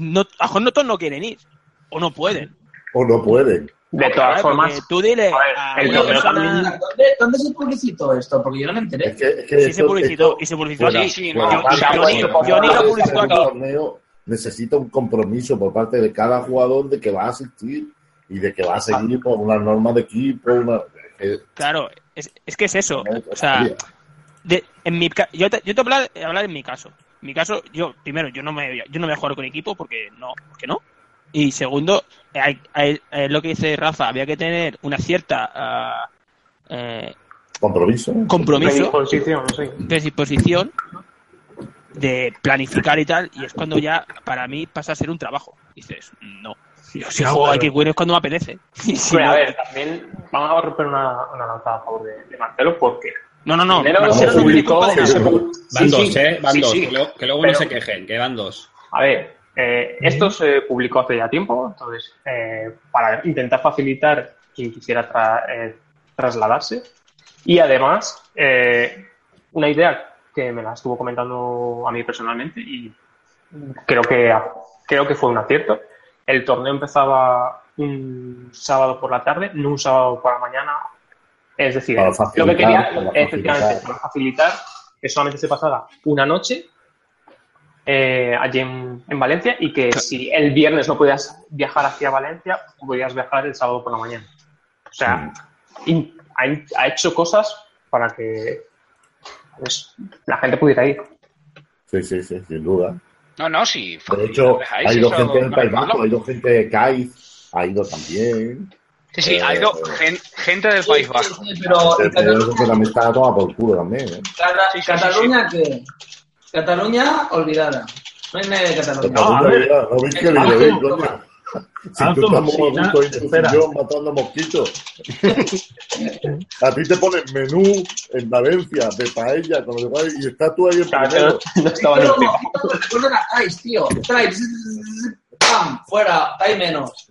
D: no, a lo mejor no todos no quieren ir o no pueden.
B: O no pueden.
G: De
D: Claro,
G: todas
D: porque
G: formas,
D: tú dile
G: a ver,
D: a
G: el
D: una
G: torneo
D: persona-
G: también-
H: ¿Dónde, dónde se publicitó esto? Porque yo no me enteré.
B: Es que, es que
D: Sí se
B: esto-
D: publicitó
B: esto- pues
D: y se publicitó aquí.
E: sí,
B: Bueno,
E: no,
B: aparte,
E: o sea,
B: cuando
E: Johnny-
B: pasa
D: Johnny lo
B: este
D: publicitó aquí.
B: torneo, necesita un compromiso por parte de cada jugador de que va a asistir y de que va a seguir por una norma de equipo. Una... eh,
D: Claro, es, es que es eso.
B: ¿no?
D: O sea, de- en mi, ca- yo te, yo te hablar, hablar en mi caso. En mi caso, yo, primero, yo no me, voy a- yo no voy a jugar con equipo porque no, porque no. Y segundo, eh, hay- hay- eh, lo que dice Rafa, había que tener una cierta ah, eh,
B: compromiso.
D: compromiso,
G: predisposición, sí.
D: predisposición de planificar y tal, y es cuando ya, para mí, pasa a ser un trabajo. Dices, no. Yo si
I: Ya,
D: juego hay
I: pero-
D: que es cuando me apetece. Y si
G: Hombre,
D: no-
G: a ver, también vamos a romper una, una lanza a favor de, de Marcelo porque
D: no, no, no.
G: primero
D: Marcelo no tiene culpa de nada.
G: se pu-
A: Van
G: sí,
A: dos,
G: sí,
A: ¿eh? Van
G: sí,
A: dos.
G: sí.
A: Que luego, que luego
G: Pero-
A: no se quejen, que van dos.
G: A ver, eh, esto se publicó hace ya tiempo, entonces, eh, para intentar facilitar quien quisiera tra- eh, trasladarse. Y además, eh, una idea que me la estuvo comentando a mí personalmente y creo que, creo que fue un acierto. El torneo empezaba un sábado por la tarde, no un sábado por la mañana. Es decir,
B: Para
G: lo que
B: facilitar,
G: quería,
B: para
G: efectivamente,
B: facilitar.
G: para facilitar que solamente se pasara una noche eh, allí en, en Valencia y que si el viernes no podías viajar hacia Valencia, podías viajar el sábado por la mañana. O sea, in- ha, ha hecho cosas para que pues, la gente pudiera ir.
B: Sí, sí, sí, sin duda.
E: No, no, pues, sí.
B: De hecho,
E: dejáis,
B: ha ido
E: eso
B: gente del
E: no
B: País
E: es malo.
B: Vasco, ha ido gente de CAIS, ha ido también.
E: Sí, sí, ha ido
B: Eh,
E: gen- gente del País Vasco.
H: Sí, sí, pero
B: Pero creo
H: ¿y
B: que
H: Cataluña,
B: también está toda por culo también. ¿eh?
H: Cata-
E: Sí, sí, sí,
H: Cataluña qué? Cataluña olvidada. No hay nadie de Cataluña.
B: Cataluña,
I: a ver.
B: ya, ¿no veis que le
I: Algo-
B: debéis, coño? Si
I: Ah,
B: tú
I: tú,
B: estás muy
I: sí,
B: a gusto
I: ya,
B: ahí en tu
I: espera.
B: sillón matando mosquitos. a ti te ponen menú en Valencia de paella con lo cual, y estás tú ahí en
G: Claro, que
B: primero.
G: no, no estaba en
H: Pero
G: el tema.
H: mojito, el culo la traes, tío. Traes. ¡Pam! Fuera, hay menos.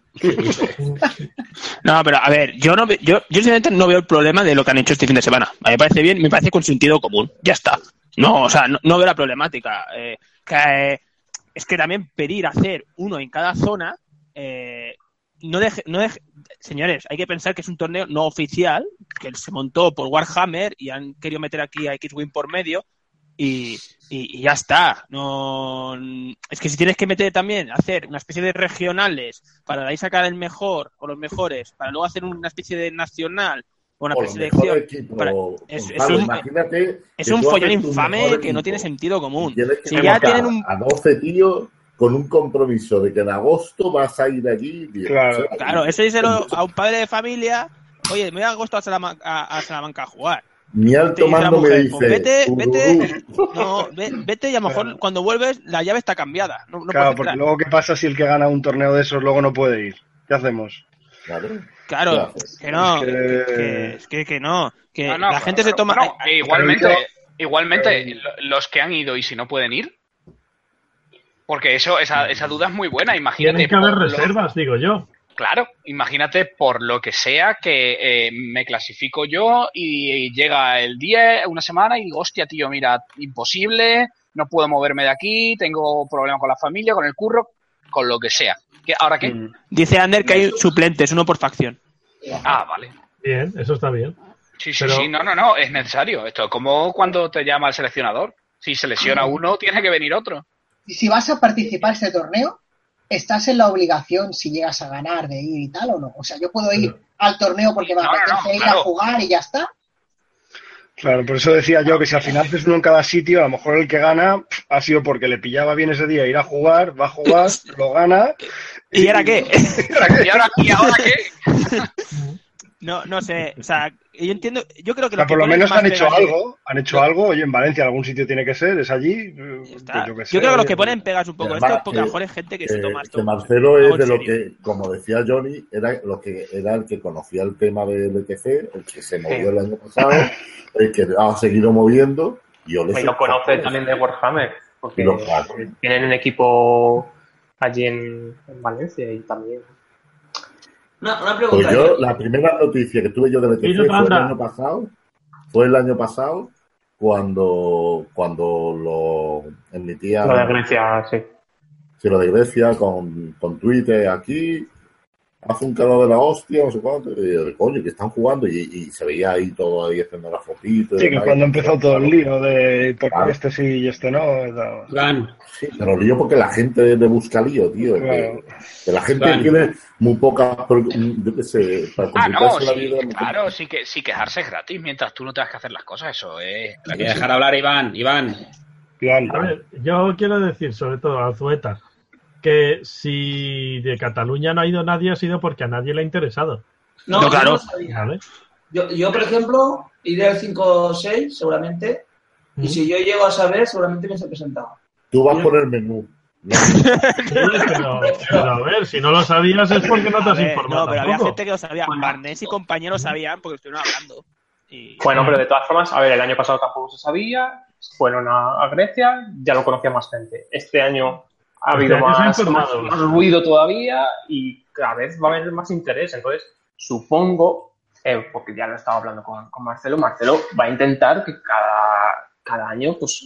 D: No, pero a ver, yo no ve- yo, yo sinceramente no veo el problema de lo que han hecho este fin de semana. A mí me parece bien, me parece con sentido común. Ya está. No, o sea, no, no veo la problemática. Eh, que, eh, es que también pedir hacer uno en cada zona, eh, no deje, no deje- señores, hay que pensar que es un torneo no oficial, que se montó por Warhammer y han querido meter aquí a X-Wing por medio y, y- y ya está. No, es que si tienes que meter también, hacer una especie de regionales para de ahí sacar el mejor o los mejores, para luego hacer una especie de nacional o una
B: o los mejores
D: selección,
B: equipos,
D: para- es- es
B: Gonzalo,
D: un-
B: imagínate
D: es
B: que
D: un
B: tú haces
D: follón
B: tu
D: infame
B: mejor
D: que no tiene
B: equipo.
D: sentido común.
B: Tienes que
D: Si ya
B: convocar
D: tienen un
B: a 12 tíos con un compromiso de que en agosto vas a ir allí. y-
F: Claro.
B: o sea,
D: Claro, eso díselo
B: entonces,
D: a un padre de familia. Oye, me voy a agosto a Salamanca a, a Salamanca a jugar.
B: Mi
D: Te
B: alto
D: dice la
B: mando me
D: mujer,
B: dice,
D: pues vete, vete,
B: "Ururú".
D: no, ve- vete y a lo mejor
F: Claro.
D: cuando vuelves la llave está cambiada. No, no
F: claro,
D: puedes
F: porque
D: entrar.
F: luego, ¿qué pasa si el que gana un torneo de esos luego no puede ir? ¿Qué hacemos?
B: Claro. ¿qué
D: Claro,
B: haces?
D: que no,
F: Es
D: que,
F: que-
D: que- que- que no, que
E: No, no,
D: Eh, la
E: claro,
D: gente se
E: claro.
D: toma... eh,
E: Bueno,
D: ay,
E: e igualmente,
F: Pero
E: igualmente
F: pero-
E: lo- los que han ido y si no pueden ir. Porque eso, esa, esa duda es muy buena. Imagínate.
I: Tienen que haber
E: por lo-
I: reservas, digo yo.
E: claro, imagínate por lo que sea que eh, me clasifico yo y, llega el día, una semana y digo, hostia, tío, mira, imposible, no puedo moverme de aquí, tengo problemas con la familia, con el curro, con lo que sea. ¿Qué- ¿Ahora qué?
F: Mm.
D: Dice Ander que hay suplentes, uno por facción.
E: Ah, vale.
I: Bien, eso está bien.
E: Sí, sí,
I: Pero-
E: sí, no, no, no, es necesario. Esto es como cuando te llama el seleccionador. Si se lesiona uno, tiene que venir otro.
J: Y si vas a participar en este torneo, estás en la obligación, si llegas a ganar, de ir y tal o no. O sea, yo puedo ir al torneo porque me
E: No, no, no,
J: apetece ir
E: claro.
J: a jugar y ya está.
F: Claro, por eso decía yo que si al final haces uno en cada sitio, a lo mejor el que gana pf, ha sido porque le pillaba bien ese día ir a jugar, va a jugar, lo gana.
D: ¿Y ahora qué?
E: ¿Y ahora, y ahora qué?
D: No, no sé, o sea, yo entiendo, yo creo
F: O
D: que...
F: sea,
D: lo que
F: por lo
D: ponen
F: menos
D: más
F: han hecho
D: pegas-
F: algo, han hecho algo, oye, en Valencia algún sitio tiene que ser, es allí. eh,
D: Ya
F: pues
D: está.
F: yo qué sé,
D: Ah, Yo creo que los
F: oye, pues.
D: que ponen pegas un poco
B: Además,
D: esto es porque a lo
B: que-
D: mejor es gente que,
B: que,
D: se toma esto.
B: que Marcelo
D: algo
B: es
D: en
B: de lo
D: serio.
B: que, como decía Johnny, era lo que era el que conocía el tema del ETC, el que se movió el año pasado, el que ha seguido moviendo y yo
D: Pues
G: Y lo conoce también de Warhammer, porque
B: Lo conoce.
G: tienen un equipo allí en, en Valencia y también.
H: Una, una
B: Pues
H: pregunta.
B: yo, la primera noticia que tuve yo del
I: Mira,
B: ETC fue el
I: anda.
B: año pasado, fue el año pasado cuando, cuando lo
G: Lo de
B: emitían,
G: Grecia, sí.
B: si lo de Grecia, con, con Twitter aquí, hace un calor de la hostia, no sé cuánto, y yo, coño, que están jugando, y, y se veía ahí todo ahí haciendo las fotitos. y
F: Sí, que
B: demás.
F: cuando empezó todo el lío de por qué
B: Claro.
F: este sí y este no. tal.
A: Fran,
B: Sí, pero lío porque la gente le busca lío, tío. que-
F: Claro.
B: que la gente
A: Claro.
B: tiene muy pocas, pro- yo qué sé, para
E: Ah, no,
B: complicarse Pues la
E: sí,
B: vida. no
E: claro, sí que sí quejarse es gratis mientras tú no tengas que hacer las cosas, eso es
A: hay que
E: clarísimo.
A: dejar hablar a Iván. Iván,
F: Iván,
I: A ver, yo quiero decir, sobre todo a Zueta, que si de Cataluña no ha ido nadie, ha sido porque a nadie le ha interesado.
H: No,
D: No,
H: yo
D: claro.
H: no lo sabía.
I: ¿Vale?
H: Yo, yo, por ejemplo, iré al 5-6, seguramente. Y
I: Mm.
H: si yo llego a saber, seguramente me se presentaba.
B: Tú vas por el menú. ¿no?
I: Sí, Pero, pero a ver, si no lo sabías es porque no te
D: A
I: has
D: ver,
I: informado.
D: no, pero había
I: tampoco.
D: gente que lo sabía.
G: Bueno.
D: Barnés y compañeros sabían porque estuvieron hablando. Y...
G: Bueno, pero de todas formas, a ver, el año pasado tampoco se sabía, fueron a, a Grecia, ya lo conocía más gente. Este año ha
I: Este
G: habido
I: año se ha
G: más, más,
I: informado.
G: más ruido todavía y cada vez va a haber más interés. Entonces, supongo, eh, porque ya lo estaba hablando con, con Marcelo, Marcelo va a intentar que cada, cada año pues,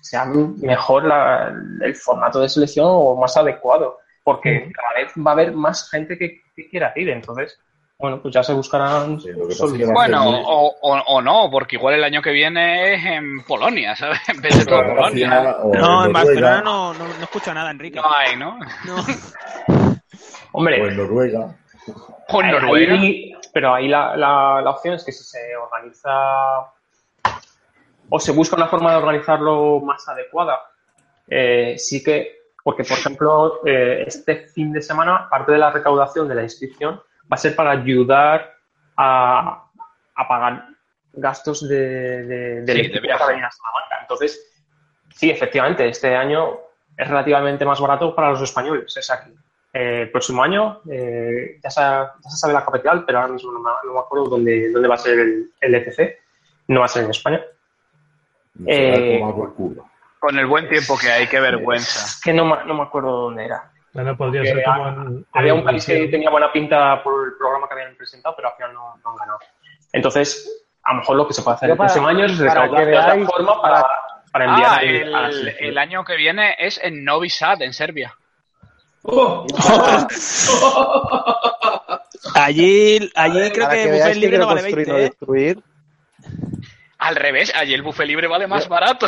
G: sea mejor la- el formato de selección o más adecuado, porque cada vez va a haber más gente que, que quiera ir. Entonces, bueno, pues ya se buscarán
B: Sí, lo que pasa es que Pues va a
G: soluciones.
E: Bueno, o, o- o no, porque igual el año que viene es en Polonia, ¿sabes? En vez de todo
B: O
E: Polonia.
B: Croacia, Pues o
D: No, en
B: Noruega,
D: Barcelona no, no, no escucho nada, Enrique.
E: No hay, ¿no?
D: No.
G: Hombre,
B: o en Noruega.
E: O en
G: Ahí-
E: Noruega.
G: ahí- pero ahí la, la- la opción es que si se organiza o se busca una forma de organizarlo más adecuada, eh, sí que, porque por ejemplo, eh, este fin de semana parte de la recaudación de la inscripción va a ser para ayudar a, a pagar gastos de, de, del
E: Sí,
G: equipo
E: de viaje.
G: para venir a Salamanca. Entonces, sí, efectivamente, este año es relativamente más barato para los españoles, es aquí. eh, el próximo año. Eh, ya, se, ya se sabe la capital, pero ahora mismo no me, no me acuerdo dónde, dónde va a ser el, el E ETC. No va a ser en España.
B: No se va
G: Eh,
B: a tomar por culo.
E: Con el buen tiempo que hay, qué vergüenza.
G: Es que no, me- no me acuerdo dónde era.
I: Bueno, Ah, podría
G: Que
I: ser como
G: ha-
I: en-
G: Había
I: en
G: un país que
I: Rusia.
G: tenía buena pinta por el programa que habían presentado, pero al final no, no han ganado. Entonces, a lo mejor lo que se puede hacer
K: Yo
G: el
K: para-
G: próximo año es
K: para
G: recaudar
K: que
G: de otra
K: veáis-
G: forma para, para enviar
E: Ah,
G: al-
E: el,
G: a las-
E: el año que viene es en Novi Sad, en Serbia.
D: Allí, allí creo
K: Para
D: que,
K: veáis
D: Buffet
K: que
D: Libre
K: quiero
D: no vale
K: construir,
D: 20,
K: no
D: ¿eh?
K: destruir.
E: Al revés, allí el buffet libre vale más barato.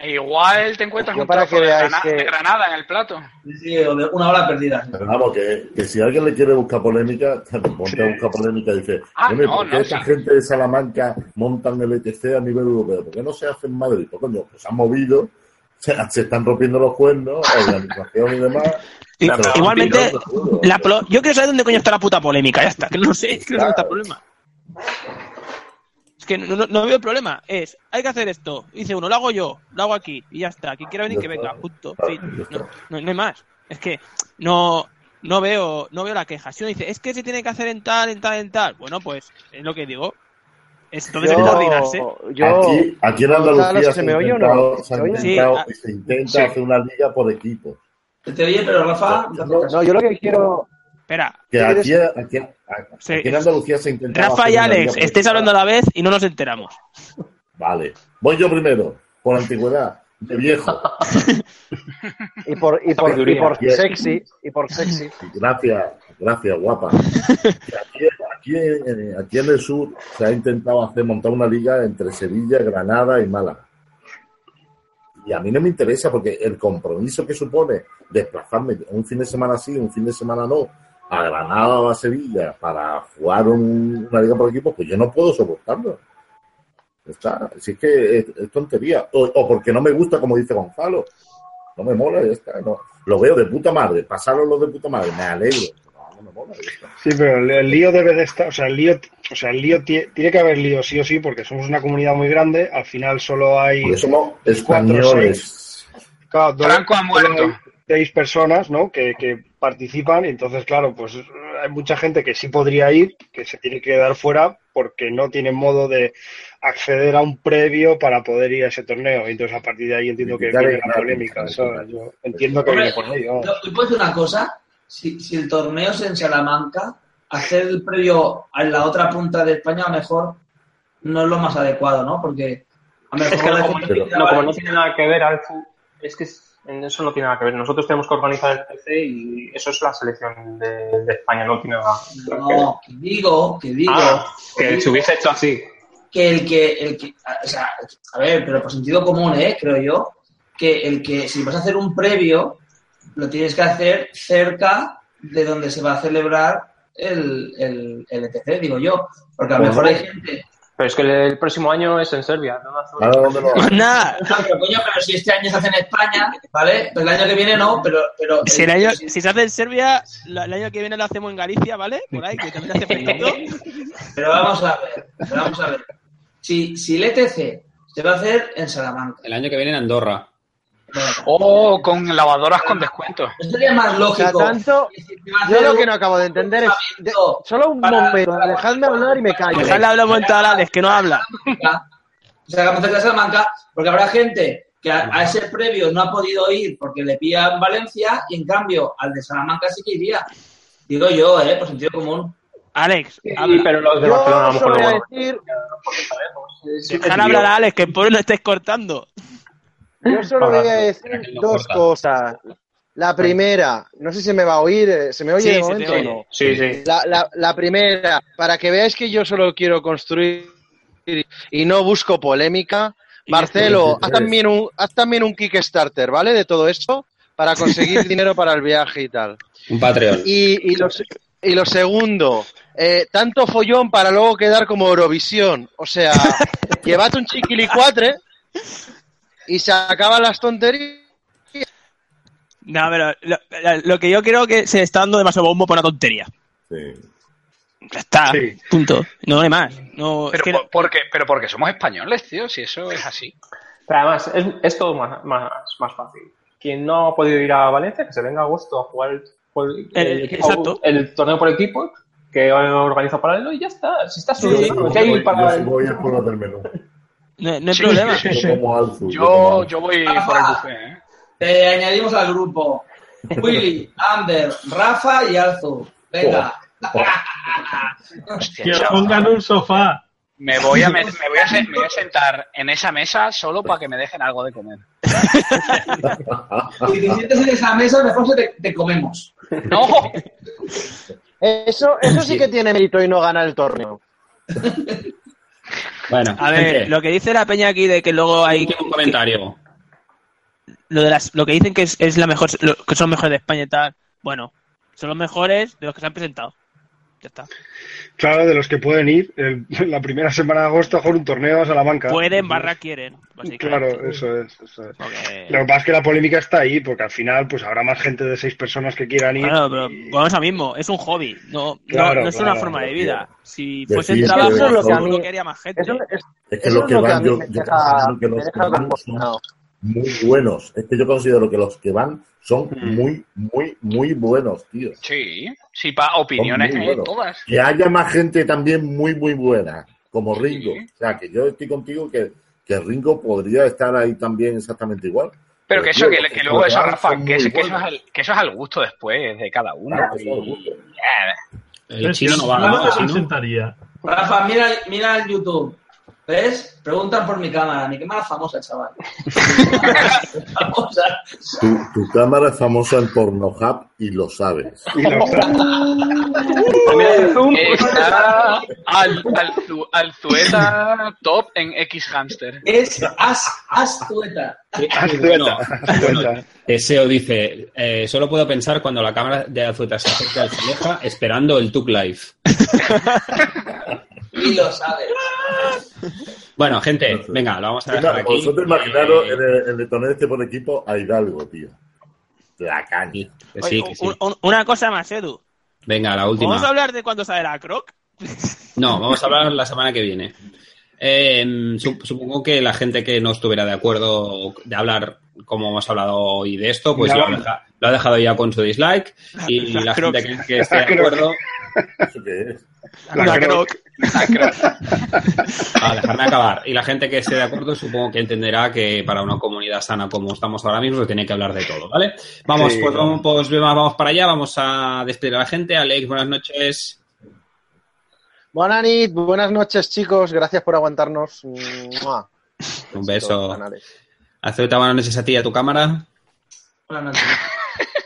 E: E Igual te encuentras
K: Yo
E: un
K: para
E: trozo
K: que
E: de,
K: veáis
E: grana-
K: que-
E: de granada en el plato.
H: Sí, o de una hora perdida.
B: Pero vamos, que, que si alguien le quiere buscar polémica, monta a buscar polémica y dice,
E: Ah,
B: "Hombre,
E: no,
B: ¿por qué
E: no,
B: esta
E: sí.
B: gente de Salamanca montan el ETC a nivel europeo? ¿Por qué no se hace en Madrid? Pues coño, pues se han movido, se, se están rompiendo los cuernos, organización y demás.
D: Y-
B: Claro, pero-
D: Igualmente,
B: pero- pero-
D: la pro- yo quiero saber dónde coño está la puta polémica, ya está, que no sé, que no sé dónde está el
B: Claro.
D: problema. Es que no, no- no veo el problema, es, hay que hacer esto, dice uno, lo hago yo, lo hago aquí, y ya está, quien quiera venir
B: Ya
D: que
B: está.
D: venga, punto,
B: Claro,
D: fin.
B: ya
D: no,
B: está.
D: no- no hay más, es que no, no veo, no veo la queja, si uno dice, es que se tiene que hacer en tal, en tal, en tal, bueno, pues, es lo que digo, Es- entonces hay que coordinarse.
K: yo-
B: aquí, aquí en Andalucía
K: Gonzalo,
B: se,
K: ¿se me
B: ha
K: oye o
B: intentado,
K: no?
B: se ha
K: ¿Se oye?
B: intentado-
D: Sí,
B: se intenta hacer una liga por equipo.
H: Se te oye, pero Rafa.
K: No, yo lo que quiero.
D: Espera,
B: Que
K: ¿Tú
B: aquí,
K: quieres-
B: aquí, aquí
D: Sí.
B: en Andalucía se intenta
D: Rafa
B: hacer
D: y
B: una
D: Alex,
B: liga por
D: estáis
B: equipo.
D: hablando a la vez y no nos enteramos.
B: Vale, voy yo primero, por antigüedad, de viejo.
K: Y por, y por, y
G: Sabiduría.
K: por
B: Yes.
K: sexy. Y por sexy.
B: Gracias, gracias, guapa. Que Aquí, aquí, eh, aquí en el sur se ha intentado hacer montar una liga entre Sevilla, Granada y Málaga. Y a mí no me interesa porque el compromiso que supone desplazarme un fin de semana sí, un fin de semana no, a Granada o a Sevilla para jugar un- una liga por equipo, pues yo no puedo soportarlo. Ya Está, así que es, es tontería. O, o porque no me gusta, como dice Gonzalo. No me mola, ya está. no. Lo veo de puta madre. Pasaron los de puta madre. Me alegro. No, no me mola, ya está.
F: Sí, pero el, el lío debe de estar, o sea, el lío, o sea, el lío tie- tiene que haber lío sí o sí, porque somos una comunidad muy grande, al final solo hay
B: Porque somos
F: cuatro,
B: españoles.
F: claro, dos-
E: Franco ha muerto.
F: seis personas, ¿no? Que, que participan, y entonces, claro, pues hay mucha gente que sí podría ir, que se tiene que quedar fuera porque no tiene modo de acceder a un previo para poder ir a ese torneo. Y entonces, a partir de ahí entiendo que
B: Dale,
F: viene la
B: dale,
F: polémica,
B: dale,
F: ¿sabes?
B: dale.
F: Yo entiendo que
H: Hombre,
F: viene por ahí, vamos.
H: No, ¿y puedo decir una cosa? Si, si el torneo es en Salamanca, hacer el previo a la otra punta de España a lo mejor no es lo más adecuado, ¿no? Porque a lo mejor...
G: Es que no, como, no-
B: Pero-
G: no, como no tiene nada que ver al fu- es que es- en eso no tiene nada que ver. Nosotros tenemos que organizar el TC y eso es la selección de, de España, no tiene nada nada que ver.
H: No, que digo, que digo...
G: Ah, que se hubiese hecho así.
H: que el que, el que, o sea, a ver, pero por sentido común, ¿eh? creo yo, que el que si vas a hacer un previo, lo tienes que hacer cerca de donde se va a celebrar el, el, el ETC, digo yo, porque a lo
B: Ojo.
H: mejor hay gente...
G: Pero es que el, el próximo año es en Serbia. ¿no? Hace-
B: Ahora, ¿dónde lo
D: Pues
B: hago?
D: nada,
H: Ah, pero coño, pero si este año se hace en España, ¿vale? Pero el año que viene no, pero... pero eh,
D: si, el año- si se hace en Serbia, la- el año que viene lo hacemos en Galicia, ¿vale? Por ahí, que también hace fresquito.
H: Pero vamos a ver, pero vamos a ver. Si, si el ETC se va a hacer en Salamanca,
A: El año que viene en Andorra.
E: Oh, con lavadoras con descuento.
H: ¿no sería más
K: O sea,
H: lógico?
K: tanto.
H: que si se va a
K: Yo
H: hacer
K: lo
H: un-
K: que no acabo de entender es. de- solo un
H: Para-
K: momento,
H: para-
K: dejadme hablar y me callo.
D: Dejadle hablar un momento a Alex, que no habla.
H: Salamanca, o sea, que de Salamanca, porque habrá gente que a, a ese previo no ha podido ir porque le pilla en Valencia y en cambio al de Salamanca sí que iría. Digo yo, ¿eh? Por sentido común.
D: Alex,
G: Sí,
D: habla.
G: pero los de Barcelona a
K: Yo
G: lo mejor
K: solo
G: no
K: voy a
G: van.
K: decir.
D: Dejar hablar a Alex, que el pobre lo estáis cortando.
K: Yo solo voy a
A: Para que
K: decir
A: no
K: dos
A: corta.
K: cosas. La primera, no sé si me va a oír, eh, ¿se me oye
D: Sí,
K: de
D: se te
K: momento
D: oye.
K: o no?
G: Sí, sí.
K: La, la- la primera, para que veáis que yo solo quiero construir y no busco polémica, Marcelo, haz también un, haz también un Kickstarter, ¿vale? De todo esto, para conseguir dinero para el viaje y tal.
A: Un Patreon.
K: Y, y lo, se- y lo segundo, eh, tanto follón para luego quedar como Eurovisión. O sea, llevad un chiquilicuatre y se acaban las tonterías.
D: No, pero lo, lo- lo que yo creo que se está dando demasiado bombo por una tontería.
B: Sí.
D: Ya está,
F: Sí.
D: punto. No hay más. No, es
E: Pero,
D: que
E: por- porque, pero porque somos españoles, tío, si eso es así.
G: Pero además, es, es todo más, más, más fácil. quien no ha podido ir a Valencia, que se venga a agosto a jugar el, por- el
D: El-
G: equipo-
D: exacto.
G: el torneo por equipo que organiza paralelo y ya está. Si está
B: Yo,
G: solo, ¿no? ¿Qué hay
B: voy,
G: para
B: yo sí
G: el-
B: voy a por la del menú.
D: No, no hay
E: Sí.
D: problema.
B: Yo como alzu.
E: Yo, yo voy por el buffet, ¿eh?
H: Te añadimos al grupo. Willy, Amber, Rafa y Alzu. Venga.
E: Hostia,
I: Que os
E: chaval.
I: pongan un sofá.
E: Me voy, a, met- me, voy a sen- me voy a sentar en esa mesa solo para que me dejen algo de comer.
H: Si te sientes en esa mesa, mejor se te, te comemos.
E: ¡No!
K: Eso, eso sí que tiene mérito y no gana el torneo.
A: Bueno,
D: A ver,
A: gente,
D: lo que dice la peña aquí de que luego hay
A: último comentario.
D: lo de las lo que dicen que es, es la mejor lo- que son los mejores de España y tal. Bueno, son los mejores de los que se han presentado. Ya está.
F: Claro, de los que pueden ir el- la primera semana de agosto a jugar un torneo a Salamanca.
D: Pueden barra quieren. básicamente. Eh.
F: Claro, eso es. eso es.
D: Porque-
F: Lo que pasa es que la polémica está ahí, porque al final pues habrá más gente de seis personas que quieran ir.
D: Claro, pero
F: y-
D: vamos a mismo, es un hobby, no, no-
F: Claro,
D: no es una
F: claro,
D: forma de vida. Si
B: Decir
D: fuese el
B: que
D: trabajo,
K: eso es lo que a
D: seguro
K: mí-
D: que haría más gente.
K: Eso, es,
B: Es que
K: eso
B: los
K: es
B: que
K: lo que a
B: van,
K: mí
B: yo,
K: me
B: yo
K: deja,
B: considero que
K: me
B: los que
K: deja
B: van son
K: consternado.
B: muy buenos. Es que yo considero que los que van son muy, muy, muy buenos, tío.
E: Sí, sí, para opiniones,
B: muy
E: ¿eh?
B: buenos.
E: Todas.
B: Que haya más gente también muy, muy buena, como Ringo.
E: Sí.
B: O sea, que yo estoy contigo que, que Ringo podría estar ahí también exactamente igual.
E: Pero que eso,
B: tío,
E: que,
B: los
E: que luego
B: los
E: eso,
B: van
E: Rafa,
B: son muy
E: que, eso- que eso es
B: buenos.
E: al, que eso es al gusto después de cada uno.
B: Claro, eso es al
E: y-
B: gusto.
E: Eh,
A: El chino no va, ¿no?
I: Yo no
A: El
I: me
A: chino.
I: presentaría.
H: Rafa, mira, mira el YouTube. ¿Ves? Preguntan por mi cámara. Mi cámara es famosa, chaval. famosa.
B: Tu, tu cámara es famosa en Pornhub y lo sabes.
F: y la otra-
G: Mira, el Zoom,
E: Eh, Está al, al, Zu- al Zueta top en X Hamster.
H: Es as, astueta.
A: Bueno, bueno, Teseo dice, eh, solo puedo pensar cuando la cámara de Azueta se acerca al Cileja esperando el Tuk Life.
H: Y lo sabes.
A: Bueno, gente, venga, lo vamos a dejar
B: Claro,
A: aquí.
B: vosotros imaginaros en el, en el torneo este por equipo a Hidalgo, tío. La caña.
A: Sí, que sí, que sí.
D: Oye, un- un- una cosa más, Edu.
A: Venga, la última.
D: Vamos a hablar de cuándo sale la Croc.
A: No, vamos a hablar la semana que viene. Eh, sup- supongo que la gente que no estuviera de acuerdo de hablar como hemos hablado hoy de esto, pues
F: Ya.
A: lo ha, deja- lo ha dejado ya con su dislike. Y la,
D: la
A: gente que, que esté
F: Creo
A: de
F: que-
A: acuerdo,
B: ¿Eso qué es?
F: La
D: Una
F: Croc.
A: a Ah, dejarme acabar. Y la gente que esté de acuerdo, supongo que entenderá que para una comunidad sana como estamos ahora mismo, se tiene que hablar de todo, ¿vale? Vamos,
F: Sí,
A: pues,
F: claro.
A: vamos, pues, vamos para allá, vamos a despedir a la gente. Alex, buenas noches.
K: Buenas nit, buenas noches, chicos. Gracias por aguantarnos. Mua.
A: Un
K: Todos
A: beso.
K: canales.
A: Acepta buenas noches a ti y a tu cámara.
H: Buenas noches.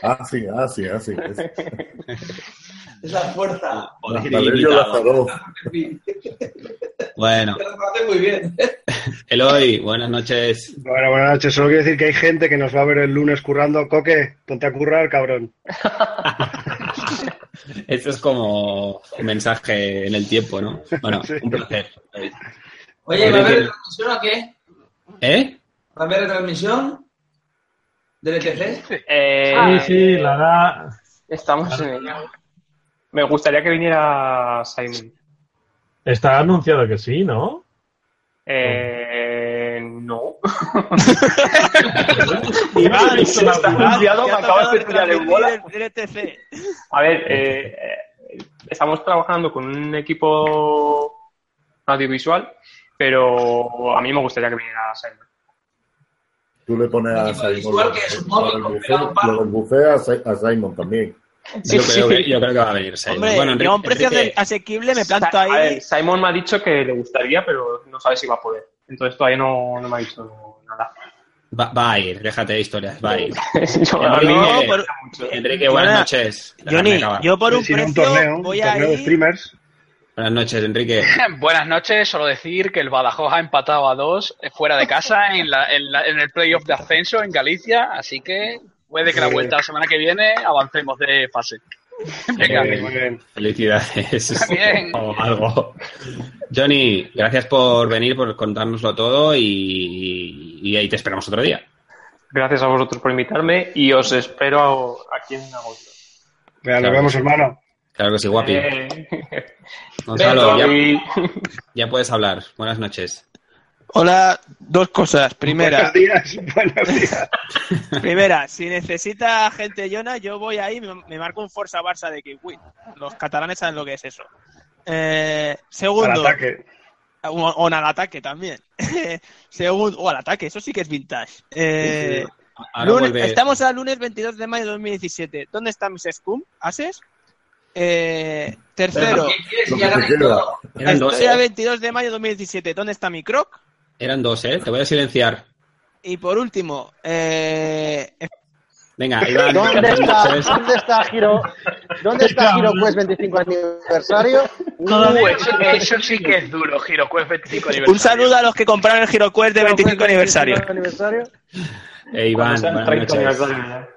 B: Ah, sí, ah, sí, ah, sí. Es-
H: Es la fuerza.
B: Valerio Lazarov.
A: Bueno,
H: Te lo haces muy bien.
A: Eloy, buenas noches.
F: Bueno, buenas noches. Solo quiero decir que hay gente que nos va a ver el lunes currando. Coque, ponte a currar, cabrón.
A: Esto es como un mensaje en el tiempo, ¿no? Bueno,
F: Sí.
A: un placer.
H: Oye, ¿va a haber retransmisión o qué?
A: ¿Eh?
H: ¿Va a haber retransmisión? ¿Del ETC?
G: eh,
I: Sí, sí, la hará.
G: Estamos en ello. Me gustaría que viniera Simon.
I: Está anunciado que sí, ¿no?
G: Eh, no.
I: Iván,
G: Sí, sí, está
I: Iván,
G: anunciado, me
D: Ya
G: acabas de
D: tocaba
G: estrellar en
D: retransmitir
G: bola.
D: el- el ETC.
G: A ver, eh, eh, estamos trabajando con un equipo audiovisual, pero a mí me gustaría que viniera Simon.
B: Tú le pones a
H: Igual que es un móvil,
B: Simon.
H: pega un palo.
B: Lo del buffet a, Sa- a Simon también.
G: Sí,
A: yo, creo
G: sí.
A: que, yo creo que va a venir Simon.
D: Hombre,
A: bueno,
D: yo a un precio
A: Enrique-
D: de- asequible me planto
G: Sa- a
D: ahí.
G: ver, Simon me ha dicho que le gustaría, pero no sabe si va a poder. Entonces todavía no, no me ha dicho nada.
A: va, va a ir, déjate de historias, va a ir.
G: Yo,
A: Enrique,
G: a mí me
A: por-
G: interesa mucho.
A: Enrique, buenas
D: Hola.
A: noches. Déjame
D: Johnny,
A: acabar.
D: yo por un
F: Si no,
D: precio
F: un torneo, un
D: voy
F: torneo
D: a
F: de
D: ir-
F: streamers.
A: Buenas noches, Enrique.
E: Buenas noches, solo decir que el Badajoz ha empatado a dos eh, fuera de casa en, la, en, la- en el playoff de ascenso en Galicia, así que puede que la vuelta la semana que viene avancemos de fase. Venga,
F: Muy bien, muy bien.
A: Felicidades.
E: Bien.
A: O algo. Johnny, gracias por venir, por contárnoslo todo y, y ahí te esperamos otro día.
G: Gracias a vosotros por invitarme y os espero aquí en agosto.
F: Venga, nos
A: Claro.
F: vemos, hermano.
A: Claro que sí, guapi.
G: Eh,
A: Gonzalo, ya,
G: y-
A: ya puedes hablar. Buenas noches.
D: Hola, dos cosas. Primera,
F: Buenos días, buenos días.
D: primera, si necesita gente Jonah, yo voy ahí, me, me marco un Forza Barça de que uy, Los catalanes saben lo que es eso. Eh,
F: Al
D: segundo,
F: ataque.
D: o, o al ataque también. segundo, o al ataque, eso sí que es vintage. Eh,
A: Ahora
D: Lunes-
A: vuelve-
D: Estamos a lunes 22 de mayo de 2017. ¿Dónde está mis Scum? ¿Haces? Eh, tercero,
H: ¿Qué quieres?
B: Lo
H: Ya
B: que te
H: gané
B: queda.
H: todo.
A: Eran dos,
D: estoy a
A: eh.
D: 22 de mayo de 2017. ¿Dónde está mi croc?
A: Eran dos, ¿eh? Te voy a silenciar.
D: Y por último, eh,
A: Venga, Iván.
K: ¿Dónde está,
A: entonces,
K: ¿dónde está Giro? ¿Dónde está Giro Quest 25 aniversario?
E: Uh, eso, eso sí que es duro, GiroQuest 25 aniversario.
D: un saludo a los que compraron el HeroQuest de 25 aniversario.
K: 25 aniversario.
A: eh, Iván,
G: Cuando sean
A: buenas
G: 30
A: noches.
G: aniversario, ya.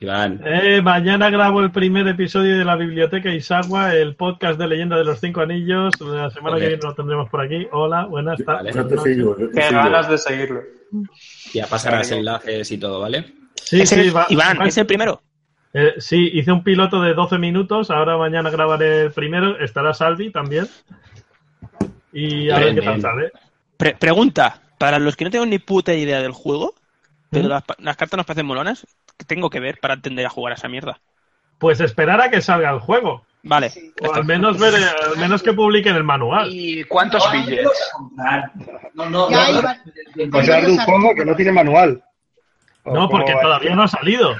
A: Iván.
I: Eh, mañana grabo el primer episodio de la Biblioteca Isagua, el podcast de Leyenda de los Cinco Anillos. La semana
A: Ole.
I: que viene lo tendremos por aquí. Hola, buenas
A: Vale.
I: tardes.
B: Yo te sigo, yo te
G: Qué
B: sigo.
G: ganas de seguirlo.
A: Ya pasarás enlaces y todo, ¿vale?
I: Sí,
D: Es el-
I: sí, va-
D: Iván,
I: va-
D: es el primero.
I: eh, sí, hice un piloto de 12 minutos. Ahora mañana grabaré el primero. Estará Salvi también. Y a ver qué tal
A: Tremendo.
I: sale.
D: Pre- pregunta, para los que no tengo ni puta idea del juego, pero
I: ¿Mm?
D: las, pa- las cartas nos parecen molonas, ¿qué tengo que ver para entender a jugar a esa mierda?
I: Pues esperar a que salga el juego.
D: Vale.
J: Sí.
I: O al menos, ver, al menos que publiquen el manual.
E: ¿Y cuántos
H: No, no te lo vas
E: billetes?
H: a comprar. No, no, Pues
J: Ya,
H: no,
J: Iván.
H: no.
F: O sea, es de un juego que no tiene manual. ¿O
I: No,
F: cómo
I: porque
F: va?
I: todavía no ha salido.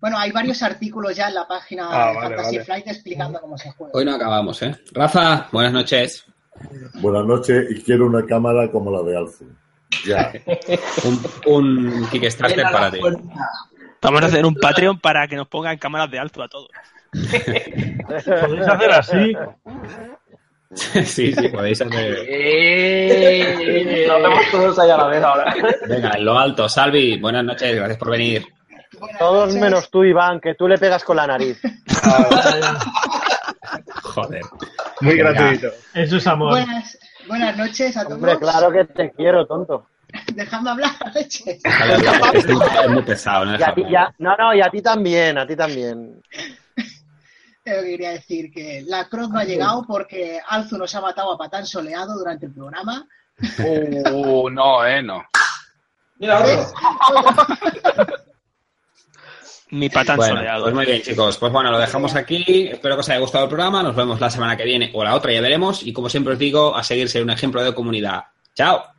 J: Bueno, hay varios artículos ya en la página
F: Ah,
J: de
F: vale,
J: Fantasy
F: vale.
J: Flight explicando cómo se juega.
A: Hoy no acabamos, ¿eh? Rafa, buenas noches.
B: Buenas noches y quiero una cámara como la de Alfu. Ya.
A: Un, un Kickstarter
H: Ven a la
A: para ti.
H: puerta.
D: Vamos a hacer un Patreon para que nos pongan cámaras de alto a todos.
I: Podéis hacer así.
A: sí, sí, podéis hacer.
E: Eh,
G: Nos vemos todos ahí a la vez ahora.
A: Venga, en lo alto. Salvi, buenas noches, gracias por venir.
J: Buenas
K: Todos
J: noches.
K: menos tú, Iván, que tú le pegas con la nariz.
A: Joder.
F: Muy
A: Venga.
F: gratuito.
I: Eso es amor.
J: Buenas, buenas noches a todos.
K: Hombre, claro que te quiero, tonto.
J: Dejadme hablar, leches.
A: Salvi, es, muy, es muy pesado, ¿no?
K: Y a ti, ya, no, no, y a ti también, a ti también.
J: Pero quería decir que la Croc no ha llegado porque Alzu nos ha matado a patán soleado durante el programa.
E: Uh, no, eh, no.
H: Mira, otro.
D: Mi patán
A: Bueno,
D: soleado.
A: pues muy bien, chicos. Pues bueno, lo dejamos aquí. Espero que os haya gustado el programa. Nos vemos la semana que viene o la otra, ya veremos. Y como siempre os digo, a seguir ser un ejemplo de comunidad. ¡Chao!